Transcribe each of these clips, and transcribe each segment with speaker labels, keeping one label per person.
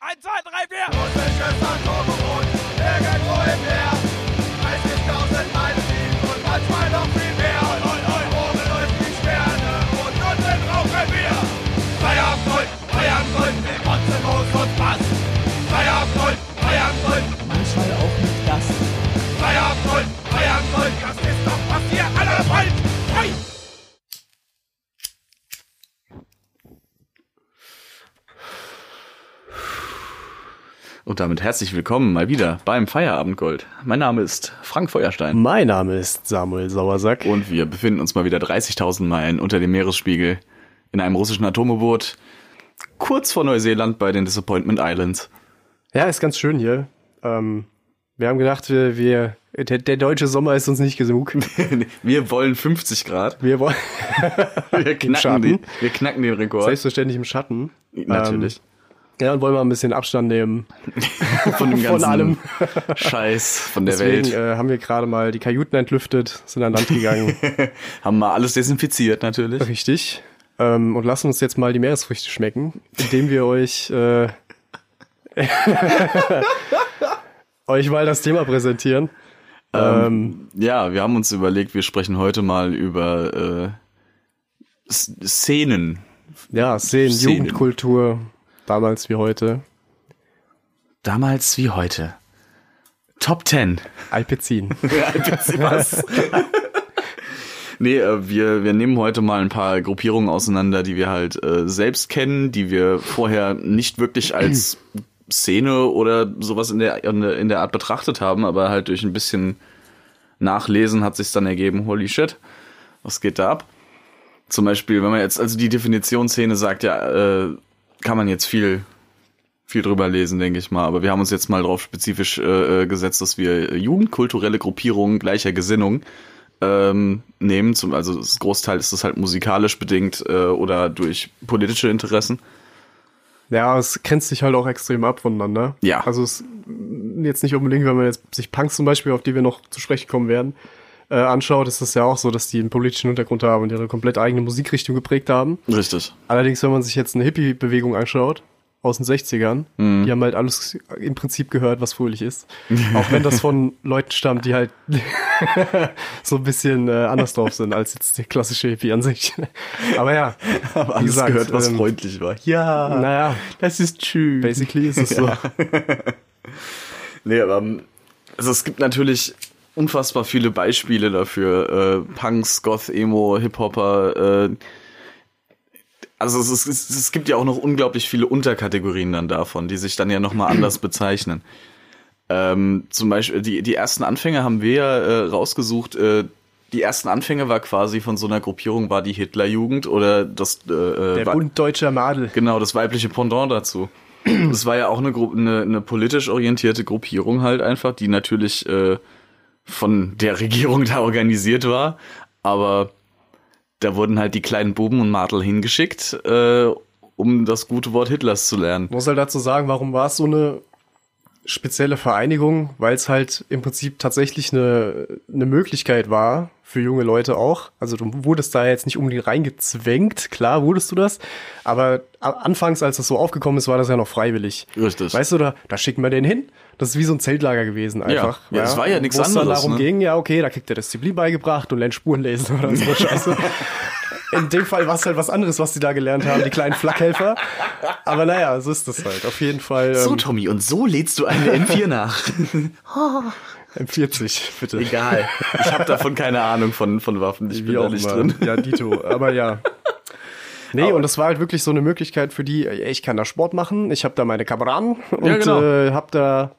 Speaker 1: 1, 2, 3, 4.
Speaker 2: Manchmal auch nicht das.
Speaker 3: Und damit herzlich willkommen mal wieder beim Feierabendgold. Mein Name ist Frank Feuerstein
Speaker 4: Mein Name ist Samuel Sauersack.
Speaker 3: und wir befinden uns mal wieder 30.000 Meilen unter dem Meeresspiegel in einem russischen Atomboot kurz vor Neuseeland bei den Disappointment Islands.
Speaker 4: Ja, ist ganz schön hier. Ähm, wir haben gedacht, wir, wir der, der deutsche Sommer ist uns nicht genug.
Speaker 3: wir wollen 50 Grad.
Speaker 4: Wir wollen
Speaker 3: Wir knacken,
Speaker 4: Schaden.
Speaker 3: den, wir knacken den Rekord.
Speaker 4: selbstverständlich im Schatten.
Speaker 3: Natürlich.
Speaker 4: Ähm, ja, und wollen mal ein bisschen Abstand nehmen.
Speaker 3: von dem ganzen
Speaker 4: von allem.
Speaker 3: Scheiß von der
Speaker 4: Deswegen
Speaker 3: Welt.
Speaker 4: äh, haben wir gerade mal die Kajüten entlüftet, sind an Land gegangen.
Speaker 3: Haben wir alles desinfiziert natürlich.
Speaker 4: Richtig. Ähm, und lassen uns jetzt mal die Meeresfrüchte schmecken, indem wir euch, äh, euch mal das Thema präsentieren.
Speaker 3: Ja, wir haben uns überlegt, wir sprechen heute mal über äh, S- Szenen.
Speaker 4: Ja, Szenen,
Speaker 3: Szenen.
Speaker 4: Jugendkultur, damals wie heute.
Speaker 3: Damals wie heute. Top 10.
Speaker 4: Alpizin.
Speaker 3: Was? nee, äh, wir, wir nehmen heute mal ein paar Gruppierungen auseinander, die wir halt äh, selbst kennen, die wir vorher nicht wirklich als Szene oder sowas in der, in der- in der Art betrachtet haben, aber halt durch ein bisschen Nachlesen hat sich dann ergeben, holy shit, was geht da ab? Zum Beispiel, wenn man jetzt, also die Definitionsszene sagt ja, äh, kann man jetzt viel viel drüber lesen, denke ich mal. Aber wir haben uns jetzt mal drauf spezifisch äh, äh, gesetzt, dass wir äh, jugendkulturelle Gruppierungen gleicher Gesinnung ähm, nehmen. Zum, also das Großteil ist das halt musikalisch bedingt äh, oder durch politische Interessen.
Speaker 4: ja, es grenzt sich halt auch extrem ab voneinander.
Speaker 3: Ja.
Speaker 4: Also es jetzt nicht unbedingt, wenn man jetzt sich Punks zum Beispiel, auf die wir noch zu sprechen kommen werden, äh, anschaut, ist es ja auch so, dass die einen politischen Hintergrund haben und ihre komplett eigene Musikrichtung geprägt haben.
Speaker 3: Richtig.
Speaker 4: Allerdings, wenn man sich jetzt eine Hippie-Bewegung anschaut, aus den 60ern,
Speaker 3: Mhm.
Speaker 4: die haben halt alles im Prinzip gehört, was fröhlich ist. Auch wenn das von Leuten stammt, die halt so ein bisschen äh, anders drauf sind als jetzt der klassische Hippie an sich. Aber ja,
Speaker 3: Aber
Speaker 4: alles gehört, was
Speaker 3: freundlich war. Ja,
Speaker 4: naja,
Speaker 3: das ist schön.
Speaker 4: basically ist es so.
Speaker 3: Nee, aber ähm, also es gibt natürlich unfassbar viele Beispiele dafür. Äh, Punks, Goth, Emo, Hip-Hopper. Äh, also es, ist- es, es gibt ja auch noch unglaublich viele Unterkategorien dann davon, die sich dann ja nochmal anders bezeichnen. Ähm, zum Beispiel, die, die ersten Anfänge haben wir ja äh, rausgesucht. Äh, die ersten Anfänge war quasi von so einer Gruppierung, war die Hitlerjugend oder das... Äh,
Speaker 4: Der Bund deutscher Madel.
Speaker 3: Genau, das weibliche Pendant dazu. Das war ja auch eine, Gru eine, eine politisch orientierte Gruppierung halt einfach, die natürlich äh, von der Regierung da organisiert war. Aber da wurden halt die kleinen Buben und Martel hingeschickt, äh, um das gute Wort Hitlers zu lernen.
Speaker 4: muss halt dazu sagen, warum war es so eine spezielle Vereinigung? Weil es halt im Prinzip tatsächlich eine, eine Möglichkeit war für junge Leute auch. Also du wurdest da jetzt nicht unbedingt reingezwängt, klar wurdest du das, aber a- anfangs, als das so aufgekommen ist, war das ja noch freiwillig.
Speaker 3: Richtig.
Speaker 4: Weißt du, da, da schicken wir den hin. Das ist wie so ein Zeltlager gewesen einfach.
Speaker 3: ja, das war ja nichts
Speaker 4: Wo es dann
Speaker 3: anderes,
Speaker 4: darum
Speaker 3: ne?
Speaker 4: ging, ja okay, da kriegt er Disziplin beigebracht und lernt Spuren lesen oder so Scheiße. In dem Fall war es halt was anderes, was die da gelernt haben, die kleinen Flakhelfer. Aber naja, so ist das halt. Auf jeden Fall
Speaker 3: So,
Speaker 4: ähm,
Speaker 3: Tommy, und so lädst du eine M4 nach.
Speaker 4: M40, bitte.
Speaker 3: Egal. Ich habe davon keine Ahnung von, von Waffen. Ich bin da nicht drin.
Speaker 4: Ja, Dito, aber ja. Nee, und das war halt wirklich so eine Möglichkeit für die, ey, ich kann da Sport machen, ich habe da meine Kamera an und
Speaker 3: genau.
Speaker 4: äh, hab da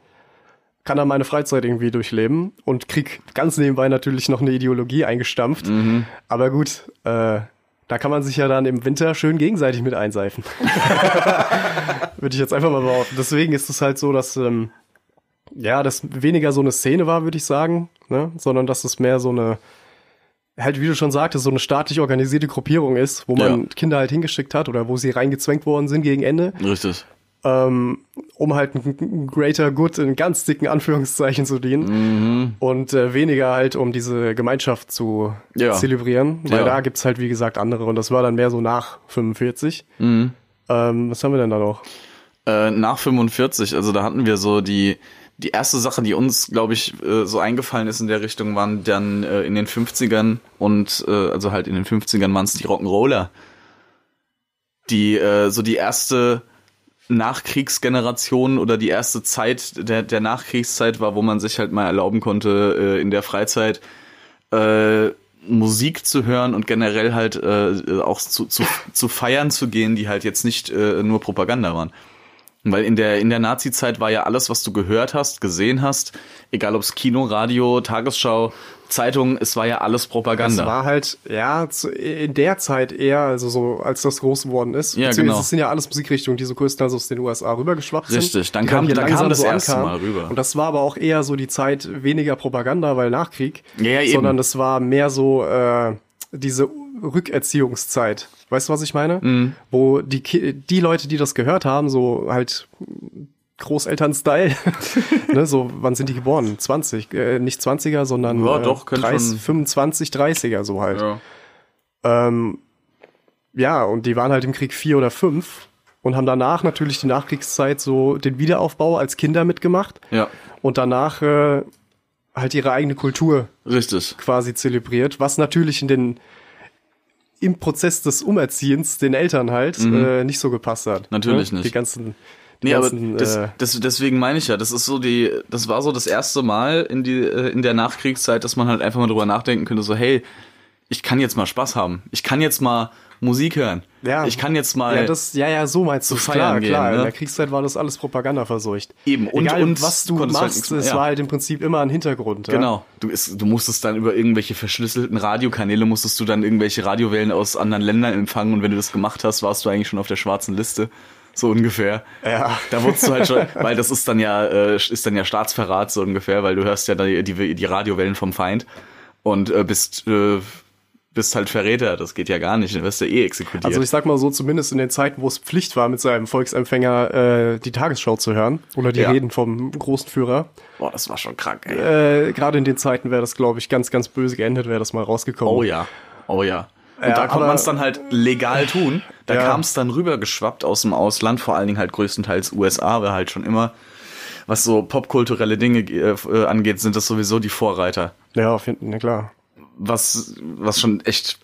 Speaker 4: kann da meine Freizeit irgendwie durchleben und krieg ganz nebenbei natürlich noch eine Ideologie eingestampft.
Speaker 3: Mhm.
Speaker 4: Aber gut, äh, da kann man sich ja dann im Winter schön gegenseitig mit einseifen. würde ich jetzt einfach mal behaupten. Deswegen ist es halt so, dass ähm, ja, das weniger so eine Szene war, würde ich sagen, ne? sondern dass es mehr so eine halt wie du schon sagtest, so eine staatlich organisierte Gruppierung ist, wo man
Speaker 3: Ja.
Speaker 4: Kinder halt hingeschickt hat oder wo sie reingezwängt worden sind gegen Ende,
Speaker 3: Richtig.
Speaker 4: ähm, um halt ein- ein Greater Good in ganz dicken Anführungszeichen zu dienen
Speaker 3: Mhm.
Speaker 4: und äh, weniger halt, um diese Gemeinschaft zu
Speaker 3: Ja.
Speaker 4: zelebrieren, weil
Speaker 3: Ja.
Speaker 4: da gibt's halt,
Speaker 3: Mhm.
Speaker 4: wie gesagt, andere und das war dann mehr so nach 45. Ähm, was haben wir denn da noch?
Speaker 3: äh, nach 45. Also da hatten wir so die die erste Sache, die uns, glaube ich, äh, so eingefallen ist in der Richtung, waren dann äh, in den 50ern und äh, also halt in den 50ern waren es die Rock'n'Roller. Die äh, so die erste Nachkriegsgeneration oder die erste Zeit der, der Nachkriegszeit war, wo man sich halt mal erlauben konnte, äh, in der Freizeit äh, Musik zu hören und generell halt äh, auch zu, zu, zu feiern zu gehen, die halt jetzt nicht äh, nur Propaganda waren. Weil in der, in der Nazi-Zeit war ja alles, was du gehört hast, gesehen hast, egal ob's Kino, Radio, Tagesschau, Zeitung, es war ja alles
Speaker 4: Es
Speaker 3: Propaganda.
Speaker 4: war halt, ja, zu, in der Zeit eher, also so, als das groß geworden ist.
Speaker 3: Ja,
Speaker 4: Beziehungsweise
Speaker 3: genau.
Speaker 4: Es sind ja alles Musikrichtungen, die so größtenteils aus den USA rübergeschwappt sind.
Speaker 3: Richtig, dann
Speaker 4: die
Speaker 3: kam-
Speaker 4: hier
Speaker 3: dann kam
Speaker 4: langsam
Speaker 3: das erste Mal rüber.
Speaker 4: Und das war aber auch eher so die Zeit weniger Propaganda, weil Nachkrieg.
Speaker 3: Ja, ja, eben.
Speaker 4: Sondern das war mehr so, äh, diese Rückerziehungszeit. Weißt du, was ich meine?
Speaker 3: Mhm.
Speaker 4: Wo die, Ki- die Leute, die das gehört haben, so halt Großeltern-Style, ne, so, wann sind die geboren? 20, äh, nicht 20er, sondern
Speaker 3: Ja,
Speaker 4: äh,
Speaker 3: doch, könnte
Speaker 4: 30,
Speaker 3: schon-
Speaker 4: 25, 30er so halt.
Speaker 3: ja.
Speaker 4: Ähm, ja, und die waren halt im Krieg vier oder fünf und haben danach natürlich die Nachkriegszeit so den Wiederaufbau als Kinder mitgemacht
Speaker 3: ja,
Speaker 4: und danach äh, halt ihre eigene Kultur
Speaker 3: richtig.
Speaker 4: quasi zelebriert, was natürlich in den im Prozess des Umerziehens den Eltern halt äh, nicht so gepasst hat.
Speaker 3: Mhm. Natürlich
Speaker 4: ne? Die
Speaker 3: nicht.
Speaker 4: ganzen, die
Speaker 3: Nee, aber
Speaker 4: ganzen
Speaker 3: das,
Speaker 4: äh,
Speaker 3: das, deswegen meine ich ja, das ist so die, das war so das erste Mal in die äh, in der Nachkriegszeit, dass man halt einfach mal drüber nachdenken könnte, so hey, ich kann jetzt mal Spaß haben, ich kann jetzt mal Musik hören,
Speaker 4: ja,
Speaker 3: ich kann jetzt mal
Speaker 4: ja, das, ja, ja, so meinst du,
Speaker 3: zu
Speaker 4: klar,
Speaker 3: feiern gehen,
Speaker 4: klar. In
Speaker 3: ne?
Speaker 4: der Kriegszeit war das alles Propaganda verseucht.
Speaker 3: Eben, und-
Speaker 4: Egal,
Speaker 3: und
Speaker 4: was du
Speaker 3: konntest halt
Speaker 4: machst,
Speaker 3: nichts mehr,
Speaker 4: es
Speaker 3: ja.
Speaker 4: war halt im Prinzip immer ein Hintergrund. Ja?
Speaker 3: Genau. Du, ist, du musstest dann über irgendwelche verschlüsselten Radiokanäle, musstest du dann irgendwelche Radiowellen aus anderen Ländern empfangen und wenn du das gemacht hast, warst du eigentlich schon auf der schwarzen Liste. So ungefähr.
Speaker 4: Ja.
Speaker 3: Da wurdest du halt schon, weil das ist dann ja, äh, ist dann ja Staatsverrat so ungefähr, weil du hörst ja die, die, die Radiowellen vom Feind und äh, bist, äh, bist halt Verräter. Das geht ja gar nicht. Dann wirst du eh exekutiert.
Speaker 4: Also ich sag mal so, zumindest in den Zeiten, wo es Pflicht war, mit seinem Volksempfänger äh, die Tagesschau zu hören oder die
Speaker 3: Ja.
Speaker 4: Reden vom großen Führer,
Speaker 3: Boah, das war schon krank, ey.
Speaker 4: äh, gerade in den Zeiten wäre das, glaube ich, ganz, ganz böse geendet, wäre das mal rausgekommen.
Speaker 3: Oh ja, oh ja. Und
Speaker 4: Ja,
Speaker 3: da konnte
Speaker 4: aber-
Speaker 3: man es dann halt legal tun. Da
Speaker 4: Ja.
Speaker 3: kam es dann rübergeschwappt aus dem Ausland, vor allen Dingen halt größtenteils USA, weil halt schon immer, was so popkulturelle Dinge äh, angeht, sind das sowieso die Vorreiter.
Speaker 4: Ja, auf jeden Fall, klar.
Speaker 3: Was, was schon echt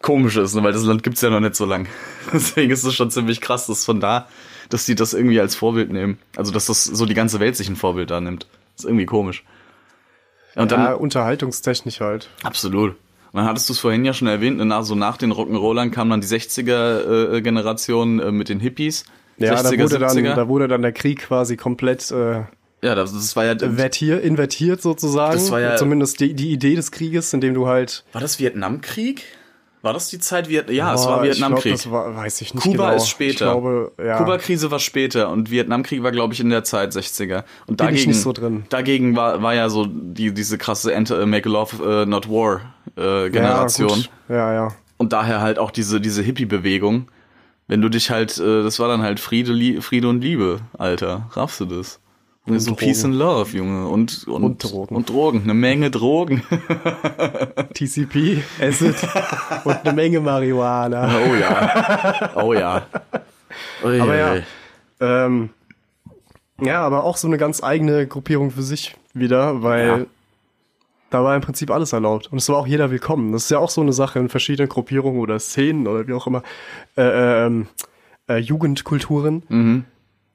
Speaker 3: komisch ist, ne? weil das Land gibt's ja noch nicht so lang. Deswegen ist es schon ziemlich krass, dass von da, dass die das irgendwie als Vorbild nehmen. Also, dass das so die ganze Welt sich ein Vorbild da nimmt. Ist irgendwie komisch. Ja, Und
Speaker 4: ja, unterhaltungstechnisch halt.
Speaker 3: Absolut. Und dann hattest du es vorhin ja schon erwähnt, ne, nach, so nach den Rock'n'Rollern kam dann die 60er-Generation äh, mit den Hippies.
Speaker 4: Ja,
Speaker 3: 60er,
Speaker 4: da wurde, dann,
Speaker 3: 70er.
Speaker 4: da wurde dann der Krieg quasi komplett äh,
Speaker 3: ja, das, das war ja.
Speaker 4: vertier, invertiert sozusagen.
Speaker 3: Das war ja-
Speaker 4: Zumindest die, die Idee des Krieges, indem du halt...
Speaker 3: War das Vietnamkrieg? War Ah, das die Zeit Viet Ja, es
Speaker 4: Boah,
Speaker 3: war Vietnamkrieg.
Speaker 4: Oh, Ich glaub, das war, weiß ich nicht
Speaker 3: Kuba
Speaker 4: genau.
Speaker 3: ist später.
Speaker 4: Ich glaube, ja.
Speaker 3: Kuba-Krise war später und Vietnamkrieg war, glaube ich, in der Zeit 60er. Und
Speaker 4: Bin ich
Speaker 3: dagegen,
Speaker 4: nicht so drin.
Speaker 3: dagegen war, war ja so die, diese krasse Enter, äh, Make Love, äh, Not War-Generation.
Speaker 4: Ja, gut. ja, ja.
Speaker 3: und daher halt auch diese, diese Hippie-Bewegung. Wenn du dich halt, äh, das war dann halt Friede, Lie- Friede und Liebe, Alter. Raffst du das? Und so
Speaker 4: Drogen.
Speaker 3: Peace and Love, Junge. Und, und,
Speaker 4: Und Drogen.
Speaker 3: Und Drogen. Eine Menge Drogen.
Speaker 4: TCP, Acid und eine Menge Marihuana.
Speaker 3: Oh ja. Oh ja. Ui,
Speaker 4: Aber ja.
Speaker 3: ui.
Speaker 4: Ähm, ja, aber auch so eine ganz eigene Gruppierung für sich wieder, weil
Speaker 3: Ja.
Speaker 4: da war im Prinzip alles erlaubt. Und es war auch jeder willkommen. Das ist ja auch so eine Sache in verschiedenen Gruppierungen oder Szenen oder wie auch immer. Äh, ähm, äh, Jugendkulturen.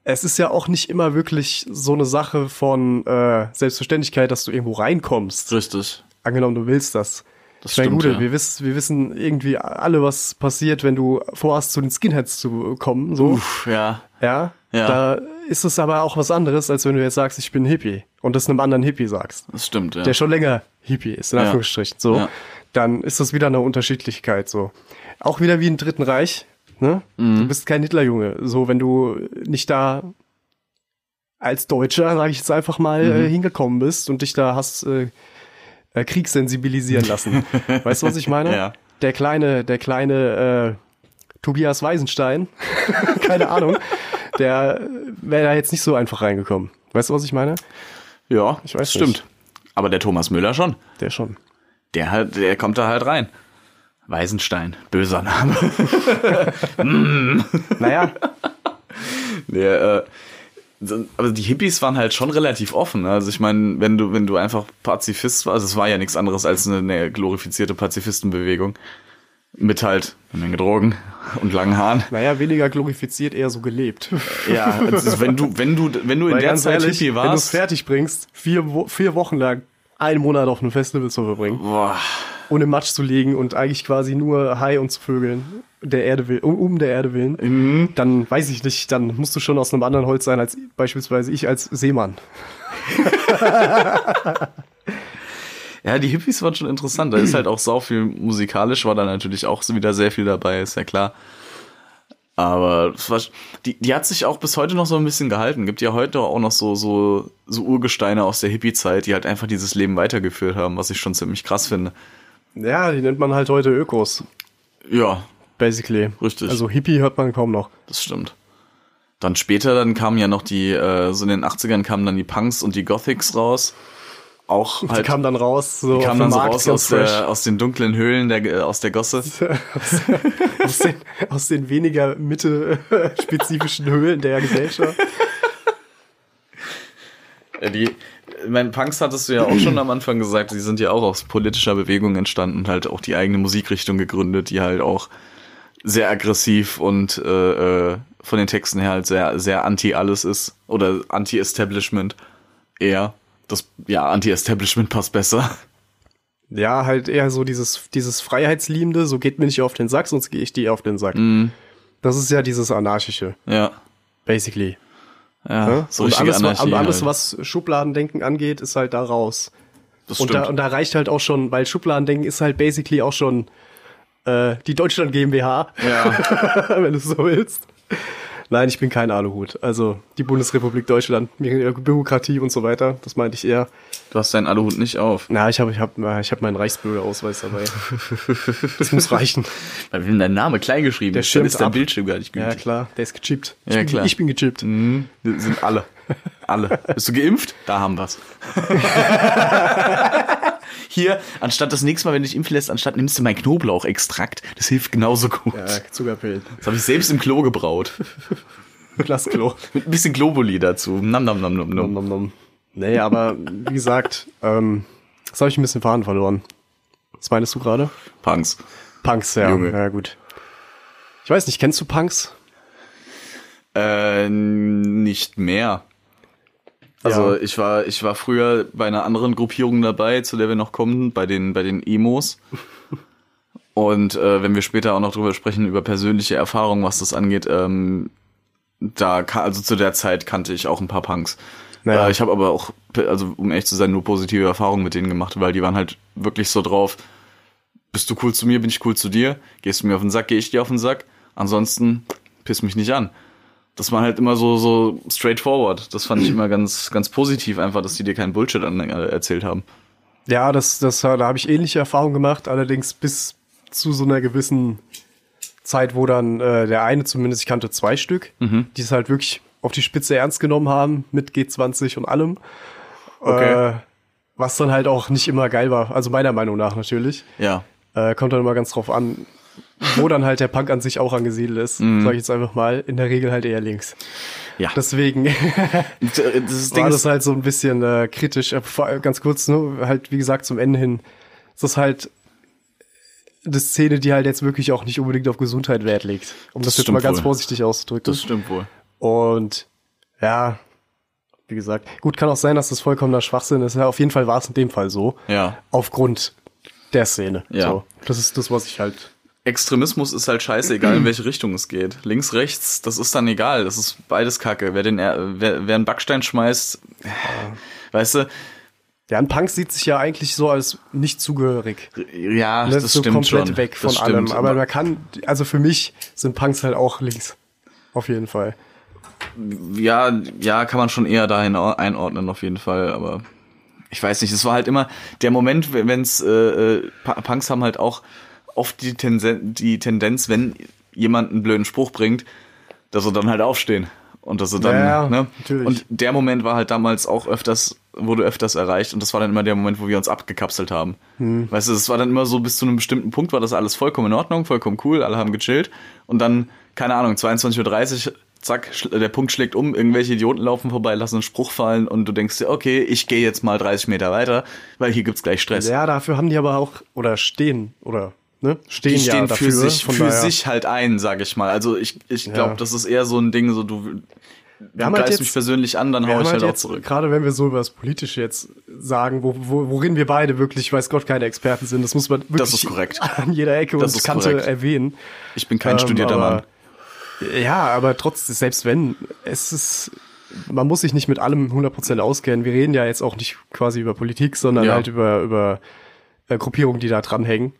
Speaker 4: Es ist ja auch nicht immer wirklich so eine Sache von äh, Selbstverständlichkeit, dass du irgendwo reinkommst.
Speaker 3: Richtig.
Speaker 4: angenommen, du willst das.
Speaker 3: Das
Speaker 4: ich meine,
Speaker 3: stimmt,
Speaker 4: Gute,
Speaker 3: ja.
Speaker 4: wir, wissen, wir wissen irgendwie alle, was passiert, wenn du vorhast, zu den Skinheads zu kommen. So.
Speaker 3: Uff, ja.
Speaker 4: Ja?
Speaker 3: Ja.
Speaker 4: Da ist es aber auch was anderes, als wenn du jetzt sagst, ich bin Hippie und das einem anderen Hippie sagst,
Speaker 3: Das stimmt, ja.
Speaker 4: der schon länger Hippie ist, in
Speaker 3: Ja.
Speaker 4: Anführungsstrichen. So.
Speaker 3: Ja.
Speaker 4: Dann ist das wieder eine Unterschiedlichkeit. So. Auch wieder wie im Dritten Reich. Ne?
Speaker 3: Mhm.
Speaker 4: Du bist kein Hitlerjunge. So, wenn du nicht da als Deutscher, sage ich jetzt einfach mal, äh,
Speaker 3: Mhm.
Speaker 4: hingekommen bist und dich da hast äh, äh, kriegssensibilisieren lassen. weißt du, was ich meine?
Speaker 3: Ja.
Speaker 4: Der kleine, der kleine äh, Tobias Weisenstein, keine Ahnung, der wäre da jetzt nicht so einfach reingekommen. Weißt du, was ich meine?
Speaker 3: ja, ich
Speaker 4: weiß
Speaker 3: weiß stimmt.
Speaker 4: nicht.
Speaker 3: Aber der Thomas Müller schon.
Speaker 4: Der schon.
Speaker 3: Der, halt, der kommt da halt rein. Weisenstein. Böser Name.
Speaker 4: Naja,
Speaker 3: Nee, äh, so- aber die Hippies waren halt schon relativ offen. ne? Also ich meine, wenn du, wenn du einfach Pazifist warst, also es war ja nichts anderes als eine, eine glorifizierte Pazifistenbewegung. Mit halt einer Menge Drogen und langen Haaren.
Speaker 4: Naja, weniger glorifiziert, eher so gelebt.
Speaker 3: Ja, also wenn du, wenn du, wenn du in
Speaker 4: Weil
Speaker 3: der
Speaker 4: Äh, ganz
Speaker 3: Zeit
Speaker 4: ehrlich,
Speaker 3: Hippie
Speaker 4: wenn du es
Speaker 3: warst.
Speaker 4: fertig bringst, vier, Wo- vier Wochen lang einen Monat auf einem Festival zu verbringen,
Speaker 3: Boah,
Speaker 4: ohne Matsch zu liegen und eigentlich quasi nur Hai und zu vögeln, der Erde will, um, um der Erde willen, dann weiß ich nicht, dann musst du schon aus einem anderen Holz sein als beispielsweise ich als Seemann.
Speaker 3: ja, die Hippies waren schon interessant. Da ist halt auch sau viel musikalisch, war da natürlich auch so wieder sehr viel dabei, ist ja klar. Aber es war, die, die hat sich auch bis heute noch so ein bisschen gehalten. Gibt ja heute auch noch so, so, so Urgesteine aus der Hippie-Zeit, die halt einfach dieses Leben weitergeführt haben, was ich schon ziemlich krass finde.
Speaker 4: Ja, die nennt man halt heute Ökos,
Speaker 3: Ja,
Speaker 4: basically.
Speaker 3: Richtig.
Speaker 4: Also Hippie hört man kaum noch.
Speaker 3: das stimmt. Dann später, dann kamen ja noch die, äh, so in den 80ern kamen dann die Punks und die Gothics raus. Auch
Speaker 4: Die
Speaker 3: halt,
Speaker 4: kam dann raus, so
Speaker 3: kamen
Speaker 4: auf
Speaker 3: dann
Speaker 4: den
Speaker 3: so
Speaker 4: Markt,
Speaker 3: raus
Speaker 4: ganz
Speaker 3: aus, der,
Speaker 4: fresh.
Speaker 3: aus den dunklen Höhlen der, äh, aus der Gosse.
Speaker 4: aus, den, aus den weniger mitte-spezifischen Höhlen der Gesellschaft.
Speaker 3: Äh, Die, mein Punks hattest du ja auch schon am Anfang gesagt, die sind ja auch aus politischer Bewegung entstanden und halt auch die eigene Musikrichtung gegründet, die halt auch sehr aggressiv und äh, äh, von den Texten her halt sehr, sehr anti-alles ist oder anti-Establishment eher. Das, ja, Anti-Establishment passt besser.
Speaker 4: Ja, halt eher so dieses, dieses Freiheitsliebende, so geht mir nicht auf den Sack, sonst gehe ich dir auf den Sack.
Speaker 3: Mhm.
Speaker 4: Das ist ja dieses Anarchische,
Speaker 3: Ja,
Speaker 4: basically.
Speaker 3: ja.
Speaker 4: ne? und
Speaker 3: Ah, richtige
Speaker 4: alles, wa-
Speaker 3: Anarchie
Speaker 4: alles,
Speaker 3: halt.
Speaker 4: was Schubladendenken angeht, ist halt da raus.
Speaker 3: das
Speaker 4: Und
Speaker 3: stimmt.
Speaker 4: da, und da reicht halt auch schon, weil Schubladendenken ist halt basically auch schon äh, die Deutschland GmbH,
Speaker 3: ja.
Speaker 4: wenn du so willst. Nein, ich bin kein Aluhut. Also die Bundesrepublik Deutschland, Bürokratie und so weiter, das meinte ich eher.
Speaker 3: Du hast deinen Aluhut nicht auf.
Speaker 4: Na, ich habe ich hab, ich hab meinen Reichsbürgerausweis dabei. Das muss reichen.
Speaker 3: Weil wenn dein Name klein geschrieben
Speaker 4: Der
Speaker 3: ist, dann
Speaker 4: schirmt
Speaker 3: ist dein
Speaker 4: ab.
Speaker 3: Bildschirm gar nicht
Speaker 4: Ja,
Speaker 3: gültig.
Speaker 4: klar, der ist gechippt. Ich,
Speaker 3: Ja,
Speaker 4: bin,
Speaker 3: klar.
Speaker 4: ich bin gechippt.
Speaker 3: Mhm. Das sind alle. Alle. Bist du geimpft? Da haben wir's. Hier, anstatt das nächste Mal, wenn du dich impfen lässt, anstatt nimmst du mein Knoblauchextrakt. Das hilft genauso gut.
Speaker 4: Ja,
Speaker 3: Das
Speaker 4: Zuckerpilz.
Speaker 3: habe ich selbst im Klo gebraut.
Speaker 4: Glasklo.
Speaker 3: Mit ein bisschen Globuli dazu. Nam, nam, nam, nam, nam.
Speaker 4: nom, nom. Nee, aber wie gesagt, ähm, jetzt habe ich ein bisschen Faden verloren. Was meinst du gerade?
Speaker 3: Punks.
Speaker 4: Punks, ja.
Speaker 3: Junge.
Speaker 4: Ja, gut. Ich weiß nicht, kennst du Punks?
Speaker 3: Äh, nicht mehr. Also
Speaker 4: Ja.
Speaker 3: ich war, ich war früher bei einer anderen Gruppierung dabei, zu der wir noch kommen, bei den, bei den Emos. Und äh, wenn wir später auch noch drüber sprechen, über persönliche Erfahrungen, was das angeht, ähm, da ka- also zu der Zeit kannte ich auch ein paar Punks.
Speaker 4: Naja.
Speaker 3: Äh, ich habe aber auch, also um ehrlich zu sein, nur positive Erfahrungen mit denen gemacht, weil die waren halt wirklich so drauf, bist du cool zu mir, bin ich cool zu dir, gehst du mir auf den Sack, gehe ich dir auf den Sack, ansonsten piss mich nicht an. Das war halt immer so, so straightforward. Das fand ich immer ganz, ganz positiv, einfach, dass die dir keinen Bullshit an, äh, erzählt haben.
Speaker 4: Ja, das, das, da habe ich ähnliche Erfahrungen gemacht, allerdings bis zu so einer gewissen Zeit, wo dann äh, der eine zumindest, ich kannte zwei Stück,
Speaker 3: Mhm.
Speaker 4: die es halt wirklich auf die Spitze ernst genommen haben, mit G20 und allem.
Speaker 3: Okay.
Speaker 4: Äh, was dann halt auch nicht immer geil war, also meiner Meinung nach natürlich.
Speaker 3: Ja.
Speaker 4: Äh, kommt dann immer ganz drauf an, wo dann halt der Punk an sich auch angesiedelt ist, sage ich jetzt einfach mal, in der Regel halt eher links.
Speaker 3: Mhm. Ja. Das,
Speaker 4: Deswegen
Speaker 3: das Ding
Speaker 4: war
Speaker 3: ist,
Speaker 4: das halt so ein bisschen äh, kritisch. Äh, vor- Ganz kurz, ne, halt wie gesagt zum Ende hin, ist das halt eine Szene, die halt jetzt wirklich auch nicht unbedingt auf Gesundheit Wert legt, um das,
Speaker 3: Das
Speaker 4: jetzt mal
Speaker 3: stimmt
Speaker 4: ganz
Speaker 3: wohl.
Speaker 4: vorsichtig auszudrücken.
Speaker 3: das stimmt wohl.
Speaker 4: Und ja, wie gesagt, gut kann auch sein, dass das vollkommener Schwachsinn ist. Ja, auf jeden Fall war es in dem Fall so.
Speaker 3: Ja.
Speaker 4: Aufgrund der Szene.
Speaker 3: Ja.
Speaker 4: So, das ist das, was ich halt.
Speaker 3: Extremismus ist halt scheiße, egal in welche Richtung es geht. Links, rechts, das ist dann egal. Das ist beides Kacke. Wer den, äh, wer, wer einen Backstein schmeißt, äh, weißt du,
Speaker 4: Ja, ein Punk sieht sich ja eigentlich so als nicht zugehörig.
Speaker 3: ja,
Speaker 4: Das,
Speaker 3: das,
Speaker 4: ist Ne, so
Speaker 3: stimmt
Speaker 4: komplett
Speaker 3: schon.
Speaker 4: weg von
Speaker 3: das
Speaker 4: allem.
Speaker 3: stimmt.
Speaker 4: Aber man kann, also für mich sind Punks halt auch links. Auf jeden Fall.
Speaker 3: ja, ja, kann man schon eher dahin au- einordnen auf jeden Fall, aber ich weiß nicht, es war halt immer der Moment, wenn es äh, äh, Pu- Punks haben halt auch oft die, Tensen, die Tendenz, wenn jemand einen blöden Spruch bringt, dass sie dann halt aufstehen und dass sie dann,
Speaker 4: Ja, ja,
Speaker 3: ne?
Speaker 4: natürlich.
Speaker 3: Und der Moment war halt damals auch öfters, wurde öfters erreicht und das war dann immer der Moment, wo wir uns abgekapselt haben.
Speaker 4: Hm.
Speaker 3: Weißt du, es war dann immer so, bis zu einem bestimmten Punkt war das alles vollkommen in Ordnung, vollkommen cool, alle haben gechillt und dann, keine Ahnung, 22.30 Uhr zack, schl- der Punkt schlägt um, irgendwelche Idioten laufen vorbei, lassen einen Spruch fallen und du denkst dir, okay, ich gehe jetzt mal 30 Meter weiter, weil hier gibt's gleich Stress.
Speaker 4: Ja, dafür haben die aber auch, oder stehen, oder, ne? Stehen,
Speaker 3: die stehen
Speaker 4: ja dafür,
Speaker 3: für, sich,
Speaker 4: von
Speaker 3: für
Speaker 4: daher.
Speaker 3: sich halt ein, sag ich mal. Also ich, ich glaube, das ist eher so ein Ding, so du, du
Speaker 4: haben halt
Speaker 3: greifst
Speaker 4: jetzt-
Speaker 3: mich persönlich an, dann
Speaker 4: Wir
Speaker 3: hau
Speaker 4: haben
Speaker 3: ich halt auch
Speaker 4: jetzt,
Speaker 3: zurück.
Speaker 4: gerade wenn wir so über das Politische jetzt sagen, wo, wo, worin wir beide wirklich, weiß Gott, keine Experten sind, das muss man wirklich
Speaker 3: ist korrekt.
Speaker 4: an jeder Ecke
Speaker 3: Das
Speaker 4: und
Speaker 3: ist
Speaker 4: Kante
Speaker 3: korrekt.
Speaker 4: erwähnen.
Speaker 3: Ich bin kein
Speaker 4: Ähm,
Speaker 3: studierter
Speaker 4: aber-
Speaker 3: Mann.
Speaker 4: Ja, aber trotzdem, selbst wenn, es ist, man muss sich nicht mit allem 100% auskennen. Wir reden ja jetzt auch nicht quasi über Politik, sondern
Speaker 3: Ja.
Speaker 4: halt über, über äh, Gruppierungen, die da dranhängen.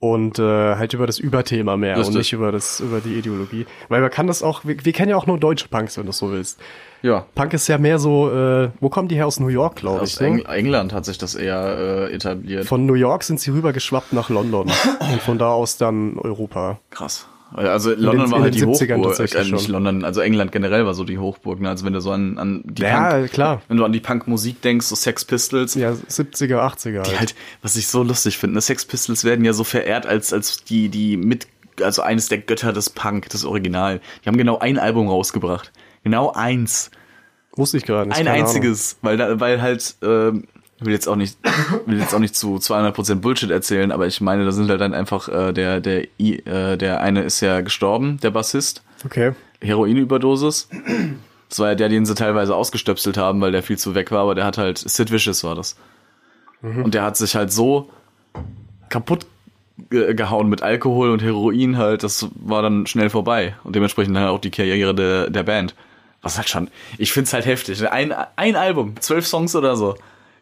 Speaker 4: Und äh, halt über das Überthema mehr
Speaker 3: Richtig.
Speaker 4: und nicht über, das, über die Ideologie. Weil man kann das auch, wir, wir kennen ja auch nur deutsche Punks, wenn du so willst.
Speaker 3: Ja.
Speaker 4: Punk ist ja mehr so, äh, wo kommen die her? Aus New York, glaube ich.
Speaker 3: Aus
Speaker 4: Ne?
Speaker 3: Eng England hat sich das eher äh, etabliert.
Speaker 4: Von New York sind sie rübergeschwappt nach London und von da aus dann Europa.
Speaker 3: Krass. Also London
Speaker 4: den-
Speaker 3: war
Speaker 4: in
Speaker 3: halt die
Speaker 4: den 70ern
Speaker 3: Hochburg. Äh,
Speaker 4: tatsächlich
Speaker 3: nicht
Speaker 4: schon.
Speaker 3: London, also England generell war so die Hochburg. Ne? Also wenn du so an, an die
Speaker 4: Ja,
Speaker 3: Punk,
Speaker 4: klar.
Speaker 3: wenn du an die Punk-Musik denkst, so Sex Pistols,
Speaker 4: Ja, 70er, 80er.
Speaker 3: die
Speaker 4: Halt.
Speaker 3: halt, was ich so lustig finde, ne? Sex Pistols werden ja so verehrt als, als die, die mit, also eines der Götter des Punk, das Original. Die haben genau ein Album rausgebracht. Genau eins.
Speaker 4: Wusste ich gerade nicht.
Speaker 3: Ein
Speaker 4: keine Ahnung.
Speaker 3: einziges, weil da, weil halt, ähm, ich will jetzt auch nicht, will jetzt auch nicht zu 200% Bullshit erzählen, aber ich meine, da sind halt dann einfach, äh, der, der, I, äh, der eine ist ja gestorben, der Bassist,
Speaker 4: Okay.
Speaker 3: Heroinüberdosis. Das war ja der, den sie teilweise ausgestöpselt haben, weil der viel zu weg war, aber der hat halt, Sid Vicious war das.
Speaker 4: Mhm.
Speaker 3: Und der hat sich halt so kaputt ge- gehauen mit Alkohol und Heroin halt, das war dann schnell vorbei. Und dementsprechend dann auch die Karriere der, der Band. Was halt schon, ich find's halt heftig. ne? Ein, ein Album, zwölf Songs oder so.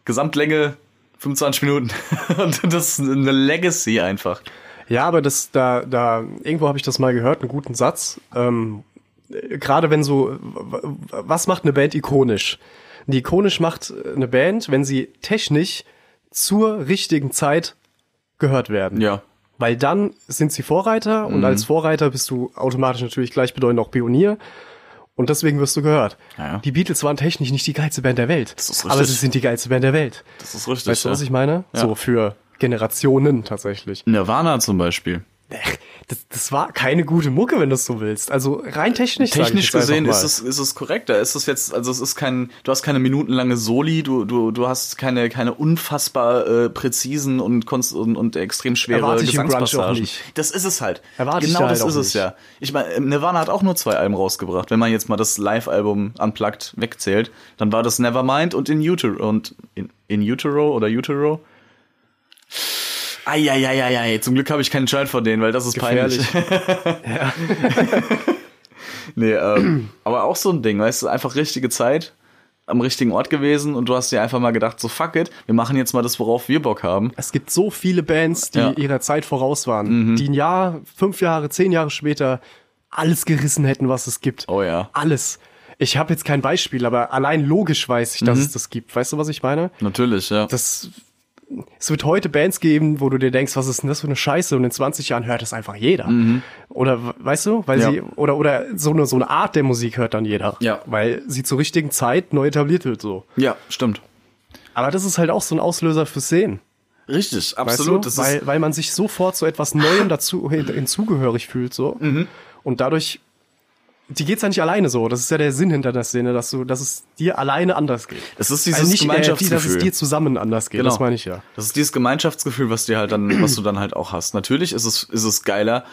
Speaker 3: Gesamtlänge 25 Minuten. Und das ist eine Legacy einfach.
Speaker 4: Ja, aber das, da, da, irgendwo habe ich das mal gehört, einen guten Satz. Ähm, äh, Gerade wenn so, w- w- was macht eine Band ikonisch? Die ikonisch macht eine Band, wenn sie technisch zur richtigen Zeit gehört werden.
Speaker 3: Ja. Mhm.
Speaker 4: Weil dann sind sie Vorreiter und als Vorreiter bist du automatisch natürlich gleichbedeutend auch Pionier. Und deswegen wirst du gehört.
Speaker 3: Ja, ja.
Speaker 4: Die Beatles waren technisch nicht die geilste Band der Welt.
Speaker 3: Das ist
Speaker 4: aber
Speaker 3: richtig.
Speaker 4: sie sind die geilste Band der Welt.
Speaker 3: Das ist richtig.
Speaker 4: Weißt du,
Speaker 3: ja.
Speaker 4: was ich meine?
Speaker 3: Ja.
Speaker 4: So für Generationen tatsächlich.
Speaker 3: Nirvana zum Beispiel.
Speaker 4: Das, das war keine gute Mucke, wenn du es so willst. Also rein technisch. sag ich
Speaker 3: Technisch
Speaker 4: jetzt einfach
Speaker 3: gesehen
Speaker 4: mal.
Speaker 3: ist es, ist es korrekt. Da ist es jetzt, also es ist kein, du hast keine minutenlange Soli, du, du, du hast keine, keine unfassbar äh, präzisen und, konst- und, und extrem schwere
Speaker 4: Erwarte ich im Grunge auch
Speaker 3: Gesangspassagen.
Speaker 4: nicht.
Speaker 3: Das ist es halt.
Speaker 4: Erwarte ich
Speaker 3: genau
Speaker 4: da halt
Speaker 3: das
Speaker 4: auch
Speaker 3: ist es
Speaker 4: nicht.
Speaker 3: ja. Ich meine, Nirvana hat auch nur zwei Alben rausgebracht. Wenn man jetzt mal das Live-Album unplugged wegzählt, dann war das Nevermind und In Utero und in, in Utero oder Utero. Eieieiei, zum Glück habe ich keinen Child von denen, weil das ist peinlich. Nee, ähm, aber auch so ein Ding, weißt du, einfach richtige Zeit, am richtigen Ort gewesen und du hast dir einfach mal gedacht, so fuck it, wir machen jetzt mal das, worauf wir Bock haben.
Speaker 4: Es gibt so viele Bands, die
Speaker 3: Ja. Mhm.
Speaker 4: ihrer Zeit voraus waren, die ein Jahr, fünf Jahre, zehn Jahre später alles gerissen hätten, was es gibt.
Speaker 3: Oh ja.
Speaker 4: Alles. Ich habe jetzt kein Beispiel, aber allein logisch weiß ich, dass
Speaker 3: Mhm.
Speaker 4: es das gibt. Weißt du, was ich meine?
Speaker 3: Natürlich, ja.
Speaker 4: Das, es wird heute Bands geben, wo du dir denkst, was ist denn das für eine Scheiße? Und in 20 Jahren hört das einfach jeder. Oder we- weißt du, weil
Speaker 3: Mhm. Ja.
Speaker 4: sie oder oder so eine so eine Art der Musik hört dann jeder,
Speaker 3: Ja.
Speaker 4: weil sie zur richtigen Zeit neu etabliert wird so.
Speaker 3: ja, stimmt.
Speaker 4: Aber das ist halt auch so ein Auslöser für Szenen.
Speaker 3: Richtig,
Speaker 4: Weißt
Speaker 3: absolut.
Speaker 4: du?
Speaker 3: Das
Speaker 4: weil,
Speaker 3: ist,
Speaker 4: weil man sich sofort zu etwas Neuem dazu hin- hinzugehörig fühlt so.
Speaker 3: Mhm.
Speaker 4: Und dadurch die geht's ja nicht alleine so. Das ist ja der Sinn hinter der Szene, dass du, dass es dir alleine anders geht.
Speaker 3: das ist dieses
Speaker 4: also nicht, äh, die,
Speaker 3: Gemeinschaftsgefühl.
Speaker 4: dass es dir zusammen anders geht.
Speaker 3: Genau.
Speaker 4: Das meine ich ja.
Speaker 3: Das ist dieses Gemeinschaftsgefühl, was dir halt dann, was du dann halt auch hast. Natürlich ist es, ist es geiler,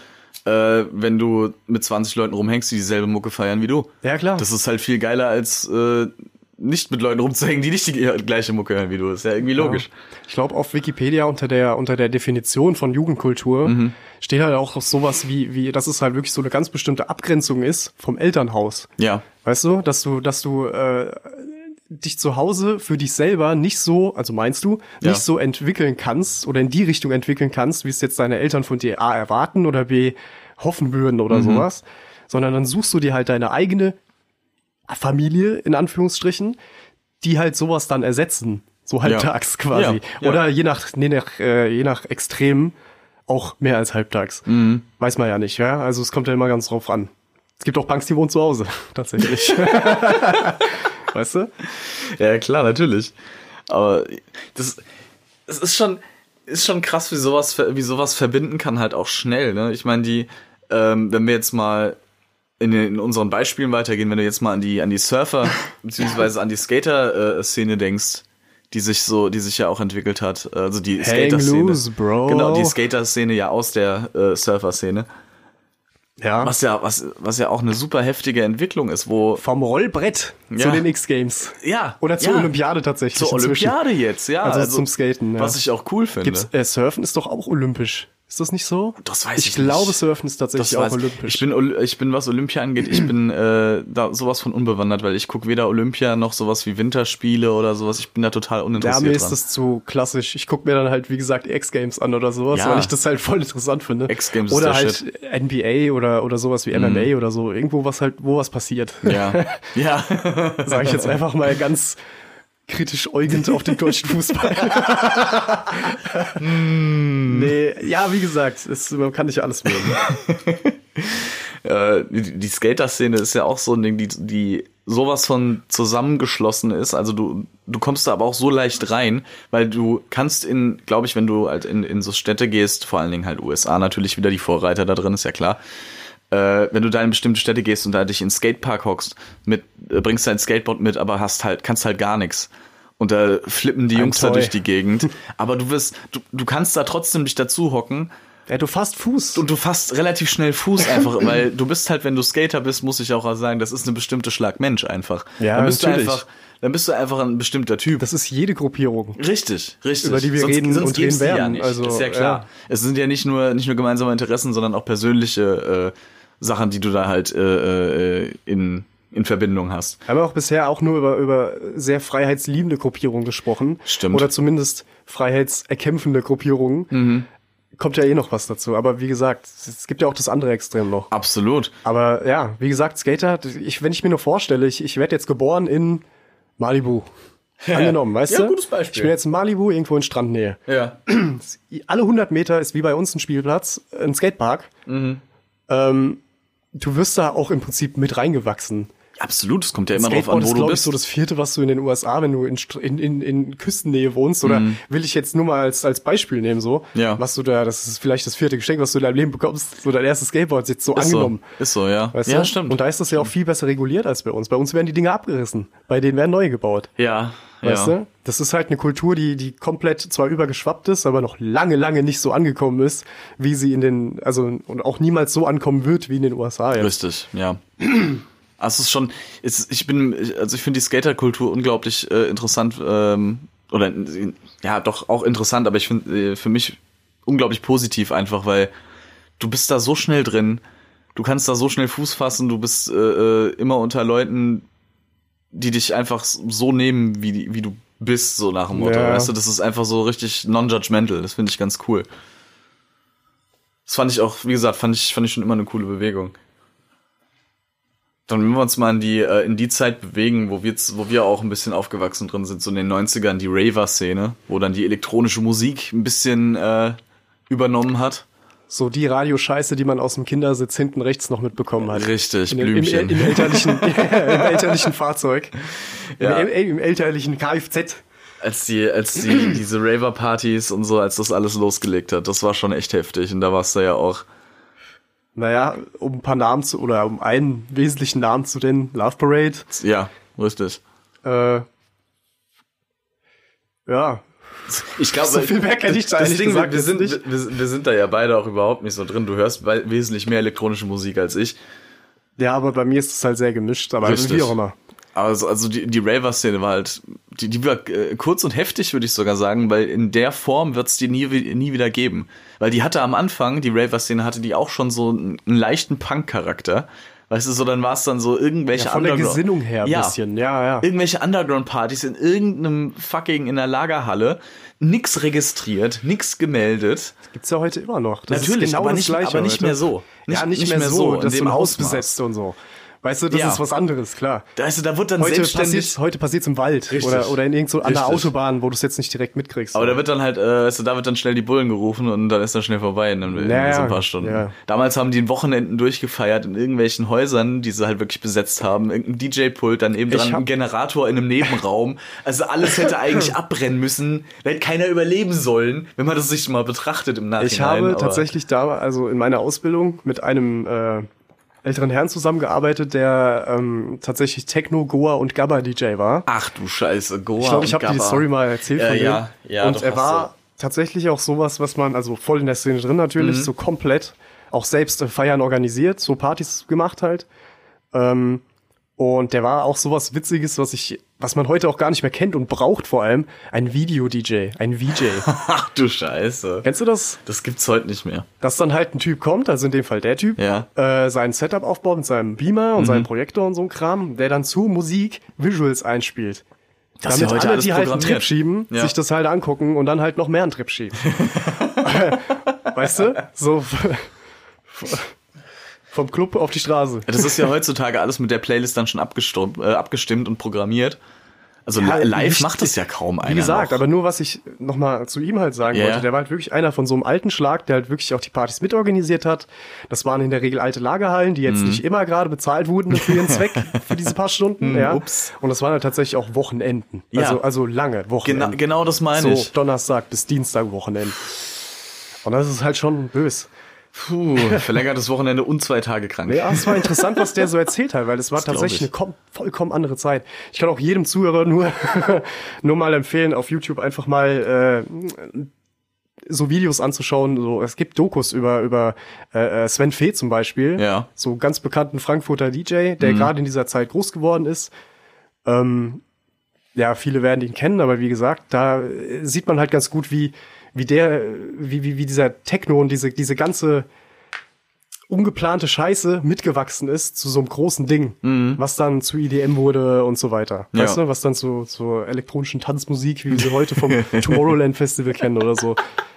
Speaker 3: äh, wenn du mit 20 Leuten rumhängst, die dieselbe Mucke feiern wie du.
Speaker 4: Ja, klar.
Speaker 3: Das ist halt viel geiler als äh, nicht mit Leuten rumzuhängen, die nicht die gleiche Mucke hören wie du. Ist ja irgendwie
Speaker 4: Genau.
Speaker 3: logisch.
Speaker 4: Ich glaube, auf Wikipedia unter der, unter der Definition von Jugendkultur
Speaker 3: Mhm.
Speaker 4: steht halt auch sowas wie, wie, dass es halt wirklich so eine ganz bestimmte Abgrenzung ist vom Elternhaus.
Speaker 3: Ja.
Speaker 4: Weißt du, dass du, dass du äh, dich zu Hause für dich selber nicht so, also meinst du, nicht
Speaker 3: Ja.
Speaker 4: so entwickeln kannst oder in die Richtung entwickeln kannst, wie es jetzt deine Eltern von dir A erwarten oder B hoffen würden
Speaker 3: Mhm.
Speaker 4: oder sowas, sondern dann suchst du dir halt deine eigene Familie in Anführungsstrichen, die halt sowas dann ersetzen, so halbtags quasi.
Speaker 3: Ja.
Speaker 4: Oder je nach, je nach, äh, je nach Extrem auch mehr als halbtags.
Speaker 3: Mhm.
Speaker 4: Weiß man ja nicht, ja. Also es kommt ja immer ganz drauf an. Es gibt auch Punks, die wohnen zu Hause, tatsächlich. weißt du?
Speaker 3: Ja, klar, natürlich. Aber das, es ist schon, ist schon krass, wie sowas, ver- wie sowas verbinden kann halt auch schnell. Ne? Ich meine, die, ähm, wenn wir jetzt mal in, den- in unseren Beispielen weitergehen, wenn du jetzt mal an die, an die Surfer bzw. an die Skater-Szene denkst, die sich so, die sich ja auch entwickelt hat, also die Skater-Szene.
Speaker 4: loose, bro.
Speaker 3: Genau, die Skater-Szene ja aus der äh, Surfer-Szene.
Speaker 4: Ja.
Speaker 3: Was ja, was, was ja auch eine super heftige Entwicklung ist, wo.
Speaker 4: Vom Rollbrett zu
Speaker 3: Ja.
Speaker 4: den X-Games.
Speaker 3: Ja.
Speaker 4: Oder zur
Speaker 3: ja,
Speaker 4: Olympiade tatsächlich.
Speaker 3: Zur
Speaker 4: inzwischen.
Speaker 3: Olympiade jetzt, ja.
Speaker 4: Also zum Skaten, ja.
Speaker 3: Was ich auch cool finde.
Speaker 4: Gibt's, äh, Surfen ist doch auch olympisch. Ist das nicht so?
Speaker 3: Das weiß ich
Speaker 4: Ich glaube,
Speaker 3: nicht.
Speaker 4: Surfen ist tatsächlich auch
Speaker 3: weiß ich.
Speaker 4: olympisch.
Speaker 3: Ich bin, Ol- ich bin, was Olympia angeht, ich bin äh, da sowas von unbewandert, weil ich gucke weder Olympia noch sowas wie Winterspiele oder sowas. Ich bin da total
Speaker 4: ja,
Speaker 3: uninteressiert
Speaker 4: mir ist
Speaker 3: dran.
Speaker 4: das zu klassisch. Ich gucke mir dann halt, wie gesagt, X-Games an oder sowas,
Speaker 3: Ja.
Speaker 4: weil ich das halt voll interessant finde.
Speaker 3: X-Games ist
Speaker 4: Oder
Speaker 3: der Mhm.
Speaker 4: halt NBA oder, oder sowas wie MMA oder so. Irgendwo, was halt, wo was passiert.
Speaker 3: ja, ja.
Speaker 4: Sage ich jetzt einfach mal ganz kritisch äugend auf den deutschen Fußball.
Speaker 3: Mm.
Speaker 4: nee, ja, wie gesagt, es, man kann nicht alles mögen.
Speaker 3: Äh, die, die Skater-Szene ist ja auch so ein Ding, die, die sowas von zusammengeschlossen ist. Also du, du kommst da aber auch so leicht rein, weil du kannst in, glaube ich, wenn du halt in, in so Städte gehst, vor allen Dingen halt USA natürlich wieder die Vorreiter da drin, ist ja klar. Äh, wenn du da in bestimmte Städte gehst und da dich in einen Skatepark hockst, mit, äh, bringst dein Skateboard mit, aber hast halt, kannst halt gar nichts. Und da flippen die Jungs da
Speaker 4: Toy.
Speaker 3: durch die Gegend. Aber du wirst, du, du kannst da trotzdem dich dazu hocken
Speaker 4: Ja, du fasst Fuß.
Speaker 3: und du fasst relativ schnell Fuß einfach, weil du bist halt, wenn du Skater bist, muss ich auch sagen, das ist eine bestimmte Schlag Mensch einfach.
Speaker 4: Ja,
Speaker 3: dann bist
Speaker 4: natürlich.
Speaker 3: du einfach, dann bist du einfach ein bestimmter Typ.
Speaker 4: das ist jede Gruppierung.
Speaker 3: richtig, richtig.
Speaker 4: Über die wir reden und reden
Speaker 3: gibt's die Ja
Speaker 4: werden.
Speaker 3: nicht.
Speaker 4: Also,
Speaker 3: ist ja klar.
Speaker 4: ja.
Speaker 3: Es sind ja nicht nur nicht nur gemeinsame Interessen, sondern auch persönliche äh, Sachen, die du da halt äh, äh, in in Verbindung hast.
Speaker 4: Wir haben auch bisher auch nur über, über sehr freiheitsliebende Gruppierungen gesprochen.
Speaker 3: Stimmt.
Speaker 4: Oder zumindest freiheitserkämpfende Gruppierungen.
Speaker 3: Mhm.
Speaker 4: Kommt ja eh noch was dazu. Aber wie gesagt, es gibt ja auch das andere Extrem noch.
Speaker 3: Absolut.
Speaker 4: Aber ja, wie gesagt, Skater, ich, wenn ich mir nur vorstelle, ich, ich werde jetzt geboren in Malibu. Angenommen, weißt
Speaker 3: Ja,
Speaker 4: du?
Speaker 3: gutes Beispiel.
Speaker 4: Ich bin jetzt in Malibu, irgendwo in Strandnähe.
Speaker 3: Ja.
Speaker 4: Alle 100 Meter ist wie bei uns ein Spielplatz, ein Skatepark.
Speaker 3: Mhm.
Speaker 4: Ähm, du wirst da auch im Prinzip mit reingewachsen.
Speaker 3: Absolut. Es kommt ja immer drauf
Speaker 4: Skateboard
Speaker 3: an, wo
Speaker 4: ist,
Speaker 3: du
Speaker 4: glaube ich,
Speaker 3: bist.
Speaker 4: so das vierte, was du in den USA, wenn du in, Str- in, in, in Küstennähe wohnst, oder will ich jetzt nur mal als, als Beispiel nehmen, so,
Speaker 3: Mhm. Ja.
Speaker 4: was du da, das ist vielleicht das vierte Geschenk, was du in deinem Leben bekommst, so dein erstes Skateboard ist jetzt so
Speaker 3: ist so.
Speaker 4: angenommen.
Speaker 3: Ist so, ja.
Speaker 4: Weißt
Speaker 3: ja,
Speaker 4: du?
Speaker 3: stimmt.
Speaker 4: Und da ist das ja auch viel besser reguliert als bei uns. Bei uns werden die Dinge abgerissen, bei denen werden neu gebaut.
Speaker 3: ja.
Speaker 4: Weißt
Speaker 3: ja.
Speaker 4: du? Das ist halt eine Kultur, die, die komplett zwar übergeschwappt ist, aber noch lange, lange nicht so angekommen ist, wie sie in den, also und auch niemals so ankommen wird wie in den USA. Jetzt.
Speaker 3: Richtig, ja. Also es ist schon, es, ich bin, also ich finde die Skaterkultur unglaublich äh, interessant ähm, oder äh, ja doch auch interessant, aber ich finde äh, für mich unglaublich positiv einfach, weil du bist da so schnell drin, du kannst da so schnell Fuß fassen, du bist äh, äh, immer unter Leuten, die dich einfach so nehmen, wie, die- wie du bist, so nach dem Motto.
Speaker 4: Ja.
Speaker 3: Weißt du, das ist einfach so richtig non-judgmental. Das finde ich ganz cool. Das fand ich auch, wie gesagt, fand ich, fand ich schon immer eine coole Bewegung. Dann wenn wir uns mal in die, äh, in die Zeit bewegen, wo wir, z- wo wir auch ein bisschen aufgewachsen drin sind, so in den 90ern, die Raver-Szene, wo dann die elektronische Musik ein bisschen äh, übernommen hat.
Speaker 4: So die Radioscheiße, die man aus dem Kindersitz hinten rechts noch mitbekommen hat.
Speaker 3: Richtig,
Speaker 4: In, dem- im,
Speaker 3: Blümchen.
Speaker 4: im, elterlichen, Im elterlichen Fahrzeug.
Speaker 3: Ja.
Speaker 4: Im, im, Im elterlichen Kfz.
Speaker 3: als die, als die, diese Raver-Partys und so, als das alles losgelegt hat, das war schon echt heftig. Und da warst du ja auch.
Speaker 4: Naja, um ein paar Namen zu, oder um einen wesentlichen Namen zu nennen, Love Parade.
Speaker 3: Ja, richtig.
Speaker 4: Äh, ja,
Speaker 3: Ich glaube,
Speaker 4: So viel mehr kann ich da
Speaker 3: das
Speaker 4: ehrlich
Speaker 3: Ding,
Speaker 4: gesagt
Speaker 3: wir,
Speaker 4: jetzt
Speaker 3: sind,
Speaker 4: nicht.
Speaker 3: Wir, wir sind da ja beide auch überhaupt nicht so drin. Du hörst wei- wesentlich mehr elektronische Musik als ich.
Speaker 4: ja, aber bei mir ist es halt sehr gemischt, aber
Speaker 3: Richtig.
Speaker 4: wie auch immer.
Speaker 3: Also, also die, die Raver-Szene war halt, die, die war äh, kurz und heftig, würde ich sogar sagen, weil in der Form wird's die nie, wi- nie wieder geben. Weil die hatte am Anfang, die Raver-Szene hatte die auch schon so einen, einen leichten Punk-Charakter. Weißt du, so dann war's dann so irgendwelche
Speaker 4: Ja, von der
Speaker 3: Underground-
Speaker 4: Gesinnung her ein
Speaker 3: Ja.
Speaker 4: bisschen, ne? ja, ja.
Speaker 3: irgendwelche Underground-Partys in irgendeinem fucking in der Lagerhalle, nix registriert, nix gemeldet.
Speaker 4: Gibt's ja heute immer noch. Das
Speaker 3: Natürlich,
Speaker 4: ist genau
Speaker 3: aber
Speaker 4: das
Speaker 3: nicht-
Speaker 4: Gleiche
Speaker 3: aber nicht
Speaker 4: heute.
Speaker 3: mehr so.
Speaker 4: ja,
Speaker 3: Nicht-
Speaker 4: nicht,
Speaker 3: nicht
Speaker 4: mehr,
Speaker 3: mehr so
Speaker 4: so,
Speaker 3: in
Speaker 4: dass
Speaker 3: dem
Speaker 4: du ein Haus
Speaker 3: Ausmaß.
Speaker 4: besetzt und so. Weißt du, das
Speaker 3: Ja.
Speaker 4: ist was anderes, klar.
Speaker 3: Weißt du, da wird dann
Speaker 4: Heute
Speaker 3: selbstständig.
Speaker 4: passiert heute passiert's im Wald
Speaker 3: Richtig.
Speaker 4: oder oder in irgend so an der
Speaker 3: Richtig.
Speaker 4: Autobahn, wo du es jetzt nicht direkt mitkriegst.
Speaker 3: Aber da wird dann halt, äh, weißt du, da wird dann schnell die Bullen gerufen und dann ist dann schnell vorbei in, in,
Speaker 4: Naja,
Speaker 3: so ein paar Stunden.
Speaker 4: ja.
Speaker 3: Damals haben die in Wochenenden durchgefeiert in irgendwelchen Häusern, die sie halt wirklich besetzt haben. Irgendein DJ-Pult, dann eben
Speaker 4: Ich
Speaker 3: dran
Speaker 4: hab-
Speaker 3: ein Generator in einem Nebenraum. Also alles hätte eigentlich abbrennen müssen. Da hätte keiner überleben sollen, wenn man das sich mal betrachtet im Nachhinein.
Speaker 4: Ich habe
Speaker 3: aber-
Speaker 4: tatsächlich da, also in meiner Ausbildung mit einem äh, älteren Herrn zusammengearbeitet, der ähm, tatsächlich Techno, Goa und Gabba-DJ war.
Speaker 3: Ach du Scheiße, Goa.
Speaker 4: Ich glaube, ich
Speaker 3: und
Speaker 4: habe die
Speaker 3: Gabba.
Speaker 4: Story mal erzählt
Speaker 3: Ja,
Speaker 4: von dem.
Speaker 3: ja, ja,
Speaker 4: und
Speaker 3: doch,
Speaker 4: er
Speaker 3: hast
Speaker 4: war tatsächlich auch sowas, was man, also voll in der Szene drin natürlich,
Speaker 3: Mhm.
Speaker 4: so komplett, auch selbst äh, Feiern organisiert, so Partys gemacht halt. Ähm, und der war auch sowas Witziges, was ich, was man heute auch gar nicht mehr kennt und braucht vor allem, ein Video-DJ, ein VJ.
Speaker 3: Ach du Scheiße.
Speaker 4: Kennst du das?
Speaker 3: Das gibt's heute nicht mehr.
Speaker 4: Dass dann halt ein Typ kommt, also in dem Fall der Typ,
Speaker 3: Ja. Mhm.
Speaker 4: äh, sein Setup aufbaut mit seinem Beamer und seinem Projektor und so ein Kram, der dann zu Musik Visuals einspielt.
Speaker 3: Das ist ja
Speaker 4: Damit
Speaker 3: heute
Speaker 4: alle,
Speaker 3: alles
Speaker 4: die halt einen
Speaker 3: programmiert.
Speaker 4: Trip schieben,
Speaker 3: Ja.
Speaker 4: sich das halt angucken und dann halt noch mehr einen Trip schieben. weißt du? So vom Club auf die Straße.
Speaker 3: Ja, Das ist ja heutzutage alles mit der Playlist dann schon abgestimmt, äh, abgestimmt und programmiert. Also li- live
Speaker 4: nicht-
Speaker 3: macht das ja kaum einer.
Speaker 4: Wie gesagt,
Speaker 3: noch.
Speaker 4: aber nur was ich nochmal zu ihm halt sagen
Speaker 3: Ja.
Speaker 4: wollte, der war halt wirklich einer von so einem alten Schlag, der halt wirklich auch die Partys mitorganisiert hat. Das waren in der Regel alte Lagerhallen, die
Speaker 3: Mhm.
Speaker 4: jetzt nicht immer gerade bezahlt wurden für ihren Zweck, für diese paar Stunden. ja.
Speaker 3: Mhm, ups.
Speaker 4: Und das waren halt tatsächlich auch Wochenenden.
Speaker 3: Ja.
Speaker 4: Also, also lange
Speaker 3: Gena
Speaker 4: Wochenenden.
Speaker 3: genau das meine
Speaker 4: so
Speaker 3: ich.
Speaker 4: Donnerstag bis Dienstag Wochenenden. Und das ist halt schon böse.
Speaker 3: Puh, verlängertes Wochenende und zwei Tage krank.
Speaker 4: Ja, es war interessant, was der so erzählt hat, weil es war
Speaker 3: glaub
Speaker 4: tatsächlich
Speaker 3: ich.
Speaker 4: eine kom vollkommen andere Zeit. Ich kann auch jedem Zuhörer nur, nur mal empfehlen, auf YouTube einfach mal äh, so Videos anzuschauen. So, es gibt Dokus über, über äh, äh, Sven Fee zum Beispiel,
Speaker 3: Ja. Mhm.
Speaker 4: so ganz bekannten Frankfurter DJ, der gerade in dieser Zeit groß geworden ist. Ähm, ja, viele werden ihn kennen, aber wie gesagt, da äh, sieht man halt ganz gut, wie, wie der, äh, wie, wie, wie dieser Techno und diese, diese ganze ungeplante Scheiße mitgewachsen ist zu so einem großen Ding, was dann zu EDM wurde und so weiter.
Speaker 3: Mhm. Ja.
Speaker 4: Weißt du, was dann zu, zur elektronischen Tanzmusik, wie wir sie heute vom Tomorrowland Festival kennen oder so,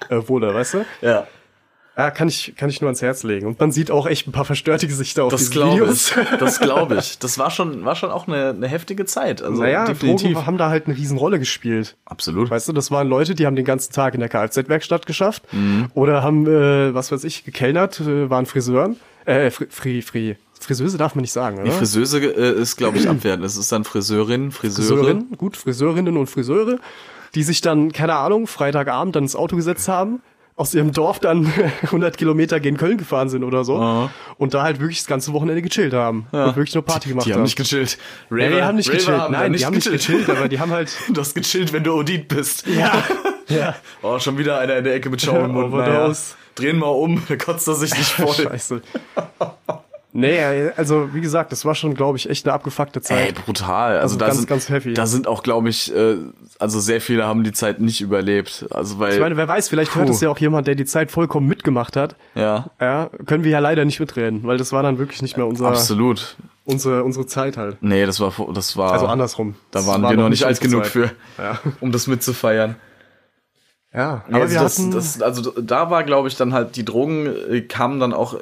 Speaker 4: äh, wurde, weißt du?
Speaker 3: Ja.
Speaker 4: Ja, kann ich, kann ich nur ans Herz legen. Und man sieht auch echt ein paar verstörte Gesichter auf
Speaker 3: Das
Speaker 4: diesen
Speaker 3: glaube ich.
Speaker 4: Videos. Also,
Speaker 3: Das glaube ich. Das war schon, war schon auch eine, eine heftige Zeit. Also
Speaker 4: naja,
Speaker 3: definitiv.
Speaker 4: Drogen haben da halt eine Riesenrolle gespielt.
Speaker 3: Absolut.
Speaker 4: Weißt du, das waren Leute, die haben den ganzen Tag in der Kfz-Werkstatt geschafft
Speaker 3: Mhm.
Speaker 4: oder haben, äh, was weiß ich, gekellnert, äh, waren Friseuren. Äh, Fri Fri Fri Friseuse darf man nicht sagen, oder?
Speaker 3: Die Friseuse äh, ist, glaube ich, abwertend. Es ist dann Friseurin, Friseure.
Speaker 4: Friseurinnen, gut, Friseurinnen und Friseure, die sich dann, keine Ahnung, Freitagabend dann ins Auto gesetzt haben, aus ihrem Dorf dann 100 Kilometer gegen Köln gefahren sind oder so
Speaker 3: Aha.
Speaker 4: und da halt wirklich das ganze Wochenende gechillt haben und wirklich nur Party gemacht
Speaker 3: Die haben nicht gechillt. Raver,
Speaker 4: Nee, die haben nicht
Speaker 3: Raver
Speaker 4: gechillt.
Speaker 3: da
Speaker 4: Nein, die haben nicht gechillt, aber die haben halt.
Speaker 3: Du hast gechillt, wenn du Odin bist.
Speaker 4: Ja. ja.
Speaker 3: Oh, schon wieder einer in der Ecke mit Schaum im Mund.
Speaker 4: Overdose.
Speaker 3: Drehen mal um, da kotzt er sich nicht voll.
Speaker 4: Scheiße. Nee, also wie gesagt, das war schon, glaube ich, echt eine abgefuckte
Speaker 3: Ey,
Speaker 4: Zeit.
Speaker 3: brutal. Also,
Speaker 4: Also
Speaker 3: da,
Speaker 4: ganz,
Speaker 3: sind,
Speaker 4: ganz heavy.
Speaker 3: da sind auch, glaube ich, äh, also sehr viele haben die Zeit nicht überlebt. Also, weil.
Speaker 4: ich meine, wer weiß, vielleicht hört
Speaker 3: Puh.
Speaker 4: es ja auch jemand, der die Zeit vollkommen mitgemacht hat.
Speaker 3: ja,
Speaker 4: Ja, können wir ja leider nicht mitreden, weil das war dann wirklich nicht mehr unser,
Speaker 3: absolut.
Speaker 4: unsere, unsere Zeit halt.
Speaker 3: Nee, das war, vor- das war.
Speaker 4: Also andersrum.
Speaker 3: Da
Speaker 4: Das
Speaker 3: waren
Speaker 4: war
Speaker 3: wir noch nicht alt
Speaker 4: unsere
Speaker 3: genug
Speaker 4: Zeit.
Speaker 3: für,
Speaker 4: Ja.
Speaker 3: um das mitzufeiern.
Speaker 4: Ja,
Speaker 3: Aber
Speaker 4: aber
Speaker 3: also,
Speaker 4: wir
Speaker 3: das,
Speaker 4: hatten,
Speaker 3: das, also da war, glaube ich, dann halt, die Drogen äh, kamen dann auch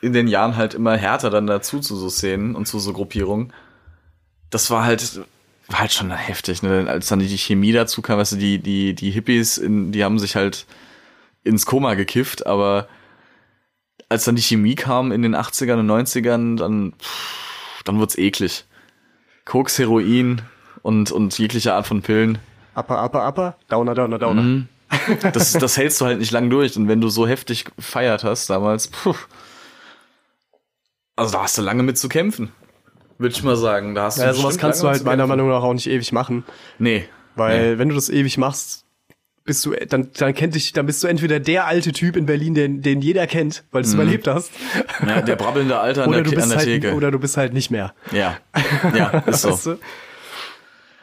Speaker 3: in den Jahren halt immer härter dann dazu zu so Szenen und zu so Gruppierungen. Das war halt, war halt schon heftig, ne? Als dann die Chemie dazu kam, weißt du, die, die, die Hippies, in, die haben sich halt ins Koma gekifft, aber als dann die Chemie kam in den 80ern und 90ern, dann, pff, dann wird's eklig. Koks, Heroin und, und jegliche Art von Pillen.
Speaker 4: upper, upper, upper, downer, downer, downer.
Speaker 3: Mhm. Das, das hältst du halt nicht lang durch. Und wenn du so heftig gefeiert hast damals, puh, also da hast du lange mit zu kämpfen. Würde ich mal sagen. Da hast
Speaker 4: Ja,
Speaker 3: du
Speaker 4: sowas
Speaker 3: bestimmt
Speaker 4: kannst du
Speaker 3: lange
Speaker 4: halt
Speaker 3: mit zu
Speaker 4: meiner
Speaker 3: kämpfen.
Speaker 4: Meinung nach auch nicht ewig machen,
Speaker 3: Nee.
Speaker 4: weil wenn du das ewig machst, bist du, dann, dann kennt dich, dann bist du entweder der alte Typ in Berlin, den, den jeder kennt, weil du es überlebt hast,
Speaker 3: Mhm. Ja, der brabbelnde Alter an
Speaker 4: oder
Speaker 3: der,
Speaker 4: du
Speaker 3: Ki- an
Speaker 4: bist
Speaker 3: der
Speaker 4: halt,
Speaker 3: Theke.
Speaker 4: oder du bist halt nicht mehr.
Speaker 3: ja. Ja, ist so.
Speaker 4: Weißt du?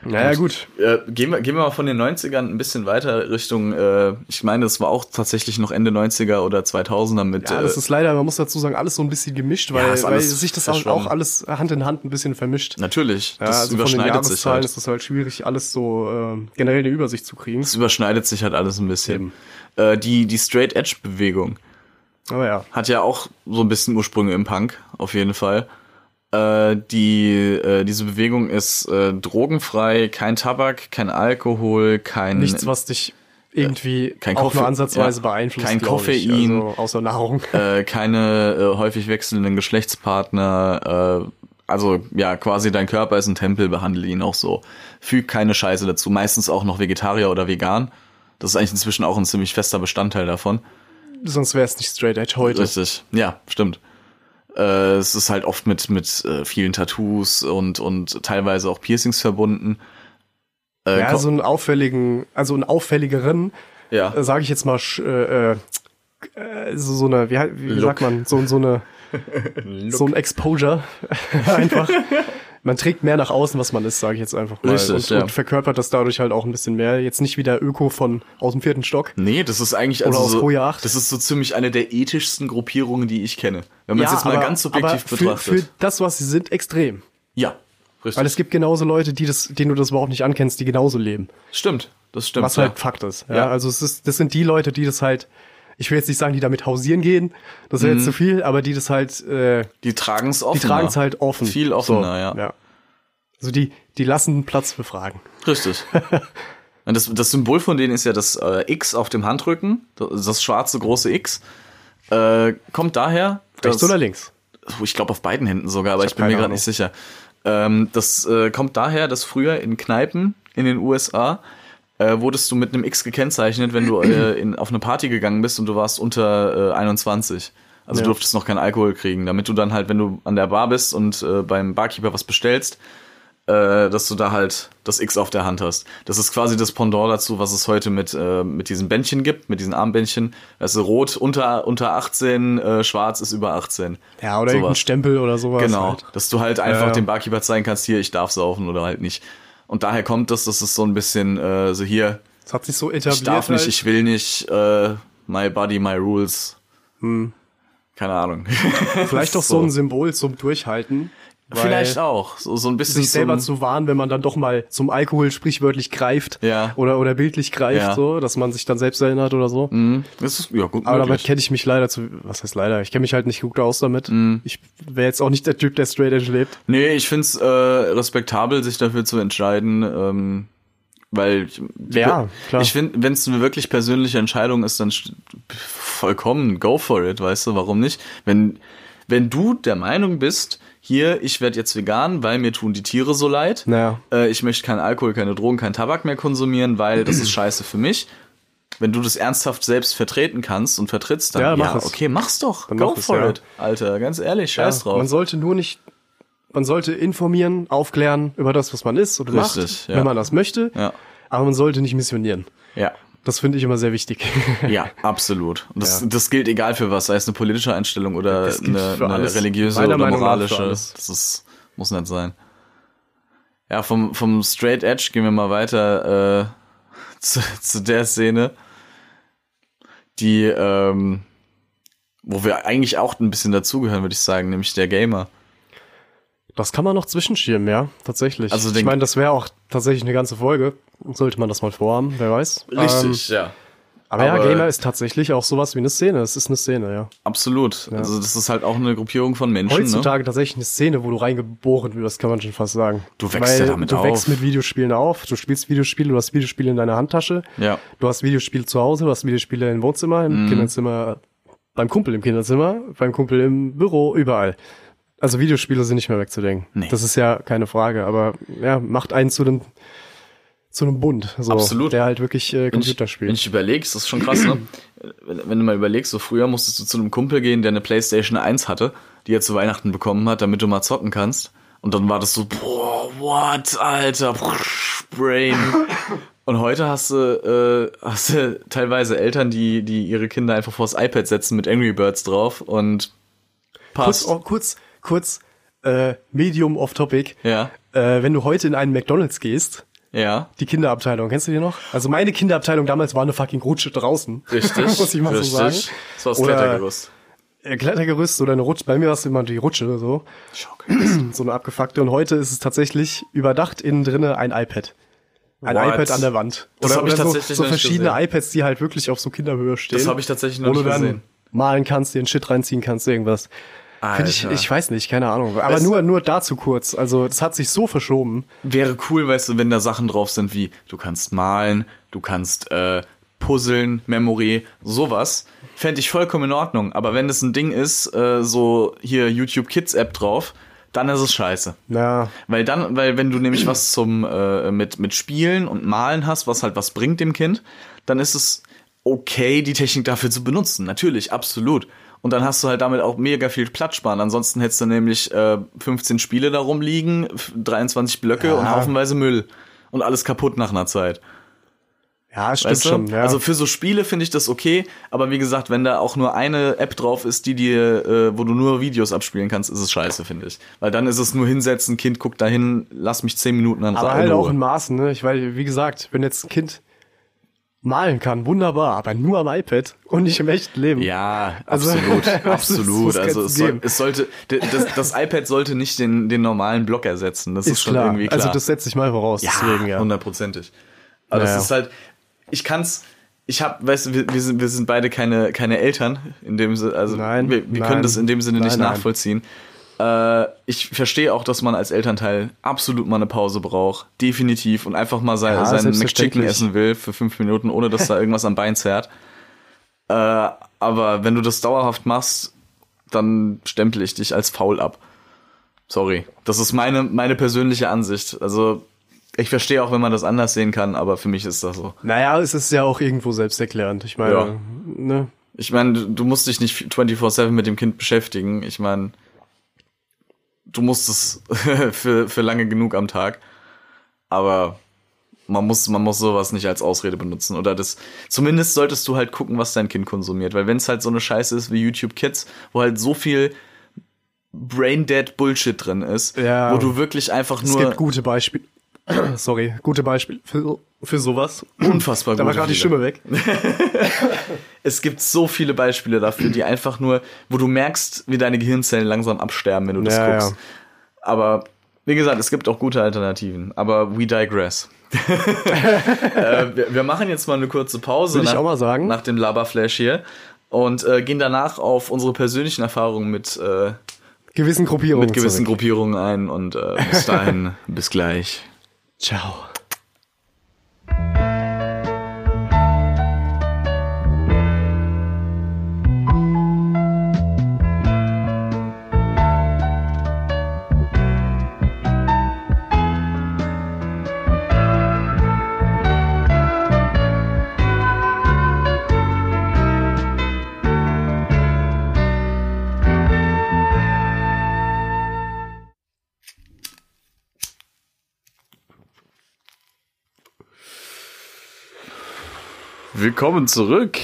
Speaker 4: Naja, gut.
Speaker 3: Äh, gehen, wir, gehen wir mal von den 90ern ein bisschen weiter Richtung, äh, ich meine, das war auch tatsächlich noch Ende 90er oder 2000er mit.
Speaker 4: Ja, das
Speaker 3: äh,
Speaker 4: ist leider, man muss dazu sagen, alles so ein bisschen gemischt, weil,
Speaker 3: ist
Speaker 4: weil
Speaker 3: alles
Speaker 4: sich das auch,
Speaker 3: verschwommen.
Speaker 4: auch alles Hand in Hand ein bisschen vermischt.
Speaker 3: natürlich,
Speaker 4: Ja,
Speaker 3: das
Speaker 4: also von
Speaker 3: überschneidet
Speaker 4: den
Speaker 3: sich
Speaker 4: Jahreszahlen
Speaker 3: halt.
Speaker 4: ist das halt schwierig, alles so ähm, generell eine Übersicht zu kriegen.
Speaker 3: Es überschneidet sich halt alles ein bisschen. Äh, die die Straight Edge Bewegung.
Speaker 4: Aber ja,
Speaker 3: hat ja auch so ein bisschen Ursprünge im Punk, auf jeden Fall. Äh, die, äh, diese Bewegung ist äh, drogenfrei, kein Tabak, kein Alkohol, kein
Speaker 4: nichts, was dich irgendwie
Speaker 3: kein
Speaker 4: auch nur
Speaker 3: Koffe-
Speaker 4: ansatzweise
Speaker 3: ja,
Speaker 4: beeinflusst.
Speaker 3: kein
Speaker 4: glaub ich.
Speaker 3: Koffein.
Speaker 4: Also außer Nahrung.
Speaker 3: äh, keine äh, häufig wechselnden Geschlechtspartner. Äh, also ja, quasi dein Körper ist ein Tempel, behandle ihn auch so. Füg keine Scheiße dazu. Meistens auch noch Vegetarier oder vegan. Das ist eigentlich inzwischen auch ein ziemlich fester Bestandteil davon.
Speaker 4: Sonst wäre es nicht Straight Edge heute.
Speaker 3: Richtig, ja, stimmt. Äh, es ist halt oft mit, mit äh, vielen Tattoos und, und teilweise auch Piercings verbunden. Äh,
Speaker 4: Ja,
Speaker 3: ko-
Speaker 4: so einen auffälligen, also einen auffälligeren,
Speaker 3: ja.
Speaker 4: äh, sage ich jetzt mal, sch- äh, äh, äh, so, so eine, wie, hei- wie
Speaker 3: Look.
Speaker 4: sagt man, so, so eine, so ein Exposure einfach. Man trägt mehr nach außen, was man ist, sage ich jetzt einfach mal.
Speaker 3: Richtig,
Speaker 4: und,
Speaker 3: ja.
Speaker 4: und verkörpert das dadurch halt auch ein bisschen mehr. Jetzt nicht wie der Öko von aus dem vierten Stock.
Speaker 3: Nee, das ist eigentlich
Speaker 4: Oder
Speaker 3: also
Speaker 4: aus
Speaker 3: so,
Speaker 4: Hoja acht.
Speaker 3: das ist so ziemlich eine der ethischsten Gruppierungen, die ich kenne. Wenn man es jetzt mal
Speaker 4: aber-
Speaker 3: ganz subjektiv
Speaker 4: aber für,
Speaker 3: betrachtet.
Speaker 4: Für das, was sie sind, extrem.
Speaker 3: ja, richtig.
Speaker 4: Weil es gibt genauso Leute, die das, denen du das überhaupt nicht ankennst, die genauso leben.
Speaker 3: stimmt, das stimmt.
Speaker 4: Was
Speaker 3: ja.
Speaker 4: halt Fakt ist. Ja,
Speaker 3: Ja.
Speaker 4: also es ist, das sind die Leute, die das halt, ich will jetzt nicht sagen, die damit hausieren gehen, das
Speaker 3: Mhm.
Speaker 4: wäre jetzt zu viel, aber die das halt, äh,
Speaker 3: die tragen es
Speaker 4: die
Speaker 3: offen.
Speaker 4: tragen es halt offen.
Speaker 3: Viel offener, ja.
Speaker 4: Also die, die lassen Platz für Fragen.
Speaker 3: Richtig. Und das, das Symbol von denen ist ja das äh, X auf dem Handrücken, das, das schwarze große X. Äh, kommt daher.
Speaker 4: Rechts
Speaker 3: dass-
Speaker 4: oder links?
Speaker 3: Oh, ich glaube auf beiden Händen sogar, aber ich,
Speaker 4: hab
Speaker 3: bin mir
Speaker 4: keine
Speaker 3: gerade nicht sicher. Ähm, das äh, kommt daher, dass früher in Kneipen in den USA äh, wurdest du mit einem X gekennzeichnet, wenn du äh, in, auf eine Party gegangen bist und du warst unter äh, 21. Also
Speaker 4: Ja.
Speaker 3: durftest noch keinen Alkohol kriegen, damit du dann halt, wenn du an der Bar bist und äh, beim Barkeeper was bestellst, äh, dass du da halt das X auf der Hand hast. Das ist quasi das Pendant dazu, was es heute mit, äh, mit diesen Bändchen gibt, mit diesen Armbändchen. Also rot unter, unter 18, äh, schwarz ist über 18.
Speaker 4: Ja, oder irgendein
Speaker 3: sowas.
Speaker 4: Stempel oder sowas.
Speaker 3: Genau,
Speaker 4: Halt.
Speaker 3: dass du halt einfach
Speaker 4: ja.
Speaker 3: dem Barkeeper zeigen kannst, hier, ich darf saufen oder halt nicht. Und daher kommt das, dass es so ein bisschen äh, so hier,
Speaker 4: Das hat sich so etabliert.
Speaker 3: ich darf nicht,
Speaker 4: halt.
Speaker 3: ich will nicht, äh, my body, my rules.
Speaker 4: Hm.
Speaker 3: Keine Ahnung.
Speaker 4: Vielleicht auch so. ein Symbol zum Durchhalten. weil
Speaker 3: Vielleicht auch, so, so ein bisschen
Speaker 4: Sich selber
Speaker 3: so ein-
Speaker 4: zu wahren, wenn man dann doch mal zum Alkohol sprichwörtlich greift
Speaker 3: Ja.
Speaker 4: oder, oder bildlich greift,
Speaker 3: Ja.
Speaker 4: so, dass man sich dann selbst erinnert oder so.
Speaker 3: Mhm. Das ist, ja, gut
Speaker 4: Aber damit
Speaker 3: möglich.
Speaker 4: kenne ich mich leider zu. Was heißt leider? Ich kenne mich halt nicht gut aus damit.
Speaker 3: Mhm.
Speaker 4: Ich wäre jetzt auch nicht der Typ, der straight edge lebt.
Speaker 3: Nee, ich find's äh, respektabel, sich dafür zu entscheiden, ähm, weil ich,
Speaker 4: Ja, klar.
Speaker 3: ich finde, wenn es eine wirklich persönliche Entscheidung ist, dann st- vollkommen go for it, weißt du, warum nicht? Wenn, wenn du der Meinung bist, hier, ich werde jetzt vegan, weil mir tun die Tiere so leid,
Speaker 4: Naja.
Speaker 3: äh, ich möchte keinen Alkohol, keine Drogen, keinen Tabak mehr konsumieren, weil das ist scheiße für mich. Wenn du das ernsthaft selbst vertreten kannst und vertrittst, dann ja,
Speaker 4: Ja, mach es.
Speaker 3: okay, mach's doch.
Speaker 4: Dann
Speaker 3: Go
Speaker 4: mach es,
Speaker 3: for
Speaker 4: ja.
Speaker 3: it, Alter. Ganz ehrlich, scheiß
Speaker 4: Ja,
Speaker 3: drauf.
Speaker 4: Man sollte nur nicht. Man sollte informieren, aufklären über das, was man ist oder
Speaker 3: Richtig,
Speaker 4: macht,
Speaker 3: ja.
Speaker 4: wenn man das möchte.
Speaker 3: Ja.
Speaker 4: Aber man sollte nicht missionieren.
Speaker 3: ja.
Speaker 4: Das finde ich immer sehr wichtig.
Speaker 3: Ja, absolut. Und das,
Speaker 4: Ja.
Speaker 3: das gilt egal für was, sei es eine politische Einstellung oder
Speaker 4: Das gilt
Speaker 3: eine,
Speaker 4: für
Speaker 3: eine
Speaker 4: alles.
Speaker 3: religiöse
Speaker 4: Meiner
Speaker 3: oder
Speaker 4: Meinung nach für
Speaker 3: moralische.
Speaker 4: alles.
Speaker 3: Das ist, muss nicht sein. Ja, vom, vom Straight Edge gehen wir mal weiter äh, zu, zu der Szene, die, ähm, wo wir eigentlich auch ein bisschen dazugehören, würde ich sagen, nämlich der Gamer.
Speaker 4: Das kann man noch zwischenschieben, ja, tatsächlich.
Speaker 3: Also
Speaker 4: ich
Speaker 3: den-
Speaker 4: meine, das wäre auch tatsächlich eine ganze Folge. Sollte man das mal vorhaben, wer weiß.
Speaker 3: ja.
Speaker 4: Ähm, aber,
Speaker 3: aber-
Speaker 4: ja, Gamer ist tatsächlich auch sowas wie eine Szene. Es ist eine Szene, ja.
Speaker 3: Absolut. Also das ist halt auch eine Gruppierung von Menschen.
Speaker 4: Heutzutage tatsächlich eine Szene, wo du reingeboren wirst, kann man schon fast sagen.
Speaker 3: Du wächst ja damit
Speaker 4: du Du
Speaker 3: auf.
Speaker 4: wächst mit Videospielen auf. Du spielst Videospiele, du hast Videospiele in deiner Handtasche.
Speaker 3: Ja. Mhm.
Speaker 4: Du hast Videospiele zu Hause, du hast Videospiele im Wohnzimmer, im Kinderzimmer, beim Kumpel im Kinderzimmer, beim Kumpel im Büro, überall. Also Videospiele sind nicht mehr wegzudenken.
Speaker 3: Nee.
Speaker 4: Das ist ja keine Frage, aber ja, macht einen zu einem zu einem Bund, so,
Speaker 3: Absolut.
Speaker 4: der halt wirklich äh,
Speaker 3: Wenn ich-
Speaker 4: Computer spielt.
Speaker 3: Wenn ich überlege, das ist schon krass, ne? wenn, wenn du mal überlegst, so früher musstest du zu einem Kumpel gehen, der eine Playstation 1 hatte, die er zu Weihnachten bekommen hat, damit du mal zocken kannst. Und dann war das so, boah, what, Alter, Brain. Und heute hast du, äh, hast du teilweise Eltern, die, die ihre Kinder einfach vors iPad setzen mit Angry Birds drauf und
Speaker 4: kurz,
Speaker 3: passt.
Speaker 4: oh, kurz, kurz, äh, Medium off Topic.
Speaker 3: Ja,
Speaker 4: Äh, wenn du heute in einen McDonald's gehst,
Speaker 3: ja.
Speaker 4: die Kinderabteilung, kennst du die noch? Also meine Kinderabteilung damals war eine fucking Rutsche draußen.
Speaker 3: Richtig.
Speaker 4: Muss ich mal
Speaker 3: richtig.
Speaker 4: so sagen.
Speaker 3: Das war das
Speaker 4: Oder-
Speaker 3: Klettergerüst.
Speaker 4: Äh, Klettergerüst oder eine Rutsche. Bei mir war es immer die Rutsche oder so. so eine abgefuckte. Und heute ist es tatsächlich überdacht innen drinne ein iPad. Ein
Speaker 3: What?
Speaker 4: iPad an der Wand.
Speaker 3: Das hab ich
Speaker 4: so,
Speaker 3: tatsächlich
Speaker 4: so
Speaker 3: noch nicht
Speaker 4: verschiedene
Speaker 3: gesehen.
Speaker 4: iPads, die halt wirklich auf so Kinderhöhe stehen.
Speaker 3: Das hab ich tatsächlich noch
Speaker 4: Wo du
Speaker 3: nicht
Speaker 4: dann
Speaker 3: gesehen.
Speaker 4: Malen kannst, dir einen Shit reinziehen kannst, irgendwas. Find ich,
Speaker 3: Alter.
Speaker 4: ich weiß nicht, keine Ahnung. Aber
Speaker 3: Weißt-
Speaker 4: nur, nur dazu kurz. Also, das hat sich so verschoben.
Speaker 3: wäre cool, weißt du, wenn da Sachen drauf sind wie du kannst malen, du kannst äh, puzzeln, Memory, sowas. Fände ich vollkommen in Ordnung. Aber wenn das ein Ding ist, äh, so hier YouTube Kids App drauf, dann ist es scheiße.
Speaker 4: Na,
Speaker 3: Weil dann, weil wenn du nämlich was zum äh, mit mit Spielen und Malen hast, was halt was bringt dem Kind, dann ist es okay, die Technik dafür zu benutzen. Natürlich, absolut. Und dann hast du halt damit auch mega viel Platz sparen. Ansonsten hättest du nämlich äh, 15 Spiele da rumliegen, 23 Blöcke und haufenweise Müll. Und alles kaputt nach einer Zeit.
Speaker 4: Ja, stimmt
Speaker 3: Weißt du?
Speaker 4: schon. Ja.
Speaker 3: Also für so Spiele finde ich das okay, aber wie gesagt, wenn da auch nur eine App drauf ist, die dir, äh, wo du nur Videos abspielen kannst, ist es scheiße, finde ich. Weil dann ist es nur hinsetzen, Kind guckt dahin, lass mich zehn Minuten an
Speaker 4: aber
Speaker 3: Ra-
Speaker 4: halt
Speaker 3: Ruhe.
Speaker 4: auch in Maßen, ne? Ich weil, wie gesagt, wenn jetzt ein Kind malen kann, wunderbar, aber nur am iPad und nicht im echten Leben.
Speaker 3: Ja,
Speaker 4: Also,
Speaker 3: absolut,
Speaker 4: das muss
Speaker 3: absolut.
Speaker 4: ganz
Speaker 3: Also es, soll,
Speaker 4: geben.
Speaker 3: es sollte, d- das, das iPad sollte nicht den, den normalen Block ersetzen. Das ist,
Speaker 4: ist
Speaker 3: schon
Speaker 4: klar.
Speaker 3: irgendwie klar.
Speaker 4: Also das setze ich mal voraus, deswegen ja.
Speaker 3: hundertprozentig. Aber
Speaker 4: Ja.
Speaker 3: das ist halt, ich kann's, ich hab, weißt du, wir, wir, sind, wir sind beide keine, keine Eltern, in dem Sinne, also
Speaker 4: Nein,
Speaker 3: wir, wir
Speaker 4: nein,
Speaker 3: können das in dem Sinne
Speaker 4: nein,
Speaker 3: nicht
Speaker 4: nein.
Speaker 3: nachvollziehen. Äh, ich verstehe auch, dass man als Elternteil absolut mal eine Pause braucht, definitiv, und einfach mal sein,
Speaker 4: Ja,
Speaker 3: seinen McChicken
Speaker 4: selbstverständlich.
Speaker 3: essen will für fünf Minuten, ohne dass da irgendwas am Bein zerrt. Äh, aber wenn du das dauerhaft machst, dann stempel ich dich als faul ab. Sorry. Das ist meine, meine persönliche Ansicht. Also, ich verstehe auch, wenn man das anders sehen kann, aber für mich ist das so.
Speaker 4: Naja, es ist ja auch irgendwo selbsterklärend. Ich meine,
Speaker 3: Ja.
Speaker 4: ne?
Speaker 3: Ich meine, du- du musst dich nicht 24-7 mit dem Kind beschäftigen. Ich meine, du musst es für, für lange genug am Tag. Aber man muss, man muss sowas nicht als Ausrede benutzen. Oder das, zumindest solltest du halt gucken, was dein Kind konsumiert. Weil wenn es halt so eine Scheiße ist wie YouTube Kids, wo halt so viel Braindead Bullshit drin ist,
Speaker 4: Ja.
Speaker 3: wo du wirklich einfach
Speaker 4: Es
Speaker 3: nur
Speaker 4: gibt gute Beispiele. Sorry, gute Beispiele für, für sowas.
Speaker 3: unfassbar
Speaker 4: Da war
Speaker 3: gute
Speaker 4: gerade die
Speaker 3: Spiele-
Speaker 4: Stimme weg.
Speaker 3: es gibt so viele Beispiele dafür, die einfach nur, wo du merkst, wie deine Gehirnzellen langsam absterben, wenn du das
Speaker 4: Ja,
Speaker 3: guckst.
Speaker 4: ja.
Speaker 3: Aber wie gesagt, es gibt auch gute Alternativen. Aber we digress. äh, wir, wir machen jetzt mal eine kurze Pause
Speaker 4: Würde ich auch mal sagen.
Speaker 3: nach dem Laberflash hier und äh, gehen danach auf unsere persönlichen Erfahrungen mit, äh,
Speaker 4: Gewissen Gruppierungen.
Speaker 3: mit gewissen
Speaker 4: zurück.
Speaker 3: Gruppierungen ein und äh, bis dahin, bis gleich.
Speaker 4: Ciao.
Speaker 3: Willkommen zurück.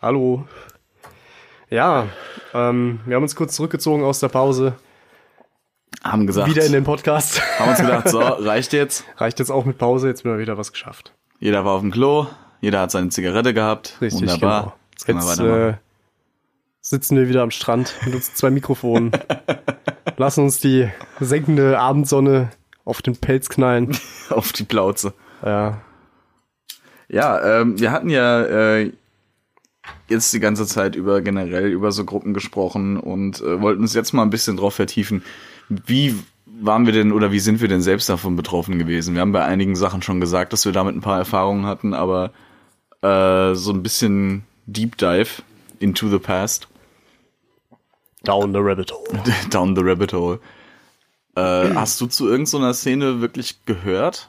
Speaker 4: Hallo. Ja, ähm, wir haben uns kurz zurückgezogen aus der Pause.
Speaker 3: Haben gesagt,
Speaker 4: Wieder in den Podcast.
Speaker 3: haben uns gedacht, so, reicht jetzt.
Speaker 4: Reicht jetzt auch mit Pause, jetzt wieder wieder was geschafft.
Speaker 3: Jeder war auf dem Klo, jeder hat seine Zigarette gehabt.
Speaker 4: Richtig,
Speaker 3: Wunderbar.
Speaker 4: genau.
Speaker 3: Jetzt können
Speaker 4: Jetzt
Speaker 3: wir weitermachen.
Speaker 4: äh, sitzen wir wieder am Strand, benutzen zwei Mikrofonen, lassen uns die senkende Abendsonne auf den Pelz knallen.
Speaker 3: Auf die Plauze.
Speaker 4: Ja,
Speaker 3: Ja, ähm, wir hatten ja äh, jetzt die ganze Zeit über generell über so Gruppen gesprochen und äh, wollten uns jetzt mal ein bisschen drauf vertiefen, wie waren wir denn oder wie sind wir denn selbst davon betroffen gewesen? Wir haben bei einigen Sachen schon gesagt, dass wir damit ein paar Erfahrungen hatten, aber äh, so ein bisschen Deep Dive into the past.
Speaker 4: down the rabbit hole.
Speaker 3: Down the Rabbit Hole.
Speaker 4: Mhm.
Speaker 3: Äh, hast du zu irgendeiner Szene wirklich gehört?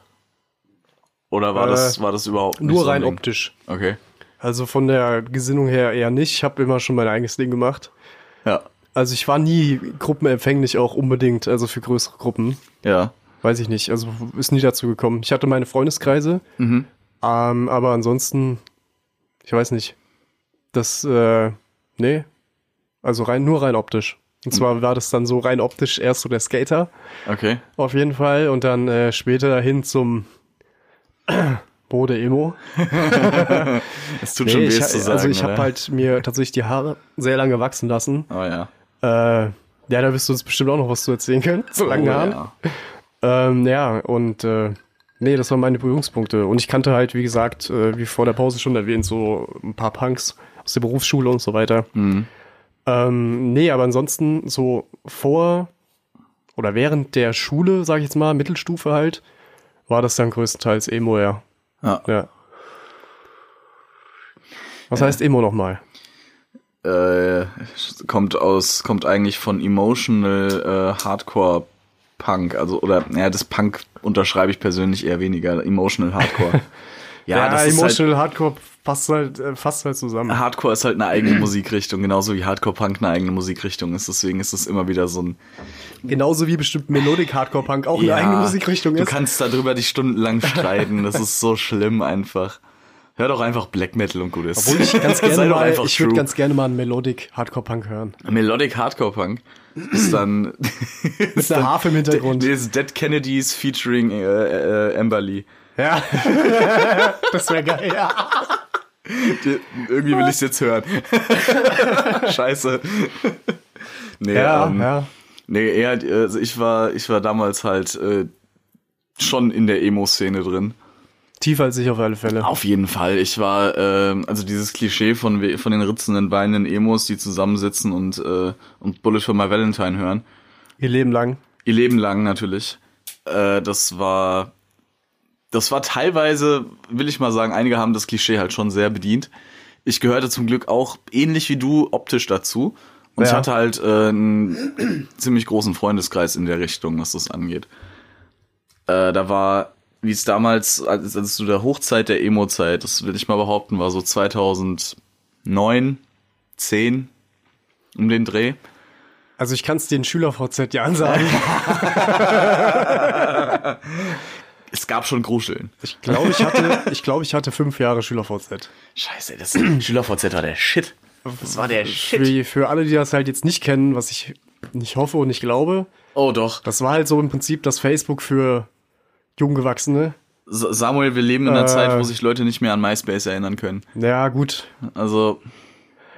Speaker 3: Oder war das,
Speaker 4: Äh,
Speaker 3: war das überhaupt nicht
Speaker 4: Nur
Speaker 3: so ein
Speaker 4: rein
Speaker 3: Ding?
Speaker 4: optisch.
Speaker 3: Okay.
Speaker 4: Also von der Gesinnung her eher nicht. Ich habe immer schon mein eigenes Ding gemacht.
Speaker 3: Ja.
Speaker 4: Also ich war nie gruppenempfänglich auch unbedingt, also für größere Gruppen.
Speaker 3: Ja.
Speaker 4: Weiß ich nicht, also ist nie dazu gekommen. Ich hatte meine Freundeskreise,
Speaker 3: Mhm.
Speaker 4: ähm, aber ansonsten, ich weiß nicht, das, äh, nee, also rein, nur rein optisch. Und zwar war das dann so rein optisch erst so der Skater
Speaker 3: Okay.
Speaker 4: auf jeden Fall und dann äh, später hin zum Bode Emo.
Speaker 3: Es tut
Speaker 4: Nee,
Speaker 3: schon weh,
Speaker 4: ich,
Speaker 3: es zu sagen.
Speaker 4: also ich habe
Speaker 3: oder?
Speaker 4: halt mir tatsächlich die Haare sehr lange wachsen lassen.
Speaker 3: Oh ja.
Speaker 4: Äh, ja, da wirst du uns bestimmt auch noch was zu erzählen können. Zu langen
Speaker 3: oh,
Speaker 4: Haaren.
Speaker 3: Ja.
Speaker 4: Ähm, ja, und äh, nee, das waren meine Berührungspunkte. Und ich kannte halt, wie gesagt, äh, wie vor der Pause schon erwähnt, so ein paar Punks aus der Berufsschule und so weiter. Ähm, nee, aber ansonsten so vor oder während der Schule, sag ich jetzt mal, Mittelstufe halt, war das dann größtenteils Emo, ja.
Speaker 3: Ja.
Speaker 4: ja. Was heißt Emo nochmal?
Speaker 3: Äh, kommt aus, kommt eigentlich von Emotional äh, Hardcore Punk, also oder ja, das Punk unterschreibe ich persönlich eher weniger, Emotional Hardcore. Ja, das ist halt,
Speaker 4: Emotional Hardcore passt halt, äh, passt halt zusammen.
Speaker 3: Hardcore ist halt eine eigene Musikrichtung, genauso wie Hardcore Punk eine eigene Musikrichtung ist. Deswegen ist es immer wieder so ein.
Speaker 4: Genauso wie bestimmt Melodic Hardcore Punk auch
Speaker 3: Ja,
Speaker 4: eine eigene Musikrichtung
Speaker 3: Du
Speaker 4: ist.
Speaker 3: kannst darüber dich stundenlang streiten. Das ist so schlimm einfach. Hör doch einfach Black Metal und gut ist.
Speaker 4: Obwohl ich ganz
Speaker 3: Sei
Speaker 4: gerne
Speaker 3: doch
Speaker 4: mal,
Speaker 3: einfach
Speaker 4: ich würde
Speaker 3: true.
Speaker 4: ganz gerne mal einen Melodic Hardcore Punk hören.
Speaker 3: Melodic Hardcore Punk ist dann.
Speaker 4: Mit einer Harfe im Hintergrund.
Speaker 3: Nee, ist Dead Kennedys featuring äh, äh, Amber Lee.
Speaker 4: Ja. das wäre geil. Ja.
Speaker 3: Die- Irgendwie will ich es jetzt hören. Scheiße. Nee,
Speaker 4: Ja,
Speaker 3: ähm,
Speaker 4: ja.
Speaker 3: nee eher, also ich war, ich war damals halt äh, schon in der Emo-Szene drin.
Speaker 4: Tiefer als ich auf alle Fälle.
Speaker 3: Auf jeden Fall. Ich war, ähm, also dieses Klischee von, we- von den ritzenden, weinenden Emos, die zusammensitzen und, äh, und Bullet for My Valentine hören.
Speaker 4: Ihr Leben lang.
Speaker 3: Ihr Leben lang natürlich. Äh, das war. Das war teilweise, will ich mal sagen, einige haben das Klischee halt schon sehr bedient. Ich gehörte zum Glück auch ähnlich wie du optisch dazu. Und ich
Speaker 4: Ja.
Speaker 3: hatte halt äh, einen ziemlich großen Freundeskreis in der Richtung, was das angeht. Äh, da war, wie es damals, als, als zu der Hochzeit der Emo-Zeit, das will ich mal behaupten, war so 2009, 10, um den Dreh.
Speaker 4: Also ich kann es den Schüler-VZ ja ansagen.
Speaker 3: Es gab schon Gruscheln.
Speaker 4: Ich glaube, ich hatte, ich glaube, ich hatte fünf Jahre Schüler-VZ.
Speaker 3: Scheiße, das SchülerVZ war der Shit. Das war der Shit.
Speaker 4: Für, für alle, die das halt jetzt nicht kennen, was ich nicht hoffe und nicht glaube,
Speaker 3: Oh doch.
Speaker 4: das war halt so im Prinzip das Facebook für Junggewachsene.
Speaker 3: S- Samuel, wir leben in einer
Speaker 4: Äh.
Speaker 3: Zeit, wo sich Leute nicht mehr an MySpace erinnern können.
Speaker 4: Ja, gut.
Speaker 3: Also,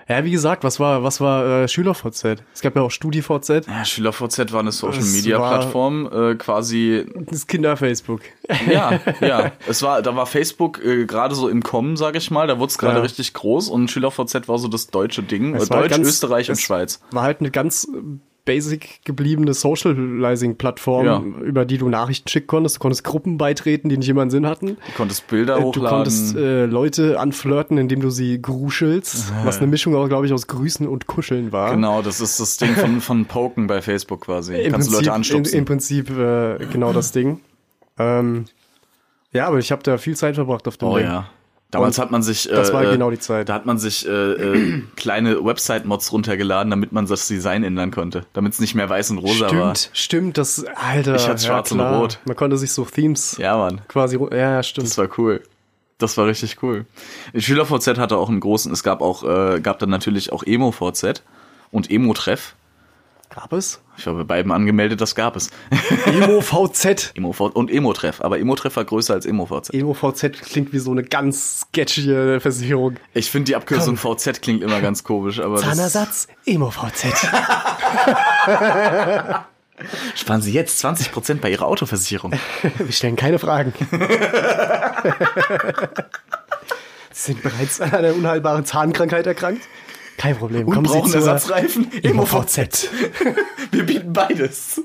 Speaker 4: Ja, wie gesagt, was war, was war äh, Schüler-VZ? Es gab ja auch Studi-VZ.
Speaker 3: ja, SchülerVZ war eine Social
Speaker 4: Es
Speaker 3: Media
Speaker 4: war-
Speaker 3: Plattform, äh, quasi.
Speaker 4: Das Kinder-Facebook.
Speaker 3: Ja, ja. Es war, da war Facebook äh, gerade so im Kommen, sag ich mal. Da wurde es gerade
Speaker 4: Ja.
Speaker 3: richtig groß und SchülerVZ war so das deutsche Ding. Äh,
Speaker 4: Es war halt
Speaker 3: Deutsch,
Speaker 4: ganz-
Speaker 3: Österreich und
Speaker 4: es
Speaker 3: Schweiz.
Speaker 4: War halt eine ganz äh, basic gebliebene Socializing-Plattform,
Speaker 3: Ja.
Speaker 4: über die du Nachrichten schicken konntest. Du konntest Gruppen beitreten, die nicht immer einen Sinn hatten.
Speaker 3: Du konntest Bilder
Speaker 4: Du
Speaker 3: Äh, hochladen.
Speaker 4: konntest äh, Leute anflirten, indem du sie gruschelst, was eine Mischung, glaube ich, aus Grüßen und Kuscheln war.
Speaker 3: Äh. genau, das ist das Ding von, von Poken bei Facebook quasi.
Speaker 4: Im
Speaker 3: Kannst du
Speaker 4: Prinzip,
Speaker 3: Leute anstupsen.
Speaker 4: Im, im Prinzip äh, genau das Ding. Ähm, ja, aber ich habe da viel Zeit verbracht auf dem
Speaker 3: Oh
Speaker 4: Ding.
Speaker 3: ja. Damals
Speaker 4: Und
Speaker 3: hat man sich.
Speaker 4: das
Speaker 3: äh,
Speaker 4: war
Speaker 3: äh,
Speaker 4: genau die Zeit.
Speaker 3: Da hat man sich äh, äh, kleine Website-Mods runtergeladen, damit man das Design ändern konnte. Damit es nicht mehr weiß und rosa war.
Speaker 4: Stimmt, stimmt, das, Alter.
Speaker 3: Ich hatte schwarz und
Speaker 4: klar.
Speaker 3: rot.
Speaker 4: Man konnte sich so Themes
Speaker 3: Ja, Mann.
Speaker 4: quasi, ru- ja, ja, stimmt.
Speaker 3: Das war cool. Das war richtig cool. SchülerVZ hatte auch einen großen. Es gab auch, äh, gab dann natürlich auch Emo-VZ und Emo-Treff.
Speaker 4: gab es?
Speaker 3: Ich war bei beiden angemeldet, das gab es.
Speaker 4: Emo VZ.
Speaker 3: Emo und Emo-Treff. Aber Emo-Treff war größer als Emo-VZ.
Speaker 4: Emo VZ klingt wie so eine ganz sketchige Versicherung.
Speaker 3: Ich finde, die Abkürzung VZ klingt immer ganz komisch, aber das
Speaker 4: Zahnersatz, Emo VZ.
Speaker 3: sparen Sie jetzt 20% bei Ihrer Autoversicherung.
Speaker 4: Wir stellen keine Fragen. Sie sind bereits an einer unheilbaren Zahnkrankheit erkrankt? Kein Problem.
Speaker 3: Und
Speaker 4: Kommen
Speaker 3: brauchen
Speaker 4: Sie zur
Speaker 3: Ersatzreifen?
Speaker 4: Emo VZ.
Speaker 3: Wir bieten beides.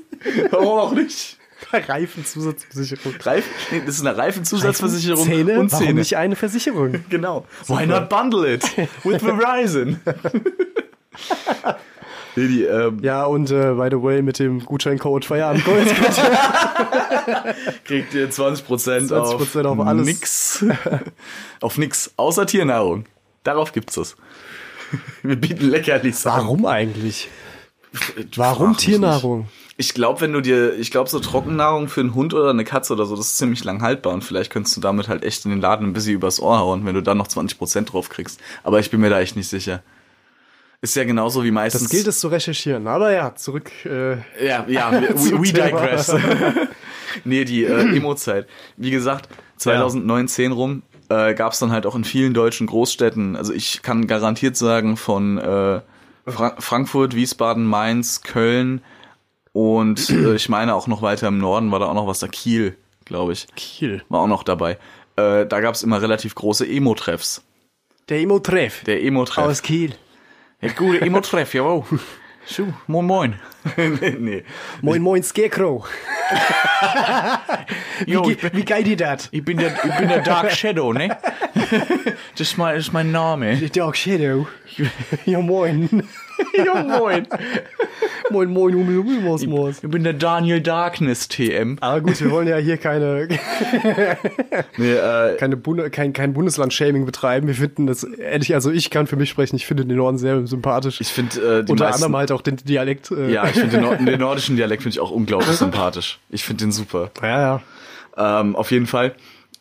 Speaker 3: Warum auch nicht?
Speaker 4: Reifenzusatzversicherung.
Speaker 3: Reif, nee, das ist eine Reifenzusatzversicherung
Speaker 4: Zähne?
Speaker 3: und
Speaker 4: Warum
Speaker 3: Zähne.
Speaker 4: nicht eine Versicherung?
Speaker 3: Genau. Why not bundle it with Verizon? nee, die, ähm,
Speaker 4: Ja, und äh, by the way, mit dem Gutscheincode Feierabend Gold könnt ihr
Speaker 3: kriegt ihr 20%,
Speaker 4: 20%
Speaker 3: auf,
Speaker 4: auf alles.
Speaker 3: nix. auf nix, außer Tiernahrung. Darauf gibt's das. Wir bieten Leckerlis an.
Speaker 4: Warum eigentlich?
Speaker 3: Du
Speaker 4: Warum
Speaker 3: frag mich
Speaker 4: Tiernahrung?
Speaker 3: nicht. Ich glaube, wenn du dir, ich glaube, so Trockennahrung für einen Hund oder eine Katze oder so, das ist ziemlich lang haltbar und vielleicht könntest du damit halt echt in den Laden ein bisschen übers Ohr hauen, wenn du da noch 20% drauf kriegst. Aber ich bin mir da echt nicht sicher. Ist ja genauso wie meistens.
Speaker 4: Das gilt es zu recherchieren. Aber ja, zurück. Äh,
Speaker 3: Ja, ja, we,
Speaker 4: Zum
Speaker 3: we
Speaker 4: Thema.
Speaker 3: digress. nee, die äh, Emo-Zeit. Wie gesagt, 2019 rum äh, gab es dann halt auch in vielen deutschen Großstädten, also ich kann garantiert sagen, von äh, Fra Frankfurt, Wiesbaden, Mainz, Köln und äh, ich meine auch noch weiter im Norden war da auch noch was da, Kiel, glaube ich,
Speaker 4: Kiel.
Speaker 3: war auch noch dabei. Äh, da gab es immer relativ große Emo-Treffs.
Speaker 4: Der Emo-Treff.
Speaker 3: Der Emo-Treff.
Speaker 4: Aus Kiel.
Speaker 3: Der gute Emo-Treff, jawohl. Schuh, moin moin. nee, nee.
Speaker 4: Moin, moin, Scarecrow.
Speaker 3: Jo,
Speaker 4: Wie,
Speaker 3: ich bin-
Speaker 4: ge- wie geil die dat?
Speaker 3: Ich bin der, ich bin der Dark Shadow, ne? Das ist mein, das ist mein Name.
Speaker 4: Dark Shadow. Ja, moin.
Speaker 3: Ja, moin.
Speaker 4: Moin, moin, um, Hummel, Hummel, Maus, Maus.
Speaker 3: Ich bin der Daniel Darkness TM.
Speaker 4: Aber gut, wir wollen ja hier keine,
Speaker 3: Nee, äh,
Speaker 4: keine Bund kein, kein Bundesland-Shaming betreiben. Wir finden das, ehrlich, also ich kann für mich sprechen, ich finde den Norden sehr sympathisch.
Speaker 3: ich finde äh, die
Speaker 4: Unter
Speaker 3: meisten,
Speaker 4: anderem halt auch den Dialekt. Äh,
Speaker 3: Ja, ich finde den, Nord den nordischen Dialekt finde ich auch unglaublich sympathisch. Ich finde den super.
Speaker 4: ja, ja.
Speaker 3: Ähm, auf jeden Fall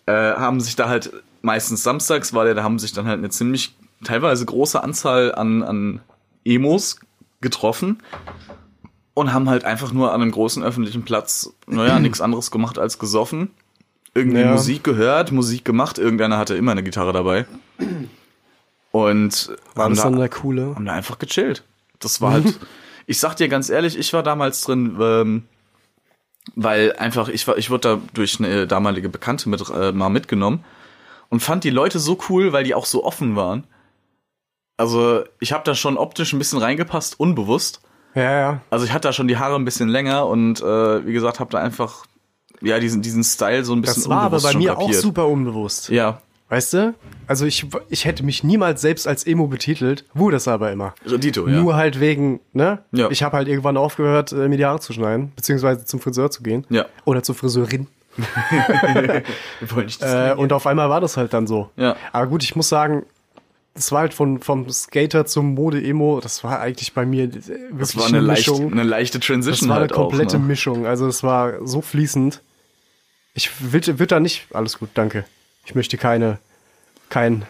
Speaker 3: äh, haben sich da halt meistens samstags war der, da haben sich dann halt eine ziemlich teilweise große Anzahl an, an Emos getroffen und haben halt einfach nur an einem großen öffentlichen Platz, naja, nichts anderes gemacht als gesoffen. Irgendwie
Speaker 4: Ja.
Speaker 3: Musik gehört, Musik gemacht, irgendeiner hatte immer eine Gitarre dabei. Und
Speaker 4: War
Speaker 3: haben
Speaker 4: das
Speaker 3: da-
Speaker 4: dann der coole?
Speaker 3: haben da einfach gechillt. Das war halt, ich sag dir ganz ehrlich, ich war damals drin, ähm, weil einfach, ich war, ich wurde da durch eine damalige Bekannte mit, äh, mal mitgenommen und fand die Leute so cool, weil die auch so offen waren. Also, ich habe da schon optisch ein bisschen reingepasst, unbewusst.
Speaker 4: Ja, ja.
Speaker 3: Also, ich hatte da schon die Haare ein bisschen länger und, äh, wie gesagt, habe da einfach, ja, diesen, diesen Style so ein bisschen
Speaker 4: Das war aber
Speaker 3: unbewusst
Speaker 4: bei
Speaker 3: schon
Speaker 4: mir auch
Speaker 3: kapiert.
Speaker 4: super unbewusst.
Speaker 3: Ja,
Speaker 4: Weißt du? Also ich, ich hätte mich niemals selbst als Emo betitelt, wurde das aber immer.
Speaker 3: Dito, ja.
Speaker 4: Nur halt wegen, ne?
Speaker 3: Ja.
Speaker 4: Ich habe halt irgendwann aufgehört, äh, mir die Haare zu schneiden, beziehungsweise zum Friseur zu gehen.
Speaker 3: Ja.
Speaker 4: Oder zur Friseurin.
Speaker 3: Wollte ich das
Speaker 4: Äh, und auf einmal war das halt dann so.
Speaker 3: Ja.
Speaker 4: Aber gut, ich muss sagen, das war halt von, vom Skater zum Mode-Emo, das war eigentlich bei mir äh, wirklich
Speaker 3: das war eine, leicht,
Speaker 4: Mischung.
Speaker 3: eine leichte
Speaker 4: das
Speaker 3: Transition
Speaker 4: war eine
Speaker 3: halt
Speaker 4: komplette
Speaker 3: auch, ne?
Speaker 4: Mischung. Also es war so fließend. Ich will, wird da nicht. Alles gut, danke. Ich möchte keine, kein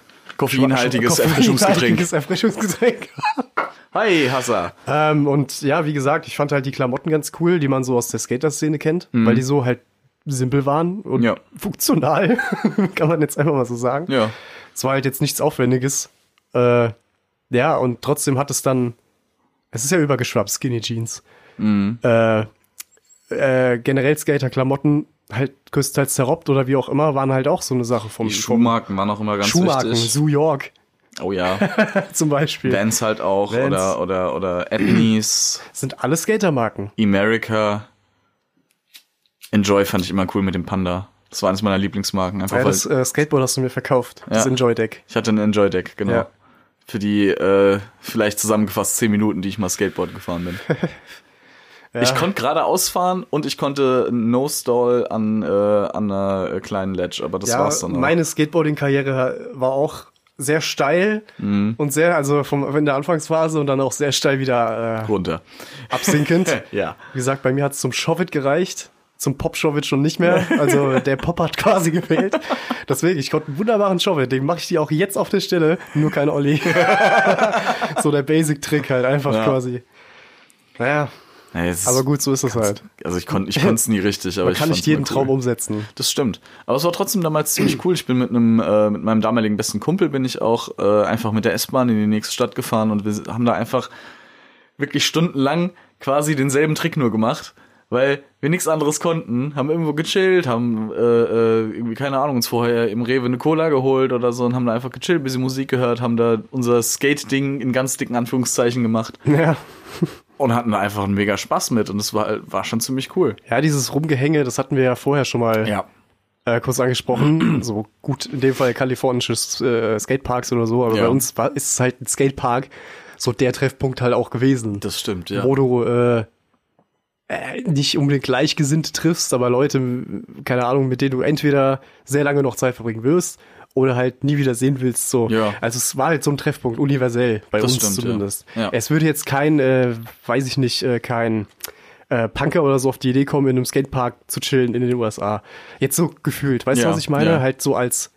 Speaker 3: Koffeinhaltiges Erfrischungsgetränk.
Speaker 4: Koffeinhaltiges Erfrischungsgetränk.
Speaker 3: Hi, Hassa.
Speaker 4: ähm, und ja, wie gesagt, ich fand halt die Klamotten ganz cool, die man so aus der Skater-Szene kennt, weil die so halt simpel waren und
Speaker 3: Mhm. Ja.
Speaker 4: funktional, kann man jetzt einfach mal so sagen.
Speaker 3: Ja.
Speaker 4: Es war halt jetzt nichts Aufwendiges. Äh, ja, und trotzdem hat es dann, es ist ja übergeschwappt, Skinny Jeans.
Speaker 3: Mhm.
Speaker 4: Äh, äh, generell Skater-Klamotten, halt größtenteils zerrobt oder wie auch immer, waren halt auch so eine Sache vom
Speaker 3: Die Schuhmarken waren auch immer ganz
Speaker 4: Schuhmarken,
Speaker 3: wichtig.
Speaker 4: New York
Speaker 3: Oh ja.
Speaker 4: zum Beispiel.
Speaker 3: Vans halt auch
Speaker 4: Vans.
Speaker 3: oder oder oder Ethnies,
Speaker 4: Sind alle Skatermarken.
Speaker 3: America. Enjoy fand ich immer cool mit dem Panda. Das war eines meiner Lieblingsmarken. Einfach
Speaker 4: Ja,
Speaker 3: weil
Speaker 4: das äh, Skateboard hast du mir verkauft, das
Speaker 3: Ja.
Speaker 4: Enjoy Deck.
Speaker 3: ich hatte ein Enjoy Deck, genau.
Speaker 4: Ja.
Speaker 3: Für die äh, vielleicht zusammengefasst zehn Minuten, die ich mal Skateboard gefahren bin. Ich konnte geradeaus fahren und ich konnte No Stall an äh, an einer kleinen Ledge, aber das
Speaker 4: Ja,
Speaker 3: war's dann auch.
Speaker 4: meine Skateboarding-Karriere war auch sehr steil
Speaker 3: Mhm.
Speaker 4: und sehr, also vom, in der Anfangsphase und dann auch sehr steil wieder äh,
Speaker 3: runter.
Speaker 4: absinkend.
Speaker 3: Ja.
Speaker 4: Wie gesagt, bei mir hat es zum Showit gereicht, zum Pop-Showit schon nicht mehr. Also der Pop hat quasi gefehlt. Deswegen, ich konnte einen wunderbaren Showit, den mache ich dir auch jetzt auf der Stelle, nur kein Olli. so der Basic-Trick halt, einfach
Speaker 3: Ja.
Speaker 4: quasi. Naja,
Speaker 3: Nee, es ist-
Speaker 4: aber gut, so ist es halt.
Speaker 3: Also ich konnte ich konnte es nie richtig, aber
Speaker 4: Man
Speaker 3: ich
Speaker 4: kann
Speaker 3: fand's
Speaker 4: nicht jeden
Speaker 3: mal cool.
Speaker 4: Traum um- umsetzen.
Speaker 3: Das stimmt. Aber es war trotzdem damals ziemlich cool. Ich bin mit einem äh, mit meinem damaligen besten Kumpel bin ich auch äh, einfach mit der S-Bahn in die nächste Stadt gefahren und wir haben da einfach wirklich stundenlang quasi denselben Trick nur gemacht, weil wir nichts anderes konnten, haben irgendwo gechillt, haben äh, äh, irgendwie keine Ahnung uns vorher im Rewe eine Cola geholt oder so und haben da einfach gechillt, bisschen Musik gehört, haben da unser Skate-Ding in ganz dicken Anführungszeichen gemacht
Speaker 4: Ja.
Speaker 3: und hatten da einfach einen mega Spaß mit und es war war schon ziemlich cool.
Speaker 4: ja, dieses Rumgehänge, das hatten wir ja vorher schon mal
Speaker 3: Ja.
Speaker 4: äh, kurz angesprochen. so gut, in dem Fall kalifornische äh, Skateparks oder so, aber
Speaker 3: Ja.
Speaker 4: bei uns war, ist es halt ein Skatepark so der Treffpunkt halt auch gewesen.
Speaker 3: Das stimmt, ja.
Speaker 4: wo du äh, äh, nicht unbedingt Gleichgesinnte triffst, aber Leute, m- keine Ahnung, mit denen du entweder sehr lange noch Zeit verbringen wirst oder halt nie wieder sehen willst. So.
Speaker 3: Ja.
Speaker 4: Also es war halt so ein Treffpunkt, universell, bei
Speaker 3: Das
Speaker 4: uns
Speaker 3: stimmt, ja.
Speaker 4: zumindest.
Speaker 3: Ja.
Speaker 4: Es würde jetzt kein, äh, weiß ich nicht, äh, kein äh, Punker oder so auf die Idee kommen, in einem Skatepark zu chillen in den USA. Jetzt so gefühlt, weißt
Speaker 3: Ja,
Speaker 4: du, was ich meine?
Speaker 3: ja.
Speaker 4: Halt so als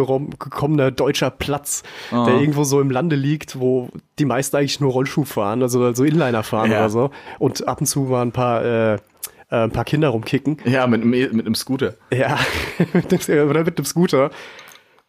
Speaker 4: heruntergekommener deutscher Platz,
Speaker 3: Ah.
Speaker 4: der irgendwo so im Lande liegt, wo die meisten eigentlich nur Rollschuh fahren, also so Inliner fahren
Speaker 3: Ja.
Speaker 4: oder so. Und ab und zu mal ein paar, äh, äh, ein paar Kinder rumkicken.
Speaker 3: Ja, mit, einem E- mit einem Scooter.
Speaker 4: Ja, mit dem, oder mit dem Scooter.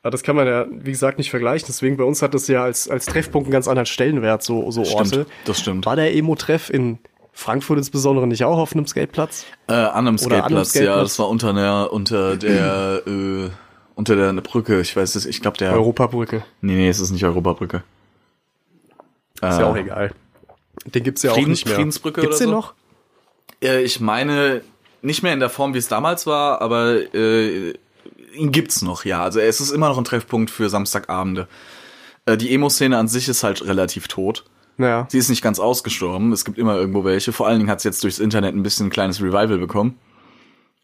Speaker 4: Aber das kann man ja, wie gesagt, nicht vergleichen. Deswegen bei uns hat das ja als, als Treffpunkt einen ganz anderen Stellenwert, so, so
Speaker 3: Stimmt,
Speaker 4: Orte.
Speaker 3: das stimmt.
Speaker 4: War der Emo-Treff in Frankfurt insbesondere nicht auch auf einem Skateplatz?
Speaker 3: Äh, an einem
Speaker 4: Oder an einem
Speaker 3: Skateplatz, ja,
Speaker 4: Skateplatz.
Speaker 3: das war unter der, unter der, äh, unter der Brücke, ich weiß es, ich glaube der.
Speaker 4: Europabrücke.
Speaker 3: Nee, nee, es ist nicht Europabrücke.
Speaker 4: Ist ja auch egal. Den gibt's ja auch
Speaker 3: Äh. Frieden-
Speaker 4: nicht mehr.
Speaker 3: Friedensbrücke
Speaker 4: gibt's
Speaker 3: oder
Speaker 4: den
Speaker 3: so?
Speaker 4: noch?
Speaker 3: Äh, ich meine, nicht mehr in der Form, wie es damals war, aber äh, ihn gibt's noch, ja. Also es ist immer noch ein Treffpunkt für Samstagabende. Äh, die Emo-Szene an sich ist halt relativ tot.
Speaker 4: Ja.
Speaker 3: Sie ist nicht ganz ausgestorben. Es gibt immer irgendwo welche. Vor allen Dingen hat es jetzt durchs Internet ein bisschen ein kleines Revival bekommen.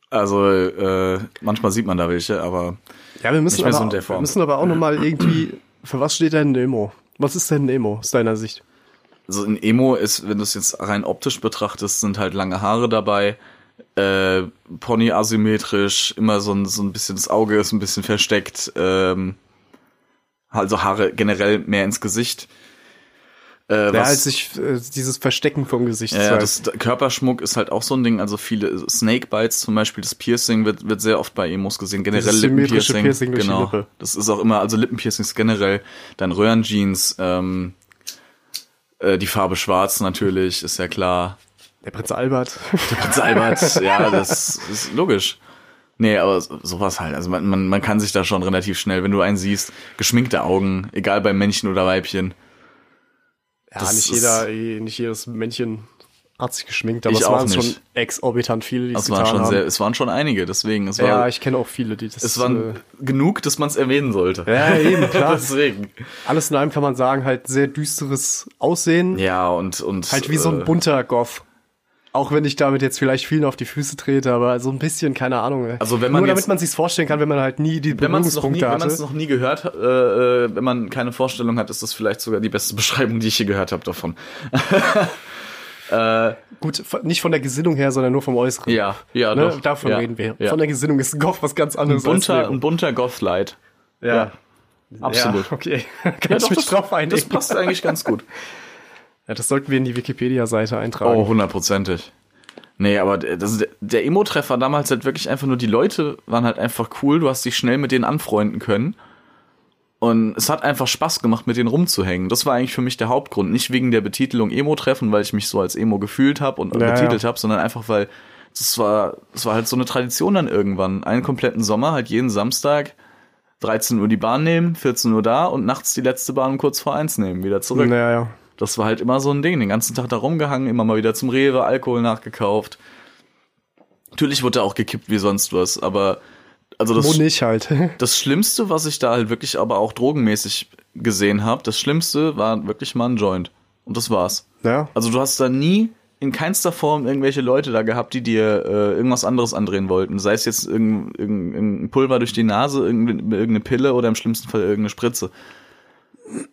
Speaker 3: Also äh, manchmal sieht man da welche, aber
Speaker 4: Ja, wir
Speaker 3: Nicht
Speaker 4: müssen,
Speaker 3: mehr so
Speaker 4: aber,
Speaker 3: in der Form.
Speaker 4: wir müssen aber auch nochmal irgendwie, für was steht denn Nemo? Was ist denn Nemo aus deiner Sicht?
Speaker 3: so ein Emo ist, wenn du es jetzt rein optisch betrachtest, sind halt lange Haare dabei, äh, Pony asymmetrisch, immer so ein, so ein bisschen das Auge ist ein bisschen versteckt, ähm, also Haare generell mehr ins Gesicht. Äh,
Speaker 4: Ja,
Speaker 3: was-
Speaker 4: halt sich äh, dieses Verstecken vom Gesicht.
Speaker 3: ja,
Speaker 4: zeigt.
Speaker 3: das der Körperschmuck ist halt auch so ein Ding. Also viele Snake Bites zum Beispiel, das Piercing wird, wird sehr oft bei Emos gesehen. Generell
Speaker 4: Dieses symmetrische
Speaker 3: Lippenpiercing.
Speaker 4: Piercing durch die
Speaker 3: genau.
Speaker 4: Lippe.
Speaker 3: Das ist auch immer, also Lippenpiercings generell, dann Röhrenjeans, ähm, äh, die Farbe schwarz natürlich, ist ja klar.
Speaker 4: Der Prinz Albert.
Speaker 3: Prinz Albert, ja, das ist logisch. Nee, aber so- sowas halt. Also man, man, man kann sich da schon relativ schnell, wenn du einen siehst, geschminkte Augen, egal bei Männchen oder Weibchen.
Speaker 4: Ja,
Speaker 3: Das
Speaker 4: nicht
Speaker 3: ist-
Speaker 4: jeder, eh, nicht jedes Männchen hat sich geschminkt, aber
Speaker 3: Ich
Speaker 4: es
Speaker 3: auch
Speaker 4: waren schon
Speaker 3: nicht.
Speaker 4: exorbitant viele, die es
Speaker 3: Das waren
Speaker 4: getan
Speaker 3: schon
Speaker 4: haben.
Speaker 3: sehr, es waren schon einige, deswegen. Es war,
Speaker 4: ja, ich kenne auch viele, die das.
Speaker 3: es
Speaker 4: äh,
Speaker 3: waren genug, dass man es erwähnen sollte.
Speaker 4: ja, eben, klar.
Speaker 3: Deswegen.
Speaker 4: Alles in allem kann man sagen, halt sehr düsteres Aussehen.
Speaker 3: Ja, und, und.
Speaker 4: Halt wie so ein
Speaker 3: äh,
Speaker 4: bunter Goth. Auch wenn ich damit jetzt vielleicht vielen auf die Füße trete, aber so ein bisschen, keine Ahnung. ey.
Speaker 3: Also wenn man
Speaker 4: Nur
Speaker 3: jetzt-
Speaker 4: damit man sich's vorstellen kann, wenn man halt nie die
Speaker 3: Wenn man es noch, nie-
Speaker 4: Berührungspunkte
Speaker 3: wenn man's
Speaker 4: hatte.
Speaker 3: noch nie gehört hat, äh, äh, wenn man keine Vorstellung hat, ist das vielleicht sogar die beste Beschreibung, die ich je gehört habe davon.
Speaker 4: Gut, von- nicht von der Gesinnung her, sondern nur vom Äußeren.
Speaker 3: Ja, ja,
Speaker 4: Ne?
Speaker 3: doch.
Speaker 4: Davon
Speaker 3: ja,
Speaker 4: reden wir.
Speaker 3: Ja.
Speaker 4: Von der Gesinnung ist ein Goth was ganz
Speaker 3: ein
Speaker 4: anderes. als
Speaker 3: bunter,
Speaker 4: Lego.
Speaker 3: ein bunter Goth-Light.
Speaker 4: ja.
Speaker 3: Absolut.
Speaker 4: Ja, okay. Kann
Speaker 3: Ja,
Speaker 4: ich
Speaker 3: doch,
Speaker 4: mich
Speaker 3: das-
Speaker 4: drauf einigen.
Speaker 3: Das passt eigentlich ganz gut.
Speaker 4: Ja, das sollten wir in die Wikipedia-Seite eintragen.
Speaker 3: Oh, hundertprozentig. Nee, aber der- das, ist- der Emo-Treffer damals halt wirklich einfach nur, die Leute waren halt einfach cool, du hast dich schnell mit denen anfreunden können. Und es hat einfach Spaß gemacht, mit denen rumzuhängen. Das war eigentlich für mich der Hauptgrund. Nicht wegen der Betitelung Emo-Treffen, weil ich mich so als Emo gefühlt habe und
Speaker 4: Ja,
Speaker 3: betitelt
Speaker 4: ja.
Speaker 3: habe, sondern einfach, weil das war, das war halt so eine Tradition dann irgendwann. Einen kompletten Sommer, halt jeden Samstag 13 Uhr die Bahn nehmen, 14 Uhr da und nachts die letzte Bahn um kurz vor eins nehmen, wieder zurück.
Speaker 4: Naja, ja.
Speaker 3: Das war halt immer so ein Ding. Den ganzen Tag da rumgehangen, immer mal wieder zum Rewe, Alkohol nachgekauft. Natürlich wurde da auch gekippt wie sonst was, aber also
Speaker 4: Wo
Speaker 3: das,
Speaker 4: nicht halt.
Speaker 3: das Schlimmste, was ich da halt wirklich aber auch drogenmäßig gesehen habe, das Schlimmste war wirklich mal ein Joint. Und das war's.
Speaker 4: ja.
Speaker 3: Also du hast da nie in keinster Form irgendwelche Leute da gehabt, die dir äh, irgendwas anderes andrehen wollten. Sei es jetzt irgendein, irgendein irgendein Pulver durch die Nase, irgendeine, irgendeine Pille oder im schlimmsten Fall irgendeine Spritze.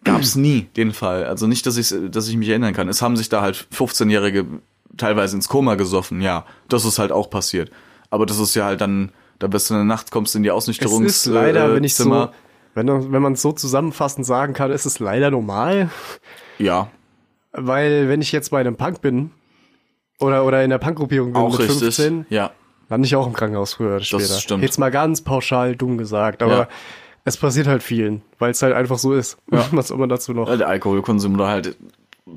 Speaker 3: Gab's nie den Fall. Also nicht, dass ich, dass ich mich erinnern kann. Es haben sich da halt 15-Jährige teilweise ins Koma gesoffen. Ja, das ist halt auch passiert. Aber das ist ja halt dann, da bist du in der Nacht, kommst in die
Speaker 4: Es
Speaker 3: Ausnüchterungs.
Speaker 4: ist leider,
Speaker 3: äh,
Speaker 4: wenn ich
Speaker 3: Zimmer.
Speaker 4: so. Wenn, wenn man es so zusammenfassend sagen kann, ist es leider normal.
Speaker 3: Ja,
Speaker 4: Weil, wenn ich jetzt bei einem Punk bin oder, oder in der Punkgruppierung bin
Speaker 3: auch
Speaker 4: mit
Speaker 3: richtig.
Speaker 4: 15,
Speaker 3: Ja,
Speaker 4: lande ich auch im Krankenhaus früher oder später.
Speaker 3: stimmt.
Speaker 4: Jetzt mal ganz pauschal dumm gesagt, aber
Speaker 3: Ja.
Speaker 4: es passiert halt vielen, weil es halt einfach so ist. Was soll man dazu noch?
Speaker 3: Weil der Alkoholkonsum da halt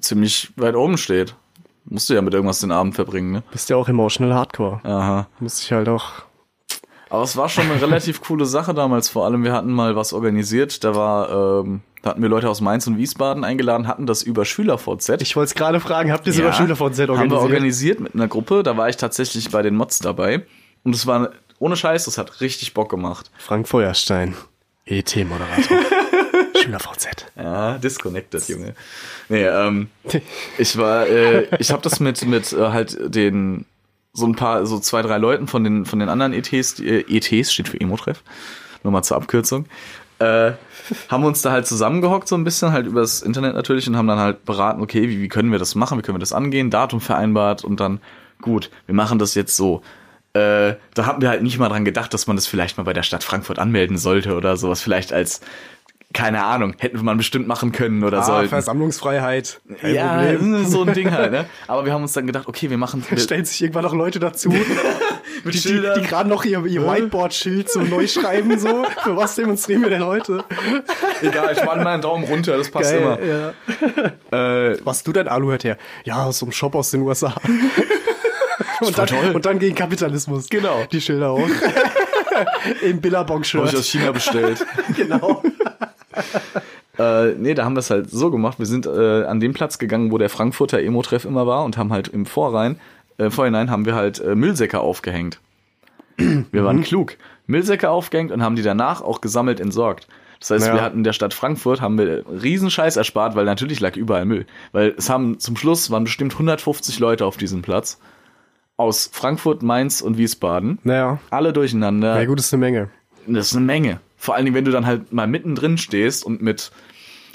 Speaker 3: ziemlich weit oben steht. Musst du ja mit irgendwas den Abend verbringen, ne?
Speaker 4: Bist ja auch emotional hardcore.
Speaker 3: Aha.
Speaker 4: Muss ich halt auch.
Speaker 3: Aber es war schon eine relativ coole Sache damals. Vor allem, wir hatten mal was organisiert. Da war, ähm, da hatten wir Leute aus Mainz und Wiesbaden eingeladen, hatten das über SchülerVZ.
Speaker 4: Ich wollte es gerade fragen, habt ihr sogar Schüler von Z
Speaker 3: Haben wir
Speaker 4: organisiert?
Speaker 3: organisiert mit einer Gruppe. Da war ich tatsächlich bei den Mods dabei. Und es war, ohne Scheiß, das hat richtig Bock gemacht.
Speaker 4: Frank Feuerstein, E ET-Moderator. Schüler VZ.
Speaker 3: Ja, disconnected, Junge. Nee, ähm, ich war, äh, ich habe das mit mit äh, halt den so ein paar, so zwei drei Leuten von den von den anderen ETs, die, äh, ETs steht für Emo-Treff, nur mal zur Abkürzung, äh, haben uns da halt zusammengehockt so ein bisschen halt übers Internet natürlich und haben dann halt beraten, okay, wie, wie können wir das machen, wie können wir das angehen, Datum vereinbart und dann gut, wir machen das jetzt so. Äh, da haben wir halt nicht mal dran gedacht, dass man das vielleicht mal bei der Stadt Frankfurt anmelden sollte oder sowas, vielleicht als keine Ahnung, hätten wir man bestimmt machen können oder
Speaker 4: Ah,
Speaker 3: sollten.
Speaker 4: Versammlungsfreiheit. Kein
Speaker 3: Also halt Ja,
Speaker 4: Problem.
Speaker 3: so ein Ding halt, ne? Aber wir haben uns dann gedacht, okay, wir machen wir-
Speaker 4: Stellen sich irgendwann noch Leute dazu,
Speaker 3: Ne. mit
Speaker 4: die, die, die gerade noch ihr, ihr Whiteboard-Schild so neu schreiben, so. Für was demonstrieren wir denn heute?
Speaker 3: Egal, ich mache meinen Daumen runter, das passt
Speaker 4: ja.
Speaker 3: immer. Äh,
Speaker 4: Was du denn Alu hört her? Ja, aus so einem Shop aus den USA. und, dann,
Speaker 3: toll.
Speaker 4: und dann gegen Kapitalismus.
Speaker 3: Genau.
Speaker 4: Die Schilder auch. Im
Speaker 3: Habe ich
Speaker 4: Billabong-Shirt.
Speaker 3: aus China bestellt.
Speaker 4: Genau.
Speaker 3: äh, nee, da haben wir es halt so gemacht. Wir sind äh, an den Platz gegangen, wo der Frankfurter Emo-Treff immer war und haben halt im Vorrein, äh, Vorhinein haben wir halt äh, Müllsäcke
Speaker 4: Mhm.
Speaker 3: aufgehängt. Wir waren klug. Müllsäcke aufgehängt und haben die danach auch gesammelt entsorgt. Das heißt,
Speaker 4: Ja.
Speaker 3: wir hatten in der Stadt Frankfurt, haben wir riesen Scheiß erspart, weil natürlich lag überall Müll. Weil es haben zum Schluss waren bestimmt 150 Leute auf diesem Platz aus Frankfurt, Mainz und Wiesbaden.
Speaker 4: Naja.
Speaker 3: Alle durcheinander.
Speaker 4: Ja, gut, ist eine Menge.
Speaker 3: Das ist eine Menge. Vor allen Dingen, wenn du dann halt mal mittendrin stehst und mit,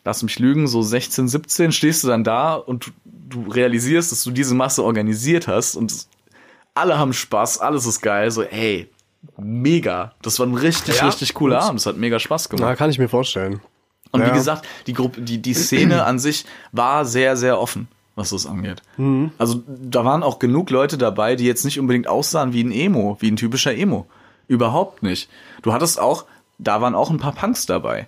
Speaker 3: lass mich lügen, so 16, 17 stehst du dann da und du, du realisierst, dass du diese Masse organisiert hast und es- alle haben Spaß, alles ist geil, so ey, mega. Das war ein richtig,
Speaker 4: Ja,
Speaker 3: richtig cooler
Speaker 4: gut.
Speaker 3: Abend. Es hat mega Spaß gemacht.
Speaker 4: Na, kann ich mir vorstellen.
Speaker 3: und
Speaker 4: ja.
Speaker 3: wie gesagt, die Gruppe, die, die Szene an sich war sehr, sehr offen, was das angeht.
Speaker 4: Mhm.
Speaker 3: Also da waren auch genug Leute dabei, die jetzt nicht unbedingt aussahen wie ein Emo, wie ein typischer Emo. Überhaupt nicht. Du hattest auch, da waren auch ein paar Punks dabei.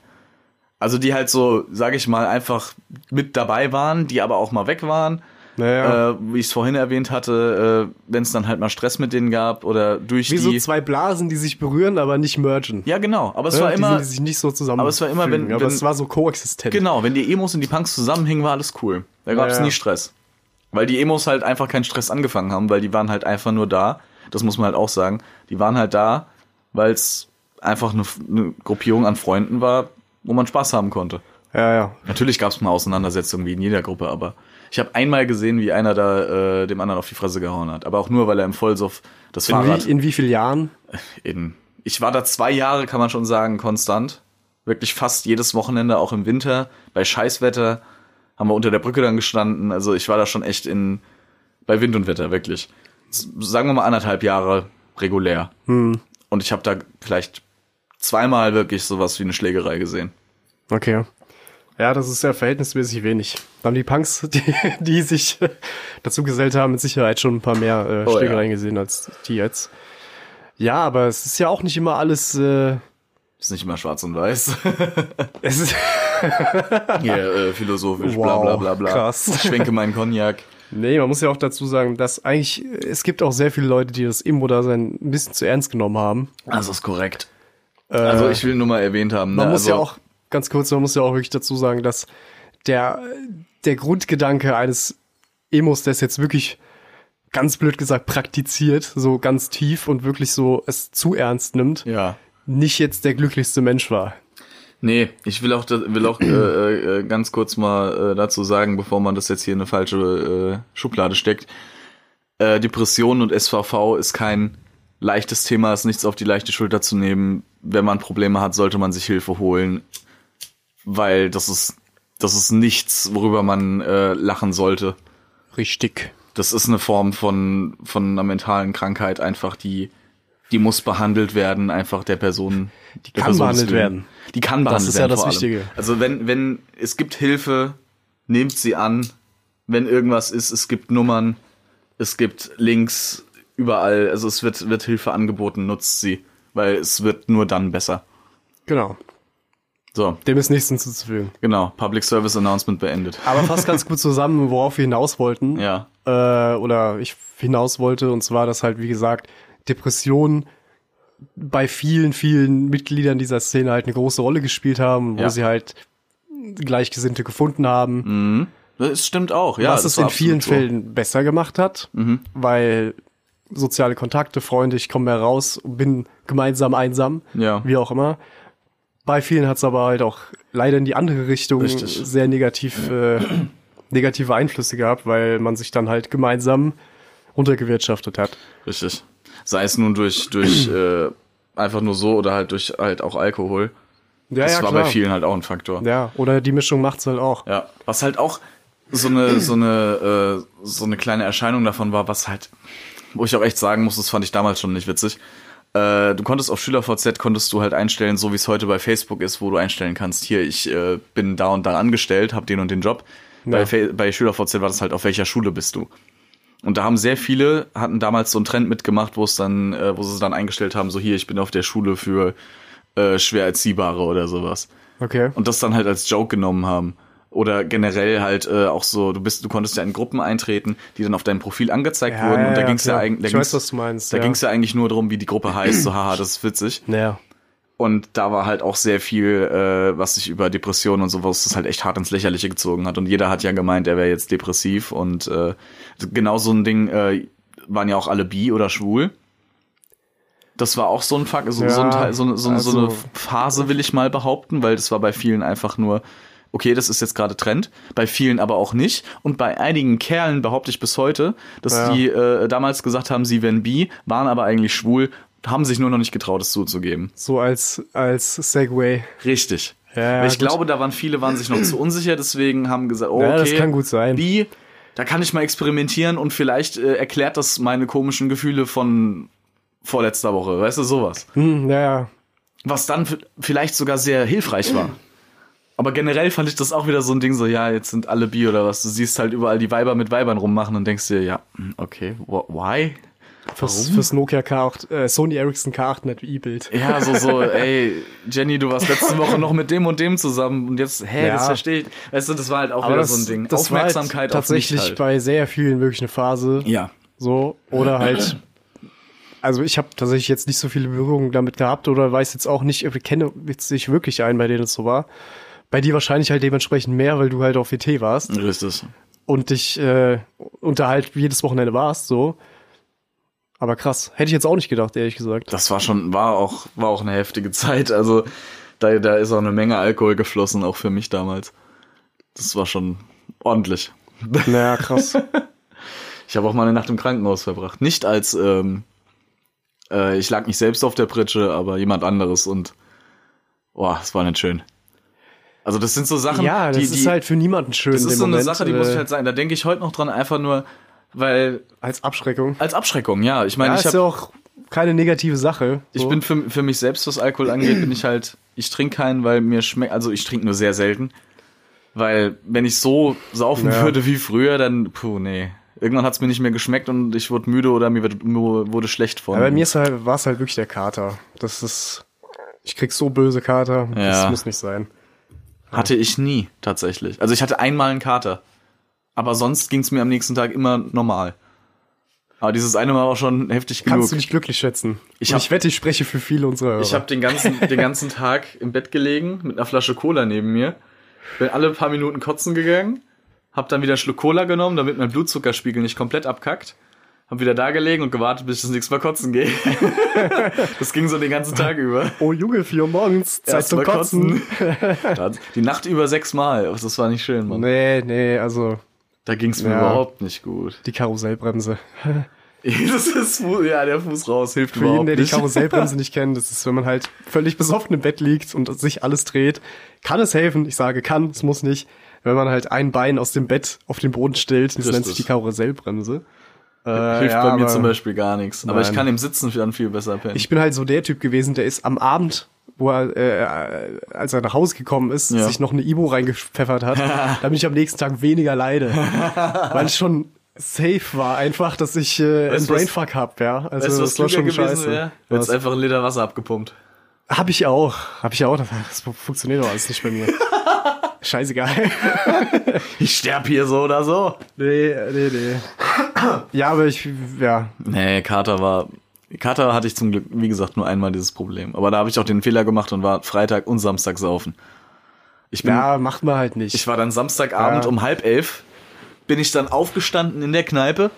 Speaker 3: Also die halt so, sag ich mal, einfach mit dabei waren, die aber auch mal weg waren.
Speaker 4: Naja.
Speaker 3: Äh, wie ich es vorhin erwähnt hatte, äh, wenn es dann halt mal Stress mit denen gab oder durch
Speaker 4: Wie so
Speaker 3: die.
Speaker 4: zwei Blasen, die sich berühren, aber nicht mergen.
Speaker 3: ja, genau. Aber es
Speaker 4: Ne?
Speaker 3: war immer.
Speaker 4: die, sind, die sich nicht so zusammen.
Speaker 3: aber es war immer, wenn-
Speaker 4: Aber
Speaker 3: wenn-
Speaker 4: es war so koexistent.
Speaker 3: Genau, wenn die Emos und die Punks zusammenhingen, war alles cool. Da gab es
Speaker 4: Ja.
Speaker 3: nie Stress. Weil die Emos halt einfach keinen Stress angefangen haben, weil die waren halt einfach nur da. Das muss man halt auch sagen. Die waren halt da, weil es einfach eine, eine Gruppierung an Freunden war, wo man Spaß haben konnte.
Speaker 4: Ja, ja.
Speaker 3: Natürlich gab es mal Auseinandersetzungen wie in jeder Gruppe, aber ich habe einmal gesehen, wie einer da äh, dem anderen auf die Fresse gehauen hat. Aber auch nur, weil er im Vollsuff das
Speaker 4: In
Speaker 3: Fahrrad
Speaker 4: wie, in wie vielen Jahren?
Speaker 3: in. Ich war da zwei Jahre, kann man schon sagen, konstant. Wirklich fast jedes Wochenende, auch im Winter, bei Scheißwetter, haben wir unter der Brücke dann gestanden. Also ich war da schon echt in, bei Wind und Wetter, wirklich. S sagen wir mal anderthalb Jahre regulär.
Speaker 4: Hm.
Speaker 3: Und ich habe da vielleicht zweimal wirklich sowas wie eine Schlägerei gesehen.
Speaker 4: Okay. Ja, das ist ja verhältnismäßig wenig. Da haben die Punks, die, die sich dazu gesellt haben, mit Sicherheit schon ein paar mehr äh,
Speaker 3: Oh,
Speaker 4: Schlägereien gesehen als die jetzt. Ja, aber es ist ja auch nicht immer alles. Äh,
Speaker 3: Ist nicht immer schwarz und weiß.
Speaker 4: es ist,
Speaker 3: Hier, äh, philosophisch,
Speaker 4: Wow,
Speaker 3: bla bla bla bla.
Speaker 4: krass.
Speaker 3: Ich schwenke meinen Cognac.
Speaker 4: nee, man muss ja auch dazu sagen, dass eigentlich äh, es gibt auch sehr viele Leute, die das Immo-Dasein ein bisschen zu ernst genommen haben.
Speaker 3: Das Also ist korrekt.
Speaker 4: Äh,
Speaker 3: Also ich will nur mal erwähnt haben.
Speaker 4: Man
Speaker 3: ne,
Speaker 4: muss
Speaker 3: also,
Speaker 4: ja auch, ganz kurz, man muss ja auch wirklich dazu sagen, dass der, der Grundgedanke eines Emos, der es jetzt wirklich ganz blöd gesagt praktiziert, so ganz tief und wirklich so es zu ernst nimmt,
Speaker 3: Ja.
Speaker 4: nicht jetzt der glücklichste Mensch war.
Speaker 3: Nee, ich will auch, das- will auch äh, äh, ganz kurz mal äh, dazu sagen, bevor man das jetzt hier in eine falsche äh, Schublade steckt. Äh, Depression und SVV ist kein leichtes Thema, ist nichts auf die leichte Schulter zu nehmen. Wenn man Probleme hat, sollte man sich Hilfe holen, weil das ist, das ist nichts, worüber man äh, lachen sollte.
Speaker 4: Richtig.
Speaker 3: Das ist eine Form von, von einer mentalen Krankheit einfach, die, die muss behandelt werden, einfach der Person. Die
Speaker 4: kann behandelt werden.
Speaker 3: Die kann behandelt
Speaker 4: ist ja
Speaker 3: werden.
Speaker 4: das
Speaker 3: vor allem.
Speaker 4: Wichtige.
Speaker 3: Also wenn, wenn, es gibt Hilfe, nehmt sie an. Wenn irgendwas ist, es gibt Nummern, es gibt Links, überall. Also es wird, wird Hilfe angeboten, nutzt sie, weil es wird nur dann besser.
Speaker 4: Genau.
Speaker 3: So,
Speaker 4: Dem ist nichts hinzuzufügen.
Speaker 3: genau. Public Service Announcement beendet.
Speaker 4: Aber fasst ganz gut zusammen, worauf wir hinaus wollten.
Speaker 3: Ja.
Speaker 4: äh, oder ich hinaus wollte, und zwar, dass halt, wie gesagt, Depressionen bei vielen, vielen Mitgliedern dieser Szene halt eine große Rolle gespielt haben, wo
Speaker 3: Ja.
Speaker 4: sie halt Gleichgesinnte gefunden haben,
Speaker 3: Das stimmt auch, ja.
Speaker 4: was
Speaker 3: das
Speaker 4: es
Speaker 3: war
Speaker 4: in vielen
Speaker 3: absolut so. Mhm.
Speaker 4: Fällen besser gemacht hat, weil soziale Kontakte, Freunde, ich komme mehr raus und bin gemeinsam einsam,
Speaker 3: Ja.
Speaker 4: wie auch immer. Bei vielen hat es aber halt auch leider in die andere Richtung
Speaker 3: Richtig.
Speaker 4: sehr negativ, äh, negative Einflüsse gehabt, weil man sich dann halt gemeinsam runtergewirtschaftet hat.
Speaker 3: Richtig. Sei es nun durch, durch äh, einfach nur so oder halt durch halt auch Alkohol.
Speaker 4: Ja,
Speaker 3: das
Speaker 4: ja,
Speaker 3: war
Speaker 4: klar.
Speaker 3: bei vielen halt auch ein Faktor. Ja.
Speaker 4: Ja, oder die Mischung macht's halt auch.
Speaker 3: Was halt auch so eine, so eine, äh, so eine kleine Erscheinung davon war, was halt, wo ich auch echt sagen muss, das fand ich damals schon nicht witzig. Äh, du konntest auf SchülerVZ konntest du halt einstellen, so wie es heute bei Facebook ist, wo du einstellen kannst, hier, ich äh, bin da und da angestellt, hab den und den Job. Bei,
Speaker 4: Ja.
Speaker 3: Fa- bei SchülerVZ war das halt, auf welcher Schule bist du? Und da haben sehr viele, hatten damals so einen Trend mitgemacht, wo es dann, äh, wo sie es dann eingestellt haben, so hier, ich bin auf der Schule für äh, schwer erziehbare oder sowas.
Speaker 4: Okay.
Speaker 3: Und das dann halt als Joke genommen haben. Oder generell halt äh, auch so, du bist, du konntest ja in Gruppen eintreten, die dann auf deinem Profil angezeigt
Speaker 4: Ja,
Speaker 3: wurden.
Speaker 4: ja,
Speaker 3: Und da
Speaker 4: ja,
Speaker 3: ging's ja
Speaker 4: klar.
Speaker 3: eigentlich.
Speaker 4: Ich
Speaker 3: da
Speaker 4: weiß,
Speaker 3: ging's-
Speaker 4: was du meinst,
Speaker 3: Da
Speaker 4: ja.
Speaker 3: ging's ja eigentlich nur darum, wie die Gruppe heißt, so haha, das ist witzig.
Speaker 4: Naja.
Speaker 3: Und da war halt auch sehr viel, äh, was sich über Depressionen und sowas das halt echt hart ins Lächerliche gezogen hat. Und jeder hat ja gemeint, er wäre jetzt depressiv. Und äh, genau so ein Ding äh, waren ja auch alle bi oder schwul. Das war auch so ein Fakt, so,
Speaker 4: Ja,
Speaker 3: so, ein Teil, so, eine- so, eine- so eine
Speaker 4: also-
Speaker 3: Phase, will ich mal behaupten, weil das war bei vielen einfach nur, okay, das ist jetzt gerade Trend, bei vielen aber auch nicht. Und bei einigen Kerlen behaupte ich bis heute, dass
Speaker 4: Ja.
Speaker 3: die äh, damals gesagt haben, sie wären bi, waren aber eigentlich schwul, haben sich nur noch nicht getraut, es zuzugeben.
Speaker 4: So als, als Segway.
Speaker 3: Richtig.
Speaker 4: Ja,
Speaker 3: Weil ich
Speaker 4: gut.
Speaker 3: glaube, da waren viele, waren sich noch zu unsicher, deswegen haben gesagt, oh, okay,
Speaker 4: Ja, das kann gut sein.
Speaker 3: Bi, da kann ich mal experimentieren und vielleicht äh, erklärt das meine komischen Gefühle von vorletzter Woche, weißt du, sowas.
Speaker 4: Hm, ja, ja.
Speaker 3: Was dann f- vielleicht sogar sehr hilfreich war. Aber generell fand ich das auch wieder so ein Ding, so, ja, jetzt sind alle Bi oder was. Du siehst halt überall die Weiber mit Weibern rummachen und denkst dir, ja, hm, okay, wha- why?
Speaker 4: Fürs, fürs Nokia K8, äh, Sony Ericsson K8 Net E-Bild.
Speaker 3: Ja, so, so, ey, Jenny, du warst letzte Woche noch mit dem und dem zusammen und jetzt, hä,
Speaker 4: Ja.
Speaker 3: das verstehe ich. Weißt du, das war halt auch
Speaker 4: Aber
Speaker 3: wieder
Speaker 4: das,
Speaker 3: so ein Ding.
Speaker 4: das war halt
Speaker 3: Aufmerksamkeit auf mich
Speaker 4: tatsächlich
Speaker 3: halt.
Speaker 4: bei sehr vielen wirklich eine Phase.
Speaker 3: Ja.
Speaker 4: So, oder halt. Also ich habe tatsächlich jetzt nicht so viele Berührungen damit gehabt oder weiß jetzt auch nicht, ich kenne jetzt nicht wirklich einen, bei denen es so war. Bei dir wahrscheinlich halt dementsprechend mehr, weil du halt auf WT warst
Speaker 3: Richtig.
Speaker 4: und dich äh, und da halt jedes Wochenende warst, so. Aber krass, hätte ich jetzt auch nicht gedacht, ehrlich gesagt.
Speaker 3: Das war schon, war auch, war auch eine heftige Zeit. Also, da, da ist auch eine Menge Alkohol geflossen, auch für mich damals. Das war schon ordentlich.
Speaker 4: Naja, krass.
Speaker 3: Ich habe auch mal eine Nacht im Krankenhaus verbracht. Nicht als, ähm, äh, ich lag nicht selbst auf der Pritsche, aber jemand anderes und, boah, es war nicht schön. Also, das sind so Sachen,
Speaker 4: ja, das
Speaker 3: die,
Speaker 4: ist
Speaker 3: die,
Speaker 4: halt für niemanden schön.
Speaker 3: Das
Speaker 4: in
Speaker 3: ist
Speaker 4: dem
Speaker 3: so eine
Speaker 4: Moment,
Speaker 3: Sache, die muss
Speaker 4: äh,
Speaker 3: ich halt sagen. Da denke ich heute noch dran, einfach nur, weil
Speaker 4: als Abschreckung.
Speaker 3: als Abschreckung, ja. Ich meine,
Speaker 4: Ja,
Speaker 3: ich,
Speaker 4: ist
Speaker 3: hab,
Speaker 4: ja auch keine negative Sache.
Speaker 3: ich
Speaker 4: so.
Speaker 3: bin für, für mich selbst, was Alkohol angeht, bin ich halt, ich trinke keinen, weil mir schmeckt, also ich trinke nur sehr selten. Weil wenn ich so saufen
Speaker 4: Ja.
Speaker 3: würde wie früher, dann, puh, nee. Irgendwann hat es mir nicht mehr geschmeckt und ich wurde müde oder mir wird- mir wurde schlecht von.
Speaker 4: Ja, bei mir ist halt, war es halt wirklich der Kater. Das ist. Ich krieg so böse Kater.
Speaker 3: Ja.
Speaker 4: Das muss nicht sein.
Speaker 3: hatte ich nie, tatsächlich. Also ich hatte einmal einen Kater. Aber sonst ging es mir am nächsten Tag immer normal. Aber dieses eine Mal war schon heftig genug.
Speaker 4: Kannst du dich glücklich schätzen?
Speaker 3: Ich
Speaker 4: Und
Speaker 3: hab-
Speaker 4: ich wette, ich spreche für viele unserer Hörer.
Speaker 3: Ich habe den ganzen, den ganzen Tag im Bett gelegen mit einer Flasche Cola neben mir. Bin alle paar Minuten kotzen gegangen, hab dann wieder einen Schluck Cola genommen, damit mein Blutzuckerspiegel nicht komplett abkackt. Hab wieder da gelegen und gewartet, bis ich das nächste Mal kotzen gehe. das ging so den ganzen Tag über.
Speaker 4: oh Junge, vier Uhr morgens, Zeit
Speaker 3: Erst
Speaker 4: zum
Speaker 3: mal
Speaker 4: Kotzen.
Speaker 3: Dann Die Nacht über sechsmal. Ach, Das war nicht schön, Mann.
Speaker 4: Nee, nee, also
Speaker 3: Da ging's mir
Speaker 4: Ja.
Speaker 3: überhaupt nicht gut.
Speaker 4: die Karussellbremse.
Speaker 3: Das ist, Fu- ja, der Fuß raus hilft
Speaker 4: Für jeden,
Speaker 3: überhaupt
Speaker 4: der die
Speaker 3: nicht.
Speaker 4: Karussellbremse nicht kennt, das ist, wenn man halt völlig besoffen im Bett liegt und sich alles dreht, kann es helfen. Ich sage kann, es muss nicht. Wenn man halt ein Bein aus dem Bett auf den Boden stellt, das
Speaker 3: Richtig.
Speaker 4: nennt sich die Karussellbremse. Äh,
Speaker 3: hilft
Speaker 4: ja,
Speaker 3: bei mir
Speaker 4: aber-
Speaker 3: zum Beispiel gar nichts. Aber ich
Speaker 4: Nein.
Speaker 3: kann im Sitzen dann viel besser pennen.
Speaker 4: Ich bin halt so der Typ gewesen, der ist am Abend, wo er, äh, als er nach Hause gekommen ist,
Speaker 3: Ja.
Speaker 4: sich noch eine Ibo reingepfeffert hat, damit ich am nächsten Tag weniger leide. weil es schon safe war, einfach, dass ich äh, einen
Speaker 3: Weißt du, was-
Speaker 4: Brainfuck hab, ja. Also
Speaker 3: Weißt du, was
Speaker 4: das war
Speaker 3: klüger
Speaker 4: schon
Speaker 3: gewesen
Speaker 4: scheiße.
Speaker 3: wäre? Jetzt
Speaker 4: Was?
Speaker 3: einfach einen Liter Wasser abgepumpt.
Speaker 4: Hab ich auch, hab ich auch. Das funktioniert doch alles nicht bei mir. Scheißegal.
Speaker 3: Ich sterb hier so oder so.
Speaker 4: Nee, nee, nee. Ja, aber ich, ja,
Speaker 3: Nee, Kater war. Kater hatte ich zum Glück, wie gesagt, nur einmal dieses Problem. Aber da habe ich auch den Fehler gemacht und war Freitag und Samstag saufen. Ich bin,
Speaker 4: ja, macht man halt nicht.
Speaker 3: ich war dann Samstagabend
Speaker 4: Ja.
Speaker 3: um halb elf, bin ich dann aufgestanden in der Kneipe,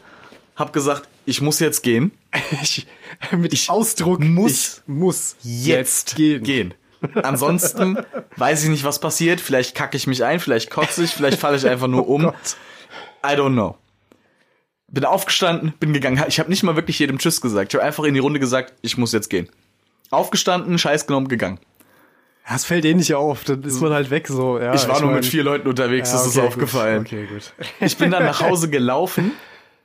Speaker 3: hab gesagt, ich muss jetzt gehen.
Speaker 4: Ich, mit Ausdruck muss, muss jetzt gehen.
Speaker 3: gehen. Ansonsten weiß ich nicht, was passiert. Vielleicht kacke ich mich ein, vielleicht kotze ich, vielleicht falle ich einfach nur
Speaker 4: Oh
Speaker 3: um. I don't know. Bin aufgestanden, bin gegangen. Ich habe nicht mal wirklich jedem Tschüss gesagt. Ich habe einfach in die Runde gesagt, ich muss jetzt gehen. Aufgestanden, Scheiß genommen, gegangen.
Speaker 4: Das fällt eh nicht auf, dann ist man halt weg so. Ja,
Speaker 3: ich war nur
Speaker 4: mein-
Speaker 3: mit vier Leuten unterwegs,
Speaker 4: Ja,
Speaker 3: das ist
Speaker 4: okay,
Speaker 3: aufgefallen.
Speaker 4: Gut. Okay, gut.
Speaker 3: Ich bin dann nach Hause gelaufen.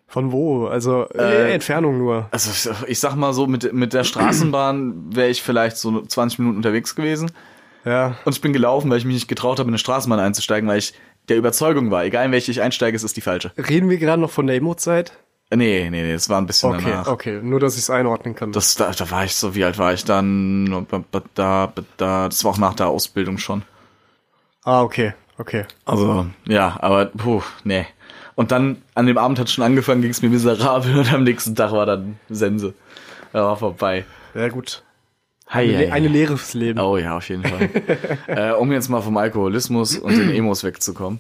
Speaker 4: Von wo? Also äh, Entfernung nur.
Speaker 3: Also ich sag mal so, mit, mit der Straßenbahn wäre ich vielleicht so 20 Minuten unterwegs gewesen.
Speaker 4: Ja.
Speaker 3: Und ich bin gelaufen, weil ich mich nicht getraut habe, in eine Straßenbahn einzusteigen, weil ich der Überzeugung war, egal in welche ich einsteige, es ist die falsche. Äh,
Speaker 4: Reden wir gerade noch von der Emo-Zeit?
Speaker 3: Nee, nee, nee, es war ein bisschen
Speaker 4: Okay,
Speaker 3: danach.
Speaker 4: okay. Nur, dass ich es einordnen kann.
Speaker 3: Das, da, da war ich so, wie alt war ich dann? Da, da, das war auch nach der Ausbildung schon.
Speaker 4: ah, okay, okay.
Speaker 3: Also, ja, aber puh, nee. Und dann, an dem Abend hat schon angefangen, ging es mir miserabel und am nächsten Tag war dann Sense. Da war vorbei.
Speaker 4: Ja, gut.
Speaker 3: Hei,
Speaker 4: Le- Eine leeres Leben.
Speaker 3: Oh ja, auf jeden Fall. äh, um jetzt mal vom Alkoholismus und den Emos wegzukommen.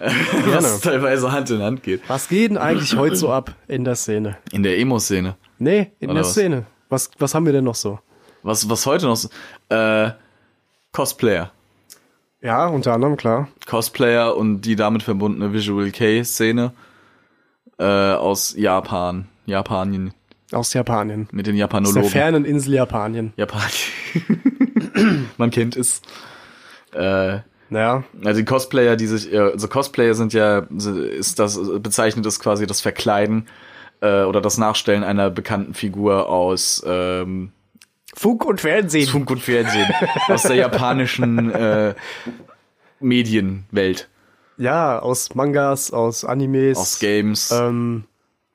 Speaker 3: äh, Was teilweise Hand in Hand geht.
Speaker 4: Was geht denn eigentlich heute so ab in der Szene?
Speaker 3: In der Emo-Szene.
Speaker 4: Nee, in
Speaker 3: Oder
Speaker 4: der
Speaker 3: was?
Speaker 4: Szene. Was, was haben wir denn noch so?
Speaker 3: Was, was heute noch? so- Äh, Cosplayer.
Speaker 4: Ja, unter anderem, klar.
Speaker 3: Cosplayer und die damit verbundene Visual K-Szene äh, aus Japan. Japanien.
Speaker 4: Aus Japanien.
Speaker 3: Mit
Speaker 4: Aus
Speaker 3: den
Speaker 4: der
Speaker 3: Japanologen.
Speaker 4: fernen Insel Japanien.
Speaker 3: Japan. Man kennt es. Äh,
Speaker 4: Naja,
Speaker 3: also die Cosplayer, die sich, äh, also Cosplayer sind ja, ist das bezeichnet ist quasi das Verkleiden äh, oder das Nachstellen einer bekannten Figur aus ähm,
Speaker 4: Fug und Fernsehen.
Speaker 3: Funk und Fernsehen, aus der japanischen äh, Medienwelt,
Speaker 4: Ja, aus Mangas, aus Animes.
Speaker 3: aus Games,
Speaker 4: Ähm,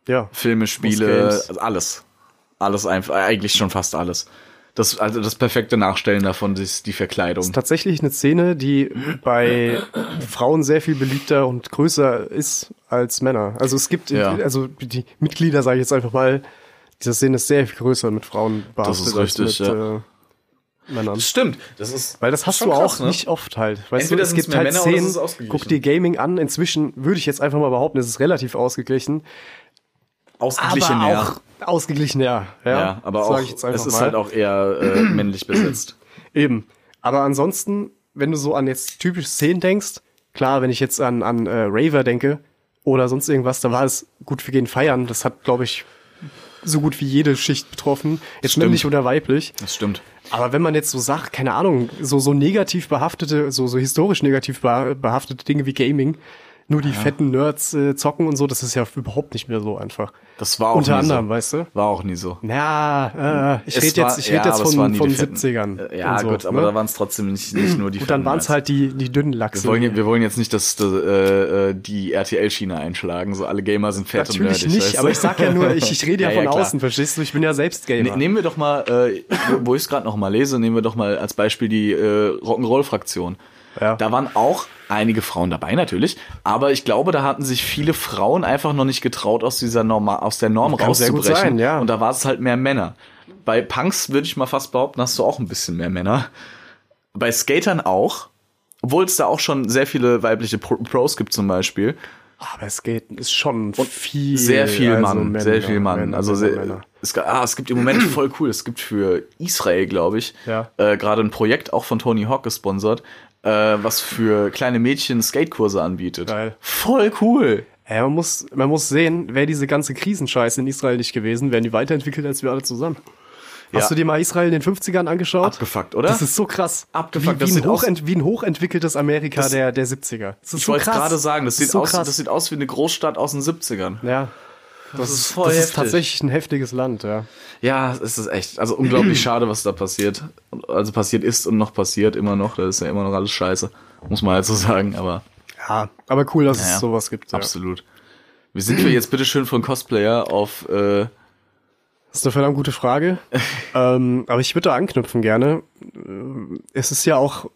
Speaker 4: ja.
Speaker 3: Filme, Spiele,
Speaker 4: Games.
Speaker 3: also alles, alles einfach, eigentlich schon fast alles. Das also das perfekte Nachstellen davon ist die Verkleidung.
Speaker 4: Tatsächlich eine Szene, die bei Frauen sehr viel beliebter und größer ist als Männer. Also es gibt,
Speaker 3: Ja.
Speaker 4: also die Mitglieder, sage ich jetzt einfach mal, diese Szene ist sehr viel größer mit Frauen behaftet
Speaker 3: ist richtig,
Speaker 4: als mit
Speaker 3: ja.
Speaker 4: äh, Männern.
Speaker 3: Stimmt, das ist
Speaker 4: Weil das hast
Speaker 3: schon
Speaker 4: du
Speaker 3: krass,
Speaker 4: auch
Speaker 3: ne?
Speaker 4: nicht oft halt. Weißt
Speaker 3: Entweder
Speaker 4: du, es
Speaker 3: sind's
Speaker 4: gibt
Speaker 3: mehr
Speaker 4: halt
Speaker 3: Männer oder es
Speaker 4: Szenen,
Speaker 3: ist ausgeglichen.
Speaker 4: guck dir Gaming an, inzwischen würde ich jetzt einfach mal behaupten, es ist relativ ausgeglichen.
Speaker 3: ausgeglichen, ja.
Speaker 4: auch ausgeglichen, ja. Ja,
Speaker 3: Ja, aber
Speaker 4: sag
Speaker 3: auch,
Speaker 4: ich jetzt einfach
Speaker 3: es ist
Speaker 4: mal.
Speaker 3: halt auch eher äh, männlich besetzt.
Speaker 4: Eben. Aber ansonsten, wenn du so an jetzt typische Szenen denkst, klar, wenn ich jetzt an, an äh, Raver denke oder sonst irgendwas, da war es gut, wir gehen feiern. Das hat, glaube ich, so gut wie jede Schicht betroffen. Jetzt
Speaker 3: Stimmt.
Speaker 4: männlich oder weiblich.
Speaker 3: Das stimmt.
Speaker 4: Aber wenn man jetzt so sagt, keine Ahnung, so, so negativ behaftete, so, so historisch negativ beha- behaftete Dinge wie Gaming, nur die fetten Nerds äh, zocken und so, das ist ja überhaupt nicht mehr so einfach.
Speaker 3: Das war auch
Speaker 4: Unter
Speaker 3: nie
Speaker 4: anderem,
Speaker 3: so.
Speaker 4: weißt du?
Speaker 3: War auch nie so.
Speaker 4: Na, äh, ich
Speaker 3: Es
Speaker 4: rede
Speaker 3: war-
Speaker 4: jetzt, ich red
Speaker 3: ja,
Speaker 4: jetzt
Speaker 3: aber es waren
Speaker 4: von,
Speaker 3: nie
Speaker 4: von
Speaker 3: die fetten.
Speaker 4: 70ern.
Speaker 3: Äh, Ja,
Speaker 4: und so,
Speaker 3: gut, aber
Speaker 4: ne?
Speaker 3: da waren es trotzdem nicht, nicht nur die
Speaker 4: Und dann waren es halt die, die dünnen Lachse.
Speaker 3: Wir wollen, ja- wir wollen jetzt nicht, dass äh, äh, die RTL-Schiene einschlagen. So alle Gamer sind fett
Speaker 4: Natürlich
Speaker 3: und nerdig. weißt
Speaker 4: nicht,
Speaker 3: du?
Speaker 4: aber ich sag ja nur, ich, ich rede ja,
Speaker 3: Ja, ja,
Speaker 4: von
Speaker 3: klar.
Speaker 4: außen, verstehst du? Ich bin ja selbst Gamer.
Speaker 3: Ne- Nehmen wir doch mal, äh, wo- wo ich es gerade noch mal lese, nehmen wir doch mal als Beispiel die äh, Rock'n'Roll-Fraktion.
Speaker 4: Ja.
Speaker 3: Da waren auch einige Frauen dabei natürlich, aber ich glaube, da hatten sich viele Frauen einfach noch nicht getraut, aus dieser Norma aus der Norm
Speaker 4: Kann sehr gut
Speaker 3: rauszubrechen.
Speaker 4: sein, ja.
Speaker 3: Und da war es halt mehr Männer. Bei Punks würde ich mal fast behaupten, hast du auch ein bisschen mehr Männer. Bei Skatern auch, obwohl es da auch schon sehr viele weibliche Pro Pros gibt zum Beispiel.
Speaker 4: Ah, Aber es geht, ist schon viel.
Speaker 3: Sehr viel
Speaker 4: also
Speaker 3: Mann,
Speaker 4: Männer,
Speaker 3: sehr viel Mann.
Speaker 4: Männer,
Speaker 3: also
Speaker 4: Männer,
Speaker 3: sehr,
Speaker 4: Männer.
Speaker 3: es, ga- ah, es gibt im Moment voll cool. Es gibt für Israel, glaube ich,
Speaker 4: Ja.
Speaker 3: äh, gerade ein Projekt auch von Tony Hawk gesponsert, äh, was für kleine Mädchen Skatekurse anbietet.
Speaker 4: Geil.
Speaker 3: Voll cool.
Speaker 4: Ja, man, muss, man muss sehen, wäre diese ganze Krisenscheiße in Israel nicht gewesen, wären die weiterentwickelt als wir alle zusammen.
Speaker 3: Ja.
Speaker 4: Hast du dir mal Israel in den 50ern angeschaut?
Speaker 3: Abgefuckt, oder?
Speaker 4: Das ist so krass.
Speaker 3: Abgefuckt,
Speaker 4: Wie,
Speaker 3: das
Speaker 4: wie, ein,
Speaker 3: sieht aus-
Speaker 4: hochent, wie ein hochentwickeltes Amerika
Speaker 3: Das-
Speaker 4: der, der 70er. Das ist
Speaker 3: ich
Speaker 4: so
Speaker 3: wollte
Speaker 4: krass.
Speaker 3: gerade sagen, das sieht,
Speaker 4: so
Speaker 3: aus,
Speaker 4: krass.
Speaker 3: das sieht aus wie eine Großstadt aus den 70ern.
Speaker 4: ja,
Speaker 3: Das ist
Speaker 4: das ist tatsächlich ein heftiges Land, ja.
Speaker 3: Ja, es ist echt. Also unglaublich schade, was da passiert. Also passiert ist und noch passiert, immer noch. Da ist ja immer noch alles scheiße. Muss man halt so sagen, aber.
Speaker 4: Ja, aber cool, dass
Speaker 3: Ja,
Speaker 4: es sowas gibt. Ja.
Speaker 3: Absolut. Wie sind wir jetzt bitteschön von Cosplayer auf äh,
Speaker 4: Das ist eine verdammt gute Frage. ähm, aber ich würde da anknüpfen gerne. Ähm, Es ist ja auch,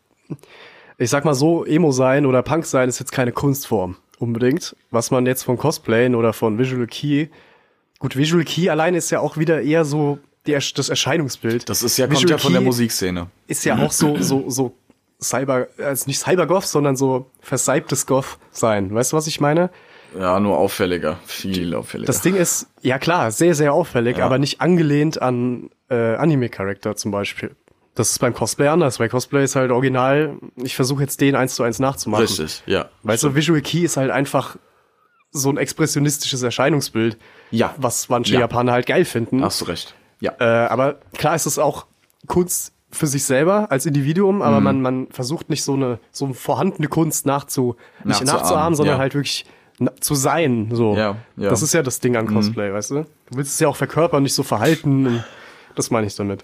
Speaker 4: ich sag mal so, Emo sein oder Punk sein ist jetzt keine Kunstform unbedingt. Was man jetzt von Cosplayen oder von Visual Key, gut, Visual Key allein ist ja auch wieder eher so die, Ersch- das Erscheinungsbild.
Speaker 3: Das ist ja,
Speaker 4: Visual
Speaker 3: kommt ja von der
Speaker 4: Kei
Speaker 3: Musikszene.
Speaker 4: Ist ja auch so, so, so Cyber, also nicht Cybergoth, sondern so versalbtes Goth sein. Weißt du, was ich meine?
Speaker 3: Ja, nur auffälliger. Viel auffälliger.
Speaker 4: Das Ding ist, ja klar, sehr, sehr auffällig, aber nicht angelehnt an äh, Anime-Charakter zum Beispiel. Das ist beim Cosplay anders. Bei Cosplay ist halt original, ich versuche jetzt den eins zu eins nachzumachen.
Speaker 3: Richtig, ja.
Speaker 4: Weißt du, Visual Key ist halt einfach so ein expressionistisches Erscheinungsbild,
Speaker 3: Ja.
Speaker 4: was manche
Speaker 3: Ja.
Speaker 4: Japaner halt geil finden.
Speaker 3: Hast du recht. Ja.
Speaker 4: Äh, aber klar ist es auch Kunst für sich selber als Individuum, aber
Speaker 3: Mhm.
Speaker 4: man, man versucht nicht so eine so eine vorhandene Kunst nachzu, nicht
Speaker 3: Nachzuahmen,
Speaker 4: nachzuahmen, sondern
Speaker 3: ja.
Speaker 4: halt wirklich na, zu sein. So.
Speaker 3: Ja, ja. Mhm.
Speaker 4: Das ist ja das Ding an Cosplay, weißt du? Du willst es ja auch verkörpern, nicht so verhalten. Und das meine ich damit.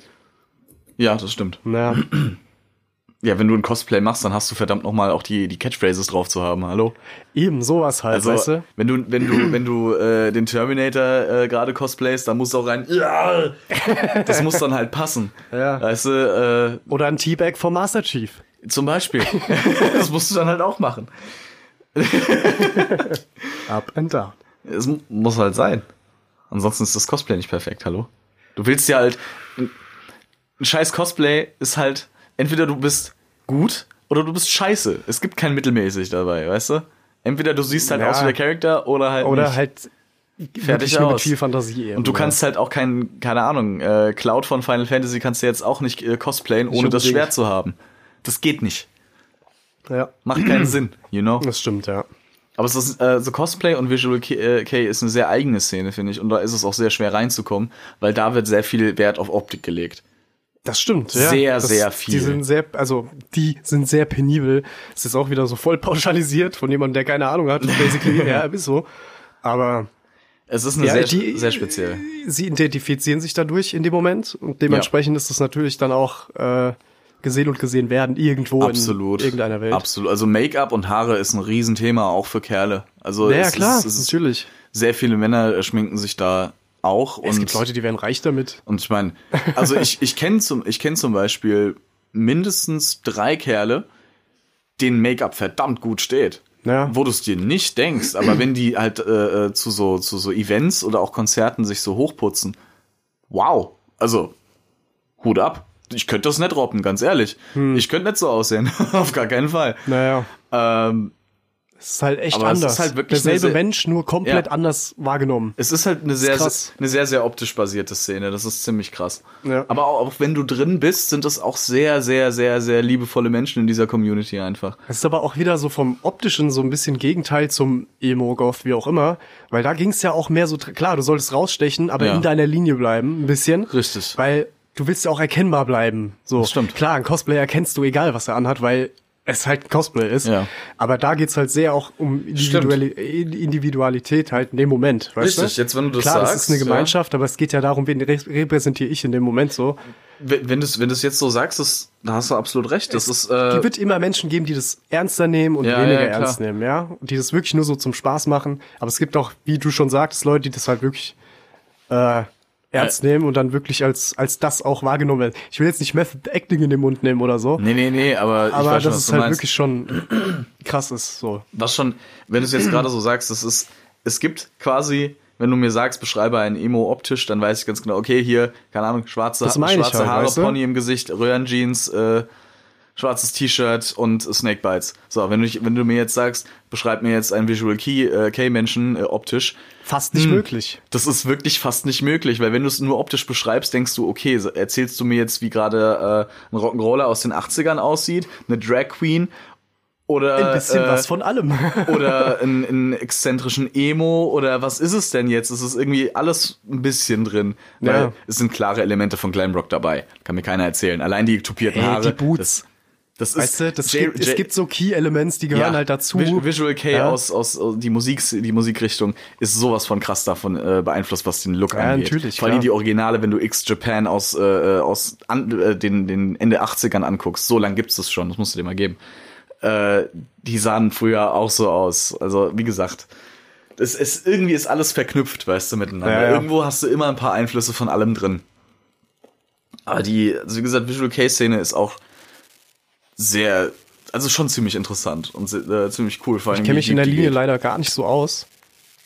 Speaker 3: ja, das stimmt.
Speaker 4: Naja.
Speaker 3: Ja, wenn du ein Cosplay machst, dann hast du verdammt nochmal auch die, die Catchphrases drauf zu haben. Hallo?
Speaker 4: Eben sowas halt,
Speaker 3: Also,
Speaker 4: weißt du?
Speaker 3: wenn du, wenn du, wenn du äh, den Terminator äh, gerade cosplayst, dann musst du auch rein. Ja! Das muss dann halt passen.
Speaker 4: Ja.
Speaker 3: Weißt du,
Speaker 4: Oder ein Teabag vom Master Chief.
Speaker 3: äh, zum Beispiel. das musst du dann halt auch machen.
Speaker 4: Up and down.
Speaker 3: Es mu- muss halt sein. Ansonsten ist das Cosplay nicht perfekt, hallo? Du willst ja halt. Ein ein scheiß Cosplay ist halt. Entweder du bist gut oder du bist scheiße. Es gibt kein mittelmäßig dabei, weißt du? Entweder du siehst halt
Speaker 4: Ja.
Speaker 3: aus wie der Charakter oder halt.
Speaker 4: Oder
Speaker 3: nicht.
Speaker 4: halt
Speaker 3: Fertig
Speaker 4: wirklich nur mit
Speaker 3: aus.
Speaker 4: viel Fantasie. eben,
Speaker 3: Und du
Speaker 4: ja.
Speaker 3: kannst halt auch keinen, keine Ahnung, äh, Cloud von Final Fantasy kannst du jetzt auch nicht äh, cosplayen, ohne das
Speaker 4: unbedingt.
Speaker 3: Schwert zu haben. Das geht nicht.
Speaker 4: Ja,
Speaker 3: Macht keinen Sinn, you know?
Speaker 4: das stimmt, ja.
Speaker 3: Aber es ist, äh, so Cosplay und Visual Kei äh, Kei ist eine sehr eigene Szene, finde ich. Und da ist es auch sehr schwer reinzukommen, weil da wird sehr viel Wert auf Optik gelegt.
Speaker 4: Das stimmt, ja.
Speaker 3: Sehr,
Speaker 4: das,
Speaker 3: sehr viel.
Speaker 4: Die sind sehr, also die sind sehr penibel. Es ist auch wieder so voll pauschalisiert von jemandem, der keine Ahnung hat. Basically, ja, ist so. Aber
Speaker 3: Es ist eine
Speaker 4: ja,
Speaker 3: sehr,
Speaker 4: die,
Speaker 3: sehr speziell.
Speaker 4: Sie identifizieren sich dadurch in dem Moment und dementsprechend ist das natürlich dann auch äh, gesehen und gesehen werden irgendwo
Speaker 3: Absolut.
Speaker 4: in irgendeiner Welt.
Speaker 3: Absolut. Also Make-up und Haare ist ein Riesenthema, auch für Kerle. Also
Speaker 4: Ja, ja,
Speaker 3: es
Speaker 4: klar,
Speaker 3: ist, es ist,
Speaker 4: natürlich.
Speaker 3: sehr viele Männer äh, schminken sich da auch. und
Speaker 4: es gibt Leute, die werden reich damit.
Speaker 3: Und ich meine, also ich, ich kenne zum, ich kenn zum Beispiel mindestens drei Kerle, denen Make-up verdammt gut steht.
Speaker 4: Ja.
Speaker 3: Wo du es dir nicht denkst, aber wenn die halt äh, äh, zu, so, zu so Events oder auch Konzerten sich so hochputzen, wow. Also, Hut ab. Ich könnte das nicht robben, ganz ehrlich. Ich könnte nicht so aussehen. Auf gar keinen Fall.
Speaker 4: Naja,
Speaker 3: Ähm,
Speaker 4: es ist halt echt
Speaker 3: Aber es
Speaker 4: anders.
Speaker 3: ist halt wirklich eine
Speaker 4: Derselbe
Speaker 3: sehr-
Speaker 4: Mensch, nur komplett
Speaker 3: Ja.
Speaker 4: anders wahrgenommen.
Speaker 3: Es ist halt eine sehr,
Speaker 4: krass.
Speaker 3: eine sehr, sehr optisch basierte Szene. Das ist ziemlich krass.
Speaker 4: Ja.
Speaker 3: Aber auch, auch wenn du drin bist, sind das auch sehr, sehr, sehr, sehr liebevolle Menschen in dieser Community einfach.
Speaker 4: Es ist aber auch wieder so vom optischen so ein bisschen Gegenteil zum Emo-Goth, wie auch immer. Weil da ging es ja auch mehr so, dr- klar, du solltest rausstechen, aber
Speaker 3: Ja.
Speaker 4: in deiner Linie bleiben, ein bisschen.
Speaker 3: Richtig.
Speaker 4: Weil du willst ja auch erkennbar bleiben. So.
Speaker 3: Das stimmt.
Speaker 4: Klar, ein Cosplay erkennst du, egal was er anhat, weil es halt ein Cosplay ist.
Speaker 3: Ja.
Speaker 4: Aber da geht's halt sehr auch um Individuali Individualität halt in dem Moment. Weißt
Speaker 3: Richtig,
Speaker 4: du?
Speaker 3: jetzt, wenn du das
Speaker 4: Klar, das
Speaker 3: sagst,
Speaker 4: ist eine
Speaker 3: ja.
Speaker 4: Gemeinschaft, aber es geht ja darum, wen re repräsentiere ich in dem Moment so.
Speaker 3: Wenn wenn du es wenn du's jetzt so sagst, das, da hast du absolut recht. Das ist, äh,
Speaker 4: die wird immer Menschen geben, die das ernster nehmen und
Speaker 3: Ja,
Speaker 4: weniger
Speaker 3: ja, klar.
Speaker 4: ernst nehmen, ja. Und die das wirklich nur so zum Spaß machen. Aber es gibt auch, wie du schon sagtest, Leute, die das halt wirklich äh, ernst nehmen und dann wirklich als, als das auch wahrgenommen werden. Ich will jetzt nicht Method Acting in den Mund nehmen oder so,
Speaker 3: nee, nee, nee, aber, Hm, ich
Speaker 4: aber
Speaker 3: weiß schon,
Speaker 4: dass
Speaker 3: was
Speaker 4: es
Speaker 3: du
Speaker 4: halt
Speaker 3: meinst.
Speaker 4: wirklich schon krass ist. So.
Speaker 3: was schon, wenn du es jetzt gerade so sagst, das ist, es gibt quasi, wenn du mir sagst, beschreibe einen Emo optisch, dann weiß ich ganz genau, okay, hier, keine Ahnung, schwarze,
Speaker 4: Das meine ich
Speaker 3: schwarze
Speaker 4: halt,
Speaker 3: Haare,
Speaker 4: weißt du?
Speaker 3: Pony im Gesicht, Röhrenjeans, äh, schwarzes T-Shirt und Snakebites. So, wenn du, ich, wenn du mir jetzt sagst, beschreib mir jetzt einen Visual Key, äh, K-Menschen äh, optisch,
Speaker 4: Fast
Speaker 3: Hm.
Speaker 4: nicht möglich.
Speaker 3: das ist wirklich fast nicht möglich, weil wenn du es nur optisch beschreibst, denkst du, okay, so- erzählst du mir jetzt, wie gerade äh, ein Rock'n'Roller aus den 80ern aussieht, eine Drag Queen oder
Speaker 4: Ein bisschen
Speaker 3: äh,
Speaker 4: was von allem.
Speaker 3: oder einen, einen exzentrischen Emo oder was ist es denn jetzt? Es ist irgendwie alles ein bisschen drin. Weil
Speaker 4: Ja.
Speaker 3: es sind klare Elemente von Glam Rock dabei. Kann mir keiner erzählen. Allein die tupierten
Speaker 4: Ey,
Speaker 3: Haare.
Speaker 4: die Boots.
Speaker 3: Das, das ist
Speaker 4: Weißt du, das
Speaker 3: J-
Speaker 4: gibt, es
Speaker 3: J-
Speaker 4: gibt so Key-Elements, die gehören
Speaker 3: ja,
Speaker 4: halt dazu.
Speaker 3: Vis- Visual K
Speaker 4: Ja.
Speaker 3: aus, aus, aus die Musik, die Musikrichtung ist sowas von krass davon äh, beeinflusst, was den Look angeht.
Speaker 4: natürlich,
Speaker 3: Vor allem
Speaker 4: klar.
Speaker 3: die Originale, wenn du X Japan aus, äh, aus an, äh, den, den Ende 80ern anguckst, so lange gibt's das schon, das musst du dir mal geben. Äh, die sahen früher auch so aus. Also, wie gesagt, es ist, irgendwie ist alles verknüpft, weißt du, miteinander.
Speaker 4: Ja, ja.
Speaker 3: Irgendwo hast du immer ein paar Einflüsse von allem drin. Aber die, also wie gesagt, Visual K-Szene ist auch sehr, also schon ziemlich interessant und se- äh, ziemlich cool. Vor allem
Speaker 4: Ich kenne
Speaker 3: wie
Speaker 4: mich in
Speaker 3: deep
Speaker 4: der
Speaker 3: die
Speaker 4: Linie
Speaker 3: geht.
Speaker 4: leider gar nicht so aus.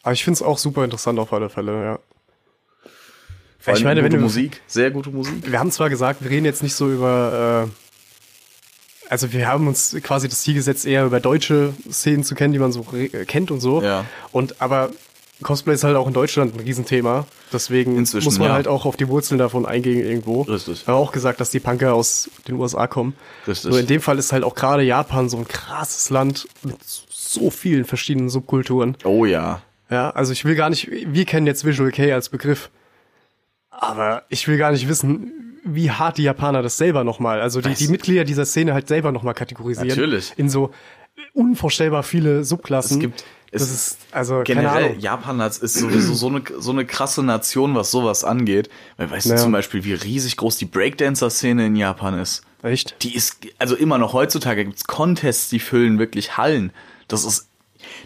Speaker 4: Aber ich finde es auch super interessant auf alle Fälle, ja.
Speaker 3: Vor allem
Speaker 4: ich meine,
Speaker 3: gute
Speaker 4: wenn du-
Speaker 3: Musik, sehr gute Musik.
Speaker 4: Wir haben zwar gesagt, wir reden jetzt nicht so über. Äh, also, wir haben uns quasi das Ziel gesetzt, eher über deutsche Szenen zu kennen, die man so re- äh, kennt und so.
Speaker 3: Ja.
Speaker 4: Und aber Cosplay ist halt auch in Deutschland ein Riesenthema. Deswegen
Speaker 3: Inzwischen,
Speaker 4: muss man
Speaker 3: ja.
Speaker 4: halt auch auf die Wurzeln davon eingehen irgendwo.
Speaker 3: Richtig.
Speaker 4: Wir haben auch gesagt, dass die Punker aus den USA kommen.
Speaker 3: Richtig.
Speaker 4: Nur in dem Fall ist halt auch gerade Japan so ein krasses Land mit so vielen verschiedenen Subkulturen.
Speaker 3: Oh ja.
Speaker 4: Ja, also ich will gar nicht, wir kennen jetzt Visual K als Begriff, aber ich will gar nicht wissen, wie hart die Japaner das selber nochmal, also die, die Mitglieder dieser Szene halt selber nochmal kategorisieren.
Speaker 3: Natürlich.
Speaker 4: In so unvorstellbar viele Subklassen.
Speaker 3: Es gibt-
Speaker 4: das
Speaker 3: es-
Speaker 4: ist, also keine
Speaker 3: Generell,
Speaker 4: Ahnung.
Speaker 3: Japan hat- ist sowieso so eine, so eine krasse Nation, was sowas angeht. Weil weißt
Speaker 4: Ja.
Speaker 3: du zum Beispiel, wie riesig groß die Breakdancer-Szene in Japan ist?
Speaker 4: Echt?
Speaker 3: Die ist, also immer noch heutzutage gibt's Contests, die füllen wirklich Hallen. Das ist,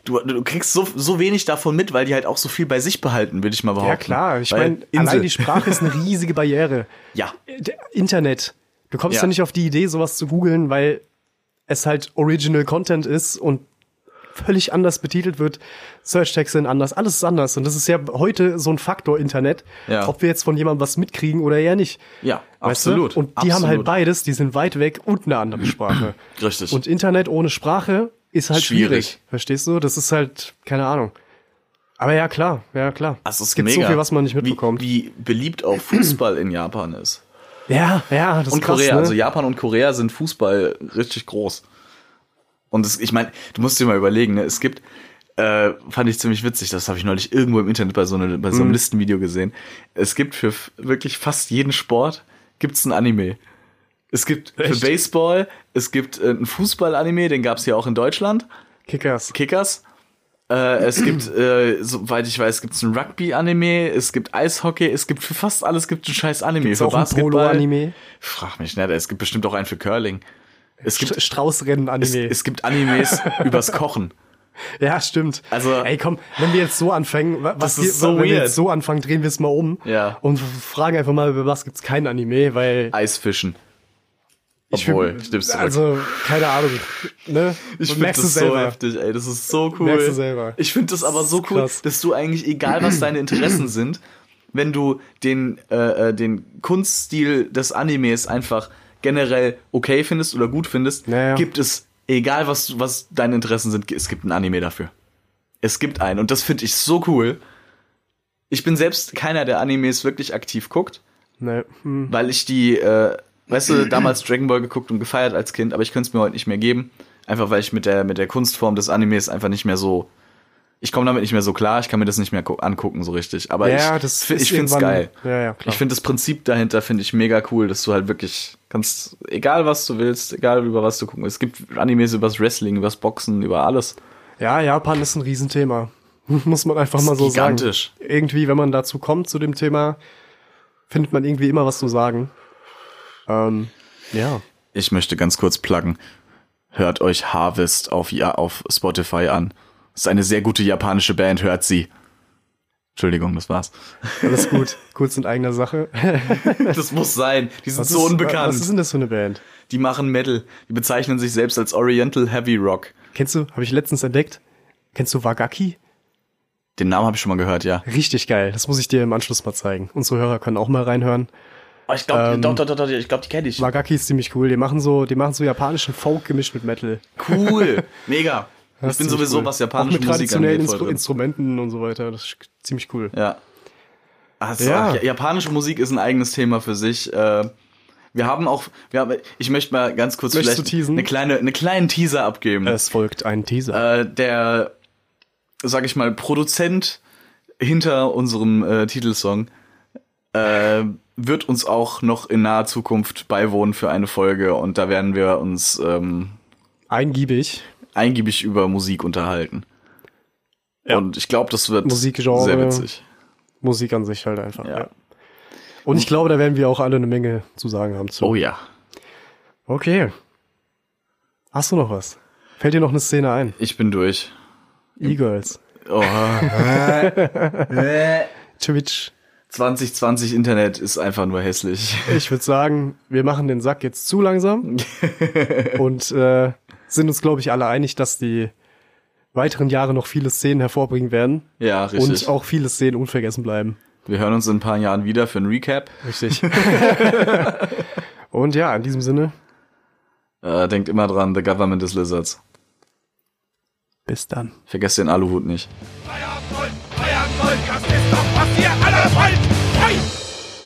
Speaker 3: du, du kriegst so, so wenig davon mit, weil die halt auch so viel bei sich behalten, würde ich mal behaupten.
Speaker 4: Ja klar, ich
Speaker 3: Weil
Speaker 4: meine,
Speaker 3: Insel-
Speaker 4: allein die Sprache ist eine riesige Barriere.
Speaker 3: Ja.
Speaker 4: Der Internet. Du kommst
Speaker 3: Ja.
Speaker 4: ja. nicht auf die Idee, sowas zu googeln, weil es halt Original Content ist und völlig anders betitelt wird. Search-Tags sind anders, alles ist anders. Und das ist ja heute so ein Faktor Internet,
Speaker 3: Ja.
Speaker 4: ob wir jetzt von jemandem was mitkriegen oder eher nicht.
Speaker 3: Ja,
Speaker 4: Weißt du?
Speaker 3: absolut.
Speaker 4: Und die haben halt
Speaker 3: absolut.
Speaker 4: beides, die sind weit weg und eine andere Sprache.
Speaker 3: Richtig.
Speaker 4: Und Internet ohne Sprache ist halt schwierig.
Speaker 3: Schwierig.
Speaker 4: Verstehst du? Das ist halt, keine Ahnung. Aber ja, klar, ja, klar.
Speaker 3: Das ist
Speaker 4: es gibt
Speaker 3: mega.
Speaker 4: so viel, was man nicht mitbekommt.
Speaker 3: Wie, wie beliebt auch Fußball in Japan ist.
Speaker 4: ja, ja, das
Speaker 3: Und
Speaker 4: ist krass,
Speaker 3: Korea.
Speaker 4: ne?
Speaker 3: Also Japan und Korea sind Fußball richtig groß. Und das, ich meine, du musst dir mal überlegen, ne? es gibt, äh, fand ich ziemlich witzig, das habe ich neulich irgendwo im Internet bei so, ne, bei so
Speaker 4: Mhm.
Speaker 3: einem Listenvideo gesehen. Es gibt für f- wirklich fast jeden Sport gibt's ein Anime. Es gibt
Speaker 4: Echt?
Speaker 3: für Baseball, es gibt äh, ein Fußball-Anime, den gab's hier auch in Deutschland.
Speaker 4: Kickers.
Speaker 3: Kickers. Äh, es gibt, äh, soweit ich weiß, gibt's ein Rugby-Anime, es gibt Eishockey, es gibt für fast alles gibt ein scheiß Anime.
Speaker 4: Gibt's
Speaker 3: für
Speaker 4: auch ein Polo-Anime?
Speaker 3: Frag mich nicht, es gibt bestimmt auch einen für Curling. Es gibt,
Speaker 4: St- Straußrennen-Anime.
Speaker 3: es gibt Animes übers Kochen.
Speaker 4: Ja, stimmt.
Speaker 3: Also-
Speaker 4: ey, komm, wenn wir jetzt so anfangen, wa- was
Speaker 3: Das ist
Speaker 4: wir-
Speaker 3: so
Speaker 4: wenn wir
Speaker 3: weird.
Speaker 4: jetzt so anfangen, drehen wir es mal um
Speaker 3: Ja.
Speaker 4: und f- fragen einfach mal, über was gibt's kein Anime, weil
Speaker 3: Eisfischen.
Speaker 4: ich find-
Speaker 3: Obwohl, ich stimm's zurück.
Speaker 4: also keine Ahnung, ne?
Speaker 3: Ich finde
Speaker 4: merkst
Speaker 3: das
Speaker 4: du
Speaker 3: so
Speaker 4: selber.
Speaker 3: heftig, ey. Das ist so cool.
Speaker 4: Merkst du selber.
Speaker 3: Ich finde das aber so
Speaker 4: Das ist
Speaker 3: cool,
Speaker 4: krass.
Speaker 3: dass du eigentlich, egal was deine Interessen sind, wenn du den, äh, äh, den Kunststil des Animes einfach generell okay findest oder gut findest,
Speaker 4: Ja, ja.
Speaker 3: gibt es, egal was, du- was deine Interessen sind, es gibt ein Anime dafür. Es gibt einen und das finde ich so cool. Ich bin selbst keiner, der Animes wirklich aktiv guckt
Speaker 4: Ne, hm.
Speaker 3: weil ich die, äh, weißt du, damals Dragon Ball geguckt und gefeiert als Kind, aber ich könnte es mir heute nicht mehr geben. Einfach weil ich mit der, mit der Kunstform des Animes einfach nicht mehr so. Ich komme damit nicht mehr so klar, ich kann mir das nicht mehr gu- angucken, so richtig. Aber
Speaker 4: Ja,
Speaker 3: ich,
Speaker 4: das
Speaker 3: fi-
Speaker 4: ist
Speaker 3: ich finde es
Speaker 4: irgendwann-
Speaker 3: geil.
Speaker 4: Ja, ja, klar.
Speaker 3: Ich finde das Prinzip dahinter, finde ich mega cool, dass du halt wirklich kannst, egal was du willst, egal über was du gucken willst. Es gibt Animes übers Wrestling, übers Boxen, über alles.
Speaker 4: Ja, Japan ist ein Riesenthema. Muss man einfach mal
Speaker 3: Ist
Speaker 4: so
Speaker 3: gigantisch.
Speaker 4: sagen. Irgendwie, wenn man dazu kommt zu dem Thema, findet man irgendwie immer was zu sagen. Ähm, ja.
Speaker 3: Ich möchte ganz kurz pluggen. Hört euch Harvest auf, ja, auf Spotify an. Ist eine sehr gute japanische Band, hört sie. Entschuldigung, das war's.
Speaker 4: Alles gut. Kurz in eigener Sache.
Speaker 3: Das muss sein. Die sind so
Speaker 4: ist,
Speaker 3: unbekannt.
Speaker 4: Was ist denn das für eine Band?
Speaker 3: die machen Metal. Die bezeichnen sich selbst als Oriental Heavy Rock.
Speaker 4: Kennst du, habe ich letztens entdeckt, kennst du Wagaki?
Speaker 3: Den Namen habe ich schon mal gehört, ja.
Speaker 4: Richtig geil. Das muss ich dir im Anschluss mal zeigen. Unsere Hörer können auch mal reinhören.
Speaker 3: Oh,
Speaker 4: Ähm,
Speaker 3: ich glaube, doch, doch, doch, doch, ich glaube, die kenne ich.
Speaker 4: Wagaki ist ziemlich cool. Die machen so, die machen so japanischen Folk gemischt mit Metal.
Speaker 3: Cool. Mega.
Speaker 4: Das ist
Speaker 3: ich bin
Speaker 4: ziemlich
Speaker 3: sowieso
Speaker 4: cool.
Speaker 3: was
Speaker 4: Auch
Speaker 3: japanische
Speaker 4: mit
Speaker 3: Musik
Speaker 4: traditionellen
Speaker 3: angeht.
Speaker 4: Instru
Speaker 3: voll drin.
Speaker 4: Instrumenten und so weiter. Das ist ziemlich cool.
Speaker 3: Ja. Also,
Speaker 4: Ja.
Speaker 3: ja. Japanische Musik ist ein eigenes Thema für sich. Äh, Wir haben auch, wir haben, ich möchte mal ganz kurz
Speaker 4: Möchtest du
Speaker 3: vielleicht
Speaker 4: teasen?
Speaker 3: eine kleine, eine kleinen Teaser abgeben.
Speaker 4: Es folgt ein Teaser.
Speaker 3: Äh, der, sag ich mal, Produzent hinter unserem äh, Titelsong äh, wird uns auch noch in naher Zukunft beiwohnen für eine Folge und da werden wir uns ähm,
Speaker 4: Eingiebig.
Speaker 3: eingiebig über Musik unterhalten. Und ich glaube, das wird
Speaker 4: Musikgenre.
Speaker 3: sehr witzig.
Speaker 4: Musik an sich halt einfach.
Speaker 3: Ja.
Speaker 4: Ja. Und ich glaube, da werden wir auch alle eine Menge zu sagen haben zu.
Speaker 3: Oh ja.
Speaker 4: Okay. Hast du noch was? Fällt dir noch eine Szene ein?
Speaker 3: Ich bin durch.
Speaker 4: E-Girls.
Speaker 3: Oh. Äh.
Speaker 4: Twitch.
Speaker 3: 2020 Internet ist einfach nur hässlich.
Speaker 4: Ich würde sagen, wir machen den Sack jetzt zu langsam und äh, sind uns, glaube ich, alle einig, dass die weiteren Jahre noch viele Szenen hervorbringen werden
Speaker 3: Ja, richtig.
Speaker 4: und auch viele Szenen unvergessen bleiben.
Speaker 3: Wir hören uns in ein paar Jahren wieder für ein Recap.
Speaker 4: Richtig. und ja, in diesem Sinne,
Speaker 3: Äh, denkt immer dran, the government is lizards.
Speaker 4: bis dann.
Speaker 3: Vergesst den Aluhut nicht.
Speaker 1: Feierabend, Feierabend, das ist doch, was ihr alle wollt!